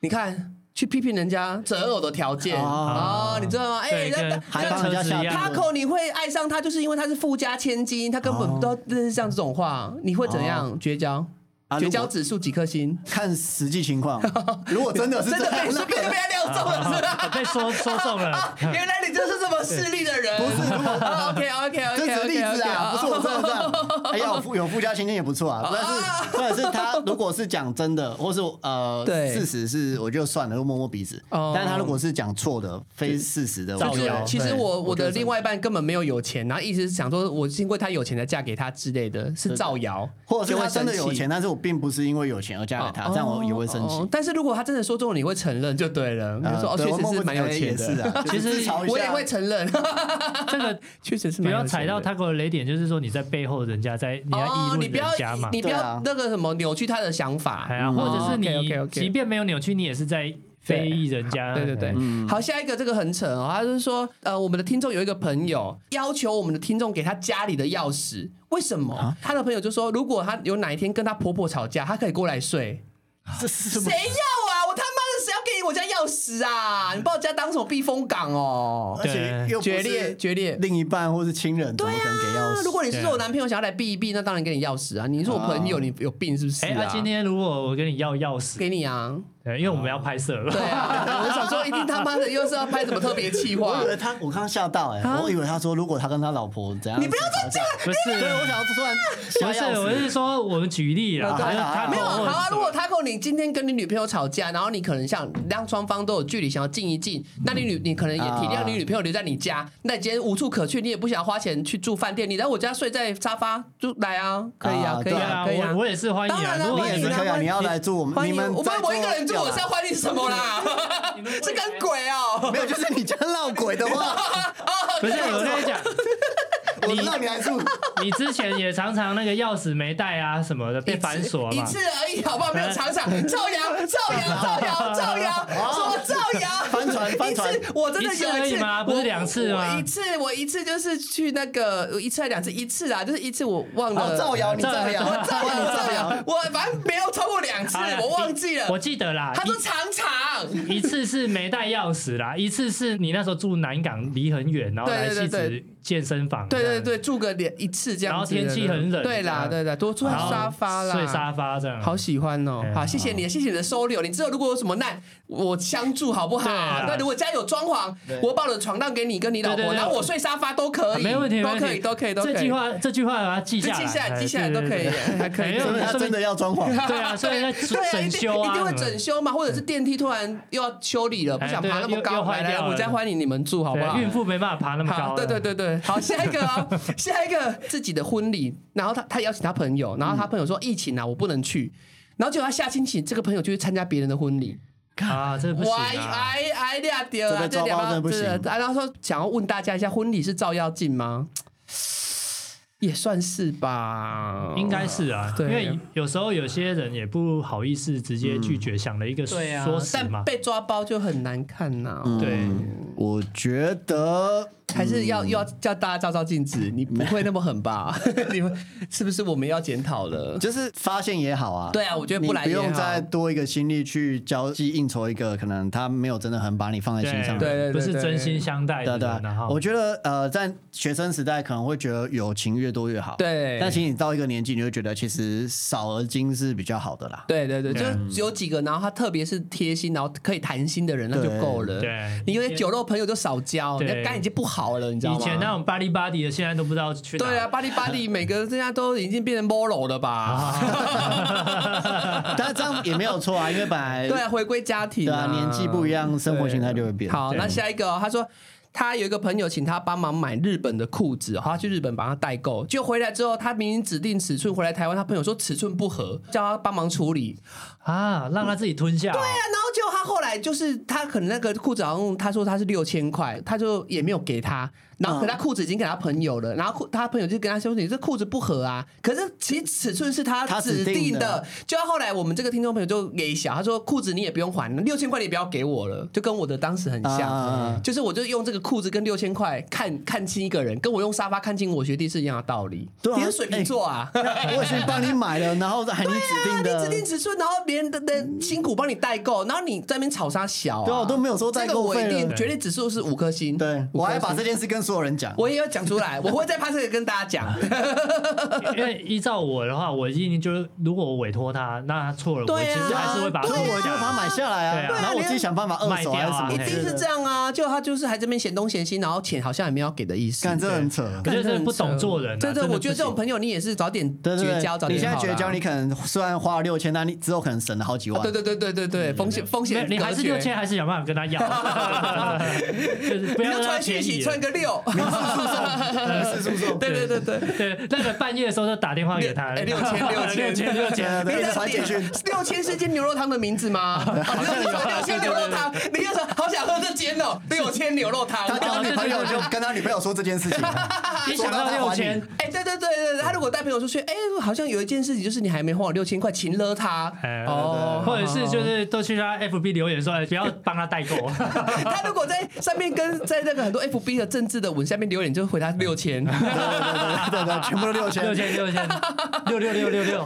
Speaker 1: 你看，去批评人家择偶的条件啊、
Speaker 3: 哦
Speaker 1: 哦你知道吗？哎、
Speaker 2: 对，
Speaker 1: 人
Speaker 2: 跟
Speaker 1: 家。
Speaker 3: 还
Speaker 2: 跟
Speaker 3: 帮人家
Speaker 2: 车子
Speaker 3: 下
Speaker 2: 一样
Speaker 3: 蛋
Speaker 1: Taco，你会爱上他，就是因为他是富家千金，他根本不知道认识像这种话，你会怎样绝交？
Speaker 3: 哦啊
Speaker 1: 绝
Speaker 3: 如果
Speaker 1: 交指数几颗星？
Speaker 3: 看实际情况。如果 真的是
Speaker 1: 真
Speaker 3: 这
Speaker 1: 的被
Speaker 3: 样，
Speaker 1: 被被他撩中 了，是吧？
Speaker 2: 哦被说说中 了。
Speaker 1: 原来你就是这么势利的人。不哦是，OK OK
Speaker 3: 这
Speaker 1: OK
Speaker 3: 只是
Speaker 1: OK
Speaker 3: 例
Speaker 1: OK，
Speaker 3: 子啊，不是我真的这
Speaker 1: 哦
Speaker 3: 样。哎呀，有附有附加情境也不错啊，但是但是他如果是讲真的，或是呃
Speaker 1: 对
Speaker 3: 事实是，我就算了，就摸摸鼻子。
Speaker 1: 哦
Speaker 3: 但是他如果是讲错的，非事实的，我
Speaker 1: 就
Speaker 3: 觉
Speaker 1: 是
Speaker 3: 得
Speaker 1: 其实
Speaker 3: 对
Speaker 1: 我我
Speaker 3: 觉得
Speaker 1: 的另外一半根本没有有钱，然后一直想说我是因为他有钱才嫁给他之类的，是造谣，
Speaker 3: 或者是
Speaker 1: 就会
Speaker 3: 他真的
Speaker 1: 生气
Speaker 3: 有钱，但是我并不是因为有钱而嫁给他，这样我也会生
Speaker 1: 哦哦
Speaker 3: 气。
Speaker 1: 但是如果他真的说中了，你会承认就对了，你就
Speaker 3: 呃
Speaker 1: 说哦，
Speaker 3: 对
Speaker 1: 确
Speaker 3: 我
Speaker 1: 实
Speaker 3: 默
Speaker 1: 是
Speaker 3: 默
Speaker 1: 蛮有
Speaker 3: 哎
Speaker 1: 钱
Speaker 3: 也是
Speaker 1: 的。
Speaker 3: 啊，
Speaker 2: 其实
Speaker 3: 就是自嘲一下
Speaker 1: 我也会承认，
Speaker 2: 这个
Speaker 1: 确实是
Speaker 2: 不
Speaker 1: 蛮有钱的
Speaker 2: 要踩到他给我雷点，就是说你在背后人家在你要
Speaker 1: 哦
Speaker 2: 议，
Speaker 1: 你
Speaker 2: 论
Speaker 1: 不要
Speaker 2: 人家嘛，
Speaker 1: 你不
Speaker 3: 对
Speaker 1: 要
Speaker 3: 啊
Speaker 1: 那个什么扭曲他的想法
Speaker 2: 哎。呀，或者是
Speaker 1: 哦
Speaker 2: 你
Speaker 1: ，OK，OK，OK
Speaker 2: 即便没有扭曲，你也是在非议人家。
Speaker 1: 对对对，
Speaker 3: 嗯
Speaker 2: 哎
Speaker 1: 好，下一个这个很扯哦，他就是说，呃，我们的听众有一个朋友要求我们的听众给他家里的钥匙，为什
Speaker 3: 啊
Speaker 1: 么？他的朋友就说，如果他有哪一天跟他婆婆吵架，他可以过来睡。
Speaker 3: 这是什么
Speaker 1: 谁要啊？我他妈的谁要给你我家钥匙啊？你把我家当什么避风港哦？
Speaker 3: 而且又不
Speaker 1: 决
Speaker 3: 是
Speaker 1: 裂决裂。
Speaker 3: 另一半或是亲人，怎么可能给钥
Speaker 1: 啊
Speaker 3: 匙？
Speaker 1: 如果你是
Speaker 2: 对啊
Speaker 1: 我男朋友想要来避一避，那当然给你钥匙啊。你是我朋友，
Speaker 3: 哦
Speaker 1: 你有病是不是
Speaker 2: 哎，
Speaker 1: 啊
Speaker 2: 那？今天如果我跟你要钥匙，
Speaker 1: 给你啊，
Speaker 2: 对，因为我们要拍摄了
Speaker 1: 对，啊，我想说一定他妈的又是要拍什么特别企划
Speaker 3: 我以。为他，我刚刚吓到哎、
Speaker 1: 啊
Speaker 3: 我以为他说如果他跟他老婆怎样，
Speaker 1: 你不要再
Speaker 3: 讲，
Speaker 2: 不是，
Speaker 3: 对，我想要突然
Speaker 2: 不
Speaker 3: 吓
Speaker 2: 是，
Speaker 3: 钥
Speaker 2: 我是
Speaker 3: 匙，
Speaker 2: 说我们举例啦，
Speaker 3: 啊对啊
Speaker 2: 就是
Speaker 3: 啊
Speaker 2: 他
Speaker 1: 没有
Speaker 2: 口
Speaker 1: 好
Speaker 2: 吻
Speaker 1: 啊！如果 Taco 你今天跟你女朋友吵架，然后你可能想让双方都有距离，想要近一近，那你女你可能也体谅你女朋友留在你家，那你今天无处可去，你也不想花钱去住饭店，你来我家睡在沙发就来啊，可以啊，
Speaker 3: 啊
Speaker 1: 可以
Speaker 2: 对
Speaker 3: 对
Speaker 1: 啊，
Speaker 2: 啊，
Speaker 1: 可以啊
Speaker 2: 我。我也是欢迎
Speaker 1: 当
Speaker 2: 啊
Speaker 1: 然啦，
Speaker 2: 如
Speaker 3: 你
Speaker 2: 果
Speaker 3: 也
Speaker 2: 你
Speaker 3: 是
Speaker 2: 们
Speaker 3: 可以啊，你要来住我们，
Speaker 1: 欢
Speaker 3: 你
Speaker 1: 迎
Speaker 3: 们
Speaker 1: 我
Speaker 3: 在
Speaker 1: 们
Speaker 3: 座
Speaker 1: 我一个人住，
Speaker 3: 要
Speaker 1: 我是要欢迎什么 啦？这跟鬼哦！
Speaker 3: 没有，就是你这样闹鬼的话，
Speaker 2: 不是我跟你讲，
Speaker 3: 我让你来住，
Speaker 2: 你之前也常常那个钥匙没带啊什么的被反锁
Speaker 1: 一
Speaker 2: 嘛，哎
Speaker 1: 次而已，好不好？没有常常造谣，造 谣，造谣，造谣，
Speaker 2: 哦
Speaker 1: 什么造谣？
Speaker 3: 翻船翻船
Speaker 1: 一次我真的有
Speaker 2: 一次而
Speaker 1: 一
Speaker 2: 已
Speaker 1: 次
Speaker 2: 吗不是
Speaker 1: 我
Speaker 2: 两次
Speaker 1: 我
Speaker 2: 吗
Speaker 1: 一次，我一次就是去那个一次还两次，一次啊，就是一次我忘了
Speaker 3: 哦，造谣，你
Speaker 2: 造
Speaker 3: 造
Speaker 2: 谣
Speaker 3: 谣，
Speaker 1: 我造
Speaker 3: 你
Speaker 1: 谣，造谣， 我反正没有超过两次
Speaker 2: 好啦，
Speaker 1: 我忘记了
Speaker 2: 哎我。记得啦，
Speaker 1: 他说常常，
Speaker 2: 一次是没带钥匙啦，一次是你那时候住南港离很远，然后来
Speaker 1: 对对
Speaker 2: 戏
Speaker 1: 对
Speaker 2: 子健身房，
Speaker 1: 对对，对，住个两一次这样子的，
Speaker 2: 然后天气很冷
Speaker 1: 对啦对啦，多坐在
Speaker 2: 然后
Speaker 1: 沙发啦，
Speaker 2: 睡沙发这样，
Speaker 1: 好喜欢哦
Speaker 2: 哎！呀
Speaker 1: 好，谢谢你，谢谢你的收留。你之后如果有什么难，我相助好不好？
Speaker 2: 对啊
Speaker 1: 那如果家有装潢，
Speaker 3: 对
Speaker 1: 我把我的床让给你跟你老
Speaker 2: 对对
Speaker 1: 婆，
Speaker 2: 对
Speaker 1: 然后我睡沙发都可以，
Speaker 2: 啊没问题，
Speaker 1: 都
Speaker 2: 没问
Speaker 1: 可以，
Speaker 2: 题
Speaker 1: 都可以，都可以。
Speaker 2: 这句话这句话把它记下来，
Speaker 1: 记下来
Speaker 2: 哎
Speaker 1: 记下来
Speaker 2: 对
Speaker 1: 都可以
Speaker 2: 对对
Speaker 1: 还 可以
Speaker 2: 哎
Speaker 3: 因为他
Speaker 2: 说
Speaker 3: 真
Speaker 2: 明
Speaker 3: 的要装潢，
Speaker 2: 对 啊，所以要整
Speaker 1: 对啊，一
Speaker 2: 整
Speaker 1: 定
Speaker 2: 修啊，嗯
Speaker 1: 一定会整修嘛，或者是电梯突然又要修理了，不
Speaker 2: 哎
Speaker 1: 想
Speaker 2: 对
Speaker 1: 爬那么
Speaker 2: 又
Speaker 1: 高，
Speaker 2: 又坏
Speaker 1: 来来，
Speaker 2: 掉
Speaker 1: 我
Speaker 2: 了
Speaker 1: 再欢迎你们住好
Speaker 2: 对
Speaker 1: 不好？
Speaker 2: 孕妇没办法爬那么
Speaker 1: 啊好，
Speaker 2: 高，
Speaker 1: 对对，对 对，好，下一个哦，下一个自己的婚礼，然后他他邀请他朋友，然后他朋友说疫情啊，我不能去，然后结果他下星期这个朋友就去参加别人的婚礼，
Speaker 2: 啊，这不行
Speaker 1: 哇
Speaker 2: 啊，
Speaker 1: 哎哎俩丢啊，
Speaker 3: 这
Speaker 1: 两
Speaker 3: 被抓包真
Speaker 1: 个
Speaker 3: 的不行
Speaker 1: 这啊然后说想要问大家一下，婚礼是照妖镜吗？ 也算是吧，
Speaker 2: 应该是啊，
Speaker 1: 对
Speaker 2: 因为有时候有些人也不好意思直接拒绝，想了一个
Speaker 1: 对啊
Speaker 2: 说，辞嘛
Speaker 1: 但，被抓包就很难看呐、
Speaker 3: 嗯
Speaker 2: 对，
Speaker 3: 我觉得
Speaker 1: 还是要要叫大家照照镜子，
Speaker 3: 嗯
Speaker 1: 你不会那么狠吧？ 你们是不是我们要检讨了？
Speaker 3: 就是发现也好啊，
Speaker 1: 对啊我觉得
Speaker 3: 你
Speaker 1: 不来
Speaker 3: 不
Speaker 1: 也
Speaker 3: 用
Speaker 1: 好
Speaker 3: 再多一个心力去交际应酬一个可能他没有真的很把你放在心上的
Speaker 1: 对
Speaker 3: 人。
Speaker 1: 对对
Speaker 2: 不是真心相待
Speaker 3: 对
Speaker 2: 的
Speaker 3: 啊对啊
Speaker 2: 人，然后
Speaker 3: 我觉得呃，在学生时代可能会觉得友情越多越好，
Speaker 1: 对
Speaker 3: 但其实你到一个年纪，你会觉得其实少而精是比较好的啦。
Speaker 1: 对对对，就
Speaker 2: 对
Speaker 1: 是有几个，然后他特别是贴心，然后可以谈心的人，那就够了。
Speaker 2: 对
Speaker 1: 你有些酒肉朋友就少交，
Speaker 2: 对
Speaker 1: 那肝已经不好了，你知道吗？
Speaker 2: 以前那种巴黎巴黎的，现在都不知道去哪。
Speaker 1: 对 啊，巴黎巴黎，每个现在都已经变成 moro 了 吧？
Speaker 3: 但是这样也没有错啊，因为本来
Speaker 1: 对啊，回归家庭、
Speaker 3: 对啊，年纪不一样，生活形态就会变。
Speaker 1: 好，
Speaker 2: 对
Speaker 1: 那下一个、哦，他说他有一个朋友请他帮忙买日本的裤子、哦，他去日本帮他代购，就回来之后，他明明指定尺寸，回来台湾，他朋友说尺寸不合，叫他帮忙处理。
Speaker 2: 啊，让他自己吞下。对
Speaker 1: 对啊，然后结果他后来就是他可能那个裤子好像他说他是六千块，他就也没有给他，然
Speaker 3: 嗯
Speaker 1: 后可他裤子已经给他朋友了，然后裤他朋友就跟他说你这裤子不合啊，可是其实尺寸是他
Speaker 3: 他
Speaker 1: 指
Speaker 3: 指定
Speaker 1: 定的
Speaker 3: 的，
Speaker 1: 就后来我们这个听众朋友就给小，他说裤子你也不用还，六千块你也不要给我了，就跟我的当时很像，
Speaker 3: 啊
Speaker 1: 就是我就用这个裤子跟六千块看看清一个人，跟我用沙发看清我学弟是一样的道理。
Speaker 3: 对啊哎
Speaker 1: 你是水瓶座啊。
Speaker 3: 我已经帮你买了，然后还你指定
Speaker 1: 你
Speaker 3: 的，
Speaker 1: 指定尺寸，然后别人的的辛苦帮你代购，然后你在那边炒沙小、啊，
Speaker 3: 对啊我都没有收代
Speaker 1: 这
Speaker 3: 购
Speaker 1: 个我一
Speaker 3: 费
Speaker 1: 定
Speaker 3: 了
Speaker 1: 绝对指数是五颗星，
Speaker 3: 对
Speaker 1: 五颗星
Speaker 3: 我还把这件事跟所有人讲。
Speaker 1: 我也要讲出来，我会在 p a s 跟大家讲，
Speaker 2: 因为依照我的话，我一定就是如果我委托他，那他错了，我
Speaker 1: 对
Speaker 2: 其
Speaker 1: 啊
Speaker 2: 实还是会把它
Speaker 1: 对
Speaker 3: 所
Speaker 1: 啊
Speaker 3: 以
Speaker 2: 吞
Speaker 3: 我就
Speaker 2: 下
Speaker 3: 把它买下来啊，
Speaker 2: 对啊
Speaker 3: 然后我自己想办法二手还是什
Speaker 2: 卖
Speaker 3: 么
Speaker 1: 一
Speaker 3: 之类的，
Speaker 1: 定是这样啊。就他就是还这边嫌东嫌西，然后钱好像也没有给的意思。
Speaker 3: 干这很扯。
Speaker 2: 我觉得这不懂做人啊。
Speaker 1: 对对，
Speaker 2: 真的
Speaker 1: 我觉得
Speaker 2: 不行
Speaker 1: 这种朋友你也是早点
Speaker 3: 对对
Speaker 1: 绝交，早
Speaker 3: 对，
Speaker 1: 点
Speaker 3: 你现在
Speaker 1: 好
Speaker 3: 绝
Speaker 1: 啦
Speaker 3: 交，你可能虽然花了六千，但你之后可能省了好几
Speaker 1: 啊
Speaker 3: 万。
Speaker 1: 对对对对对对，风险风
Speaker 2: 没
Speaker 1: 险
Speaker 2: 有你还是
Speaker 1: 隔绝
Speaker 2: 六千，，还是想办法跟他要，就是不
Speaker 1: 你
Speaker 2: 要
Speaker 1: 就
Speaker 2: 让他
Speaker 1: 传讯
Speaker 2: 便
Speaker 1: 息
Speaker 2: 宜
Speaker 1: 穿个六，
Speaker 3: 是是是，
Speaker 1: 对对对对。
Speaker 2: 对，那个半夜的时候就打电话给他，
Speaker 1: 哎六千六千
Speaker 2: 六千六千，
Speaker 3: 对对对，传简讯。
Speaker 1: 六千是间牛肉汤的名字吗？好像有六千牛肉汤，你就说好想喝这间哦，六千牛肉汤。
Speaker 3: 他交女朋友就跟他女朋友说这件事情，
Speaker 2: 一想到六千，
Speaker 1: 哎，对对对对，对他如果带朋友出去，哎，好像有一件事情就是你还没花我六千块，请了他
Speaker 2: 哎
Speaker 1: 哦，
Speaker 2: 或者是就是都去他 FB 留言说，哎，不要帮他代购，
Speaker 1: 他如果在上面跟在那个很多 FB 的政治的文下面留言，就回他六千。
Speaker 3: 对对对对对，全部都六千，
Speaker 2: 六千六千六六六 六六，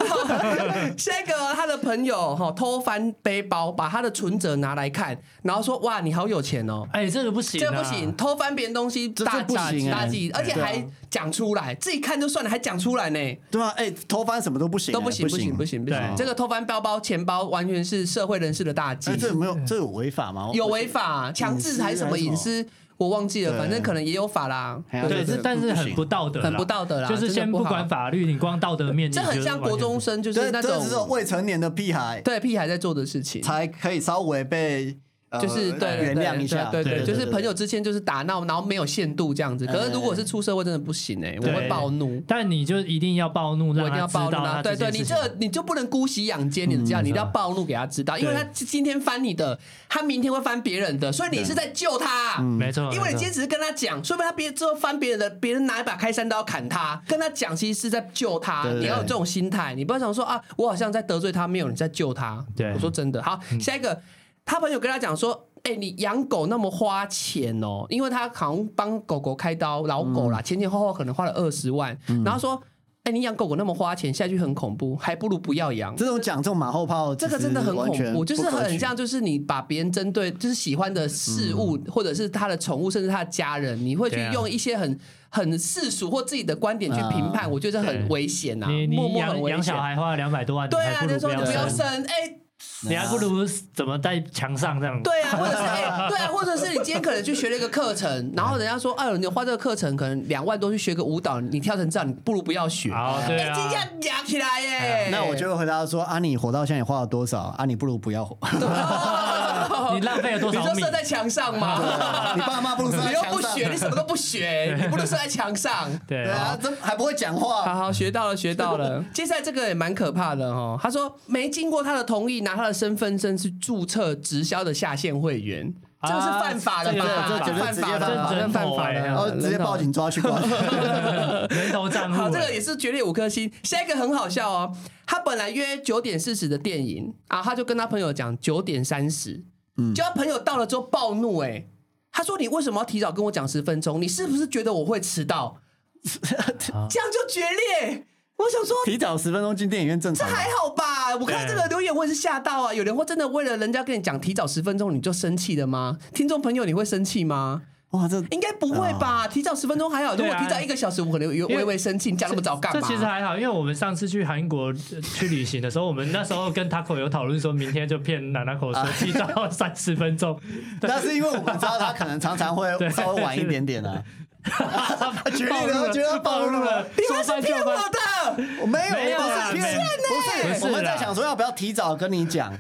Speaker 1: 下一个他的朋友哈偷翻背包，把他的存折拿来看，然后说哇你好有钱哦，
Speaker 2: 哎，这个不行，
Speaker 1: 这不行，，偷翻别人东西
Speaker 3: 这
Speaker 1: 大
Speaker 3: 这不
Speaker 1: 大忌
Speaker 3: 行
Speaker 1: 大
Speaker 3: 哎
Speaker 1: 忌，而且
Speaker 3: 对啊
Speaker 1: 还讲出来，自己看就算了，还讲出来呢，
Speaker 3: 对啊，哎，偷翻什么都不行，
Speaker 1: 都
Speaker 3: 不
Speaker 1: 不行不行不，行不行，
Speaker 2: 对
Speaker 1: 这个偷翻包包、钱包完全是社会人士的大忌
Speaker 3: 哎，，这有没有这有违法吗？
Speaker 1: 有违法，强制还是什么隐私，我忘记了，
Speaker 3: 对
Speaker 1: 反正可能也有法啦。
Speaker 3: 哎呀
Speaker 2: 对，
Speaker 3: 这
Speaker 2: 这但是很不道德啦，
Speaker 1: 很不道德啦
Speaker 2: 就是
Speaker 1: 真
Speaker 2: 先
Speaker 1: 的不
Speaker 2: 不
Speaker 1: 好
Speaker 2: 管法律，你光道德面，
Speaker 1: 这
Speaker 2: 你就
Speaker 1: 很
Speaker 2: 是
Speaker 1: 像
Speaker 2: 完
Speaker 1: 国
Speaker 2: 全
Speaker 1: 中生，就是
Speaker 3: 这
Speaker 1: 那
Speaker 3: 这只有
Speaker 1: 种
Speaker 3: 未成年的屁孩
Speaker 1: 对屁孩在做的事情。
Speaker 3: 才可以稍微被呃
Speaker 1: 就是对对
Speaker 3: 原
Speaker 1: 对
Speaker 3: 谅一下，
Speaker 1: 对对，
Speaker 2: 对
Speaker 1: 对就是朋友之间就是打闹，然后没有限度这样子。可是如果是出社会，真的不行哎，我
Speaker 2: 对
Speaker 1: 会暴怒。
Speaker 2: 但你就一定要暴怒，
Speaker 1: 我
Speaker 2: 让
Speaker 1: 一定要
Speaker 2: 他
Speaker 1: 暴
Speaker 2: 知
Speaker 1: 怒
Speaker 2: 道
Speaker 1: 啊！
Speaker 2: 他
Speaker 1: 对对，
Speaker 2: 件
Speaker 1: 你
Speaker 2: 事
Speaker 1: 这
Speaker 2: 情嗯
Speaker 1: 你就不能姑息养奸，你知道？你一定要暴怒给他知道，因为他今天翻你的，他明天会翻别人的，所以你是在救他。
Speaker 2: 没错，
Speaker 1: 因为你
Speaker 2: 没
Speaker 1: 今
Speaker 2: 错
Speaker 1: 天只是跟他讲，说不定他别之后翻别人的，别人拿一把开山刀砍他，跟他讲其实是在救他。
Speaker 3: 对对对
Speaker 1: 你要有这种心态，你不要想说啊，我好像在得罪他，没有你在救他。
Speaker 2: 对
Speaker 1: 我说真的。好，下一个，他朋友跟他讲说。哎、你养狗那么花钱哦，因为他好像帮狗狗开刀，老狗
Speaker 2: 嗯
Speaker 1: 啦，前前后后可能花了二十万，然后说，哎、你养狗狗那么花钱，下去很恐怖，还不如不要养。
Speaker 3: 这种讲这种马后炮，
Speaker 1: 这个真的很
Speaker 3: 其实
Speaker 1: 恐
Speaker 3: 完
Speaker 1: 怖，
Speaker 3: 全
Speaker 1: 就是
Speaker 3: 不可取
Speaker 1: 很像，就是你把别人
Speaker 3: 嗯
Speaker 1: 针对，就是喜欢的事物，或者是他的宠物，甚至他的家人，你会去
Speaker 2: 对啊
Speaker 1: 用一些很很世俗或自己的观点去评判，
Speaker 3: 啊
Speaker 1: 我觉得很危险呐、啊
Speaker 2: 你
Speaker 1: 默默
Speaker 2: 你
Speaker 1: 很
Speaker 2: 养
Speaker 1: 危
Speaker 2: 养
Speaker 1: 险
Speaker 2: 小。孩花了两百多万，
Speaker 1: 对
Speaker 2: 你
Speaker 1: 啊，
Speaker 2: 还不
Speaker 1: 就
Speaker 2: 如
Speaker 1: 说你
Speaker 2: 不
Speaker 1: 不要
Speaker 2: 要
Speaker 1: 生，哎、
Speaker 2: 你还不如怎么在墙上这样。
Speaker 1: 对啊，或者是哎、 对啊，或者是你今天可能去学了一个课程，然后人家说，哎呦，你花这个课程可能两万多去学个舞蹈，你跳成这样，你不如不要学。
Speaker 2: 好，对
Speaker 1: 哎，今
Speaker 2: 啊，
Speaker 1: 天压起来耶！
Speaker 3: 那我 就回答说啊，你活到现在你花了多少啊？你不如不要活，
Speaker 2: 你浪费了多
Speaker 1: 你
Speaker 2: 少
Speaker 1: 说
Speaker 2: 米
Speaker 1: 射？在墙上吗？
Speaker 3: 你爸妈不如生在
Speaker 1: 啊 你又
Speaker 3: 墙
Speaker 1: 不
Speaker 3: 上
Speaker 1: 学，你什么都不学，你不能射在墙上。
Speaker 2: 对
Speaker 3: 对
Speaker 2: 啊，
Speaker 3: 啊，这还不会讲
Speaker 1: 好
Speaker 3: 话，
Speaker 1: 好，学到了，学到 了。接下来这个也蛮可怕的哦。他说没经过他的同意，拿他的身份证去注册直销的下线会员，
Speaker 2: 啊
Speaker 1: 这个是犯法的吧？
Speaker 2: 这个这
Speaker 3: 绝对
Speaker 1: 犯
Speaker 3: 直接
Speaker 1: 法
Speaker 3: 犯
Speaker 1: 的吧，
Speaker 3: 法
Speaker 1: 这犯法
Speaker 2: 这
Speaker 1: 的，哦
Speaker 2: 人头
Speaker 3: 然后直接报警抓去 关。
Speaker 2: 人头账户
Speaker 1: 好，
Speaker 2: 欸。
Speaker 1: 这个也是绝对五颗星。下一个很好笑哦，他本来约九点四十的电影啊，他就跟他朋友讲九点三十，结果朋友到了之后暴怒哎、他说你为什么要提早跟我讲十分钟？你是不是觉得我会迟到？这样就决裂。我想说，
Speaker 3: 提早十分钟进电影院正
Speaker 1: 这
Speaker 3: 常吧，啊
Speaker 1: 还好吧？我看到这个留言，我也是吓到啊！有人会真的为了人家跟你讲提早十分钟你就生气的吗？听众朋友，你会生气吗？
Speaker 3: 哇，这
Speaker 1: 应该不会吧？提早十分钟还好，如
Speaker 2: 对
Speaker 1: 果
Speaker 2: 啊
Speaker 1: 提早一个小时，我可能有
Speaker 2: 因为
Speaker 1: 微微生气。你讲那么早干
Speaker 2: 这
Speaker 1: 嘛？
Speaker 2: 其实还好，因为我们上次去韩国呃去旅行的时候，我们那时候跟 Taco 有讨论，说明天就骗奶奶口
Speaker 1: 啊
Speaker 2: 说提早三十 分钟，
Speaker 3: 那是因为我们知道他可能常常会
Speaker 2: 对
Speaker 3: 稍微晚一点 点啊。绝对
Speaker 2: 暴露
Speaker 3: 了，
Speaker 2: 了
Speaker 3: 绝对暴露了。
Speaker 1: 你们
Speaker 2: 说
Speaker 1: 是
Speaker 2: 翻就
Speaker 1: 骗我
Speaker 2: 翻。
Speaker 1: 的！
Speaker 3: 我没有，
Speaker 2: 没有啦
Speaker 3: 不是骗，
Speaker 2: 没有
Speaker 3: 不
Speaker 2: 不是
Speaker 3: 是，我们
Speaker 2: 啦
Speaker 3: 在想说要不要提早跟你讲。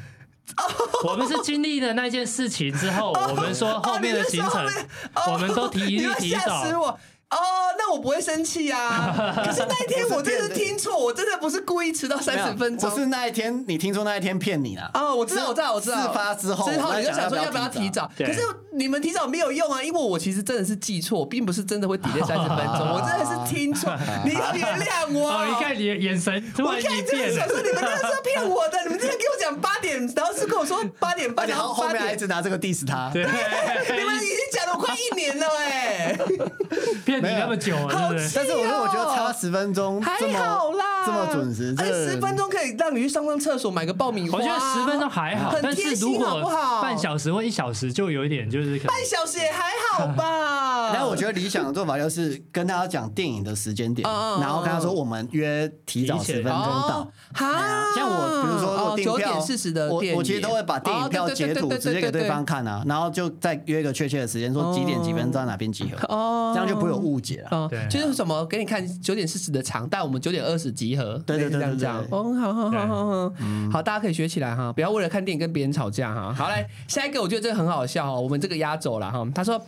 Speaker 2: 我们是经历了那件事情之后，我们说后面的行程
Speaker 1: 哦你们说后面，哦
Speaker 2: 我们都提一
Speaker 1: 你
Speaker 2: 律
Speaker 1: 们
Speaker 2: 提
Speaker 1: 吓
Speaker 2: 早。
Speaker 1: 死我！哦，那我不会生气 啊。可是那一天我真的是听错，我真的不是故意迟到三十分钟
Speaker 3: 不。是那一天，你听说那一天骗你了。
Speaker 1: 哦，我知道，我知道，我知道。
Speaker 3: 事发之后
Speaker 1: 之后
Speaker 3: 我
Speaker 1: 你
Speaker 3: 在
Speaker 1: 就想
Speaker 3: 想
Speaker 1: 说要
Speaker 3: 要
Speaker 1: 不
Speaker 3: 不
Speaker 1: 要
Speaker 3: 要
Speaker 1: 提
Speaker 3: 提
Speaker 1: 早
Speaker 3: 早？
Speaker 1: 可
Speaker 2: 对
Speaker 1: 是你们提早没有用啊，因为我其实真的是记错，并不是真的会 抵 e 三十分钟，我真的是听 错。你要原谅我。
Speaker 2: 哦，你看你的眼神突
Speaker 1: 我一
Speaker 2: 然一
Speaker 1: 看就是
Speaker 2: 变
Speaker 1: 想，说，你们真的是骗我的！你们之前给我讲八点，然后是跟我说八点
Speaker 3: 而
Speaker 1: 半，
Speaker 3: 且
Speaker 1: 然
Speaker 3: 后
Speaker 1: 后
Speaker 3: 后
Speaker 1: 八
Speaker 3: 面还一
Speaker 1: 点，
Speaker 3: 直拿这个 diss 他。
Speaker 2: 对，
Speaker 1: 你们已经讲了快一年了哎、
Speaker 2: 骗你那么久了，
Speaker 1: 好
Speaker 2: 对不对？
Speaker 3: 但是我说，我觉得差十分钟
Speaker 1: 还
Speaker 3: 这么
Speaker 1: 好啦，
Speaker 3: 这么准时，
Speaker 1: 哎，
Speaker 3: 这
Speaker 1: 十分钟可以让你去上上厕所，买个爆米花。
Speaker 2: 我觉得十分钟还好，
Speaker 1: 啊很
Speaker 2: 但
Speaker 1: 贴
Speaker 2: 是如
Speaker 1: 心，好
Speaker 2: 果
Speaker 1: 不好？
Speaker 2: 半小时或一小时，就有一点就是可能
Speaker 1: 半小时也还好 吧。
Speaker 3: 然后我觉得理想的做法就是跟大家讲电影的时间点，
Speaker 1: 嗯嗯嗯
Speaker 3: 然后跟他说我们约提早
Speaker 2: 提前
Speaker 3: 十 分钟到
Speaker 1: 哦。哈，哦
Speaker 3: 像我，比如说我订
Speaker 1: 九
Speaker 3: 票，
Speaker 1: 点四十的
Speaker 3: 我
Speaker 1: 电影，
Speaker 3: 我其实都会把电影票截
Speaker 1: 哦
Speaker 3: 图
Speaker 1: 对对对对
Speaker 3: 直接给
Speaker 1: 对
Speaker 3: 对方看啊，然后就再约一个确切的时间，说几点几分到哪边集合，
Speaker 1: 哦，
Speaker 3: 这样就不会有误解了。
Speaker 1: 哦
Speaker 2: 对，啊
Speaker 1: 就是什么给你看九点四十的场，但我们九点二十集合，
Speaker 3: 对对对
Speaker 1: 这样
Speaker 3: 对
Speaker 1: 这样
Speaker 3: 对。对
Speaker 1: 哦，好好
Speaker 2: 对嗯
Speaker 1: 好好好，好，大家可以学起来哈，不要为了看电影跟别人吵架哈。好嘞，来下一个我觉得这个很好笑哦，我们这个压轴了哈，他说。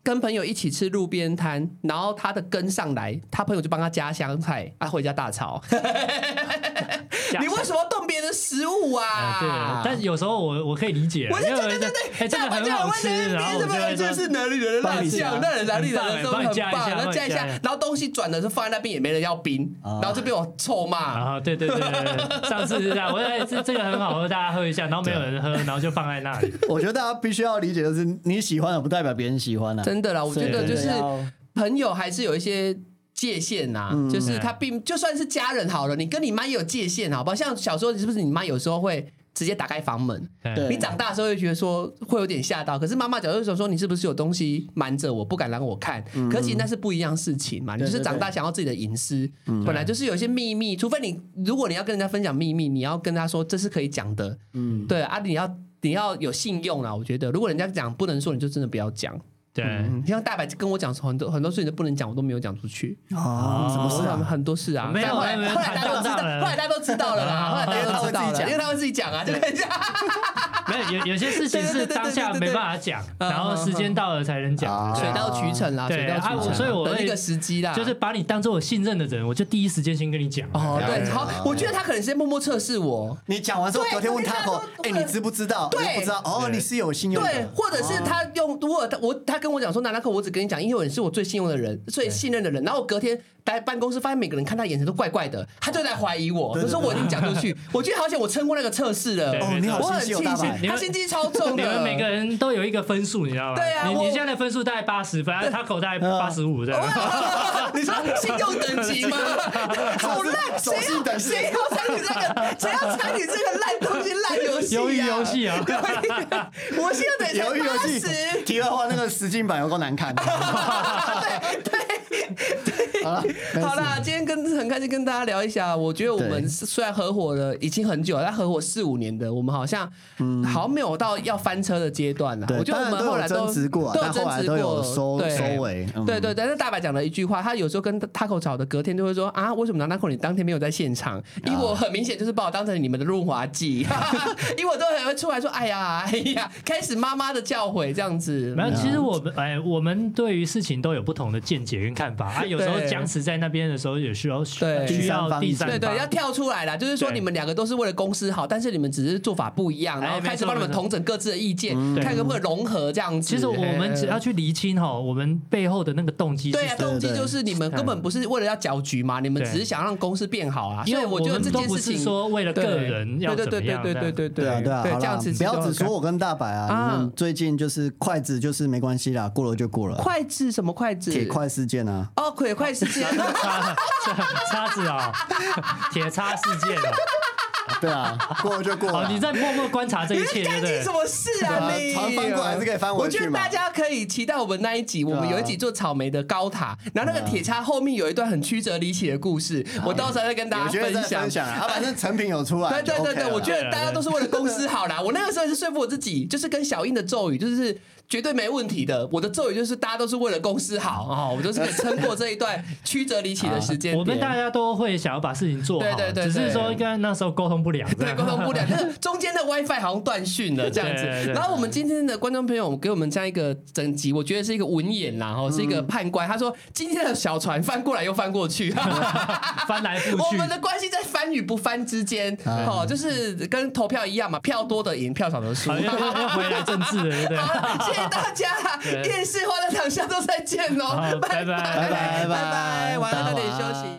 Speaker 1: 跟朋友一起吃路边摊，然后他的跟上来，他朋友就帮他加香菜，他、回家大 吵。
Speaker 2: 加
Speaker 1: 哎你为什么动别人的食物啊？
Speaker 2: 啊，对，但有时候我我可以理解，
Speaker 1: 我是
Speaker 2: 因为
Speaker 1: 对对对对，
Speaker 2: 哎，这个很好吃，
Speaker 1: 啊
Speaker 2: 然后我就会
Speaker 1: 这
Speaker 2: 说
Speaker 1: 是哪里人的辣酱，那人哪里人的都很棒，然后加一下，啊然后东西转的是放在那边也没人要冰，然后就被我臭骂。
Speaker 2: 啊，对对对对，对上次是这样，我说哎，这这个很好喝，大家喝一下，然后没有人喝，然后就放在 那里。
Speaker 3: 我觉得大家必须要理解的是，你喜欢的不代表别人喜欢啊。
Speaker 1: 真的啦，我觉得就是朋友还是有一些。界限呐、就是他并就算是家人好了，你跟你妈也有界限，好不好？像小时候，是不是你妈有时候会直接打开房门？
Speaker 3: 对
Speaker 1: 你长大的时候会觉得说会有点吓到，可是妈妈小时候说你是不是有东西瞒着我，不敢让我看？可其实那是不一样事情嘛，你就是
Speaker 3: 嗯对对嗯
Speaker 1: 长大想要自己的隐私，本来就是有一些秘密，除非你如果你要跟人家分享秘密，你要跟他说这是可以讲的，嗯，对啊，你要你要有信用啊啦，我觉得如果人家讲不能说，你就真的不要讲。
Speaker 2: 对，
Speaker 1: 嗯，像大白跟我讲很多很多事情都不能讲，我都没有讲出去。
Speaker 3: 哦，什么事啊？
Speaker 1: 很多事啊，
Speaker 2: 没有
Speaker 1: 后来
Speaker 2: 没有
Speaker 1: 后来大家都知道，
Speaker 2: 坦荡荡了
Speaker 1: 后来大家都知道了啦，后来大家都知道了，因为他会自己讲啊，就跟人家
Speaker 2: 哦没有有有些事情是当下没办法讲，
Speaker 1: 对对对对对对嗯
Speaker 2: 然后时间到了才能讲，
Speaker 3: 啊
Speaker 2: 对
Speaker 1: 水到渠成啦，
Speaker 2: 对
Speaker 1: 水到渠
Speaker 2: 啊
Speaker 1: 成啦，
Speaker 2: 我所以我会
Speaker 1: 等一个时机啦，
Speaker 2: 就是把你当做我信任的人，我就第一时间先跟你讲。
Speaker 1: 哦，对，
Speaker 3: 对
Speaker 1: 好，我觉得他可能是在默默测试我，
Speaker 3: 你讲完之后，
Speaker 1: 对
Speaker 3: 隔天问
Speaker 1: 我觉得大
Speaker 3: Taco，
Speaker 1: 家
Speaker 3: 哎，
Speaker 1: 都
Speaker 3: 你知不知道？
Speaker 1: 对
Speaker 3: 我就不知道。哦，
Speaker 2: 对
Speaker 3: 你是有信用
Speaker 1: 对，
Speaker 3: 的。
Speaker 1: 或者是他用，如果他我他跟我讲说，娜娜克，我只跟你讲，因为你是我最信用的人，最信任的人，然后我隔天来办公室，发现每个人看他眼神都怪怪的，他就在怀疑我，
Speaker 3: 对
Speaker 1: 我
Speaker 3: 对
Speaker 1: 说
Speaker 3: 对
Speaker 1: 我已经讲出去，我觉得好像我撑过那个测试了，
Speaker 2: 对
Speaker 3: 哦，你好
Speaker 1: 我很
Speaker 3: 心
Speaker 1: 庆
Speaker 3: 机哦，大白
Speaker 1: 幸，
Speaker 2: 你
Speaker 1: 他
Speaker 2: 们
Speaker 1: 心机超重
Speaker 2: 你们
Speaker 1: 的，
Speaker 2: 每个人都有一个分数，你知道吗？
Speaker 1: 对啊
Speaker 2: 你
Speaker 1: 我
Speaker 2: 你现在的分数大概八十分，啊他口袋八十五这样。
Speaker 1: 你说信用等级 吗？好烂，谁
Speaker 3: 手信
Speaker 1: 要
Speaker 3: 等级
Speaker 1: 谁要参与这个？谁要参与这个烂东西、烂游 戏、啊？
Speaker 2: 鱿鱼游 戏啊
Speaker 1: 我现在等级
Speaker 3: 鱿鱼游
Speaker 1: 八
Speaker 3: 戏
Speaker 1: 十。
Speaker 3: 题外话，那个实境版有够难看的。
Speaker 1: 对对，
Speaker 3: 好了，没
Speaker 1: 好
Speaker 3: 事
Speaker 1: 啦，今天跟很开心跟大家聊一下，我觉得我们
Speaker 3: 对
Speaker 1: 虽然合伙了已经很久了，但合伙四五年的，我们好像好像没有到要翻车的阶段了。
Speaker 3: 嗯对
Speaker 1: 我觉得我
Speaker 3: 当然
Speaker 1: 们
Speaker 3: 都有
Speaker 1: 后来都
Speaker 3: 争执过啊
Speaker 1: 都有
Speaker 3: 但后来
Speaker 1: 争执
Speaker 3: 都有
Speaker 1: 过，
Speaker 3: 收
Speaker 1: 对
Speaker 3: 收尾嗯
Speaker 1: 对对对。但是大白讲了一句话，他有时候跟 Taco 吵的，隔天就会说啊，为什么 Taco 你当天没有在现场？因为我很明显就是把我当成你们的润滑 剂，因为我都很会出来说，哎呀哎呀，开始妈妈的教诲这样子。
Speaker 2: 没有，其实我们哎，我们对于事情都有不同的见解跟看法啊。有时候
Speaker 1: 对
Speaker 2: 僵持在那边的时候，也需要需
Speaker 1: 对
Speaker 2: 需
Speaker 3: 第三
Speaker 2: 要
Speaker 3: 方
Speaker 2: 第
Speaker 3: 意
Speaker 2: 三
Speaker 3: 见
Speaker 2: 方
Speaker 1: 对对，要跳出来啦，就是说
Speaker 2: 对
Speaker 1: 你们两个都是为了公司好，但是你们只是做法不一样，
Speaker 2: 哎
Speaker 1: 然后开始
Speaker 2: 没错
Speaker 1: 帮你们
Speaker 2: 没错嗯
Speaker 1: 统整各自的意见，
Speaker 2: 对
Speaker 1: 看可不可以融合这样子。
Speaker 2: 其实我们只要去厘清哈，我们背后的那个动机是
Speaker 1: 对
Speaker 2: 什
Speaker 1: 啊，
Speaker 2: 么。
Speaker 1: 动机
Speaker 3: 对对
Speaker 1: 就是你们根本不是为了要搅局嘛，你们
Speaker 2: 对
Speaker 1: 只是想让公司变好啊。
Speaker 2: 因
Speaker 1: 所
Speaker 2: 为
Speaker 1: 以
Speaker 2: 我
Speaker 1: 觉得
Speaker 2: 们
Speaker 1: 这
Speaker 2: 都
Speaker 1: 件
Speaker 2: 不
Speaker 1: 事
Speaker 2: 是
Speaker 1: 情，
Speaker 2: 说为了
Speaker 1: 对
Speaker 2: 个人要
Speaker 1: 对
Speaker 2: 怎么
Speaker 1: 对
Speaker 2: 样，
Speaker 1: 对对对对对
Speaker 3: 对啊，对啊，好
Speaker 1: 这
Speaker 3: 啦
Speaker 1: 样子
Speaker 3: 不要只
Speaker 1: 其实
Speaker 3: 说
Speaker 1: 就 OK。
Speaker 3: 我跟大白啊，
Speaker 1: 啊
Speaker 3: 你们最近就是筷子就是没关系啦，过了就过了，
Speaker 1: 筷子什么筷子？
Speaker 3: 铁块事件啊，
Speaker 1: 哦，铁筷事 件。
Speaker 2: 叉叉子啊，铁叉事件啊，
Speaker 3: 对啊，过了就过
Speaker 2: 好，
Speaker 3: 了。
Speaker 2: 你在默默观察这一切，对
Speaker 1: 干
Speaker 2: 不
Speaker 1: 你
Speaker 2: 对
Speaker 1: 什？么事啊
Speaker 3: 对啊
Speaker 1: 你？
Speaker 3: 常翻过来是可以翻回
Speaker 1: 我
Speaker 3: 去
Speaker 1: 觉
Speaker 3: 嘛
Speaker 1: 得大家可以期待我们那一集，我们
Speaker 3: 对啊
Speaker 1: 有一集做草莓的高塔，然后那个铁叉后面有一段很曲折离奇的故事，
Speaker 3: 嗯
Speaker 1: 我到时候再跟大
Speaker 3: 我
Speaker 1: 家
Speaker 3: 觉得在
Speaker 1: 分
Speaker 3: 分
Speaker 1: 享。
Speaker 3: 享啊，啊反正成品有出来
Speaker 1: 对
Speaker 3: 就
Speaker 1: 对
Speaker 3: OK 了啦，
Speaker 1: 对对，我觉
Speaker 2: 对
Speaker 1: 得
Speaker 2: 啊
Speaker 1: 大家都是为了公司好啦。我那个时候也是说服我自己，就是跟小英的咒语，就是绝对没问题的。我的咒语就是大家都是为了公司好啊，我就是可以撑过这一段曲折离奇的时间点。
Speaker 2: 啊我们大家都会想要把事情做好，啊
Speaker 1: 对对对
Speaker 2: 只是
Speaker 1: 对
Speaker 2: 说跟那时候沟通不了，
Speaker 1: 对，沟通不了，那个中间的 WiFi 好像断讯了这样子
Speaker 2: 对对。对
Speaker 1: 然后我们今天的观众朋友给我们这样一个整集，我觉得是一个文眼啦，
Speaker 2: 嗯
Speaker 1: 哦，是一个判官。他说今天的小船翻过来又翻过 去，
Speaker 2: 翻来覆
Speaker 1: 我
Speaker 2: 去。
Speaker 1: 们的关系在翻与不翻之间，
Speaker 2: 嗯
Speaker 1: 哦，就是跟投票一样嘛，票多的赢，票少的输。
Speaker 2: 好，要要要回来政治了，对不对？
Speaker 1: 好了，谢谢大家，
Speaker 2: 对
Speaker 1: 电视花的场下都再见
Speaker 2: 好
Speaker 1: 哦，拜
Speaker 2: 拜拜
Speaker 3: 拜拜
Speaker 1: 拜拜，晚安，
Speaker 3: 大
Speaker 1: 早
Speaker 3: 家
Speaker 1: 点
Speaker 3: 晚
Speaker 1: 休
Speaker 3: 安
Speaker 1: 息。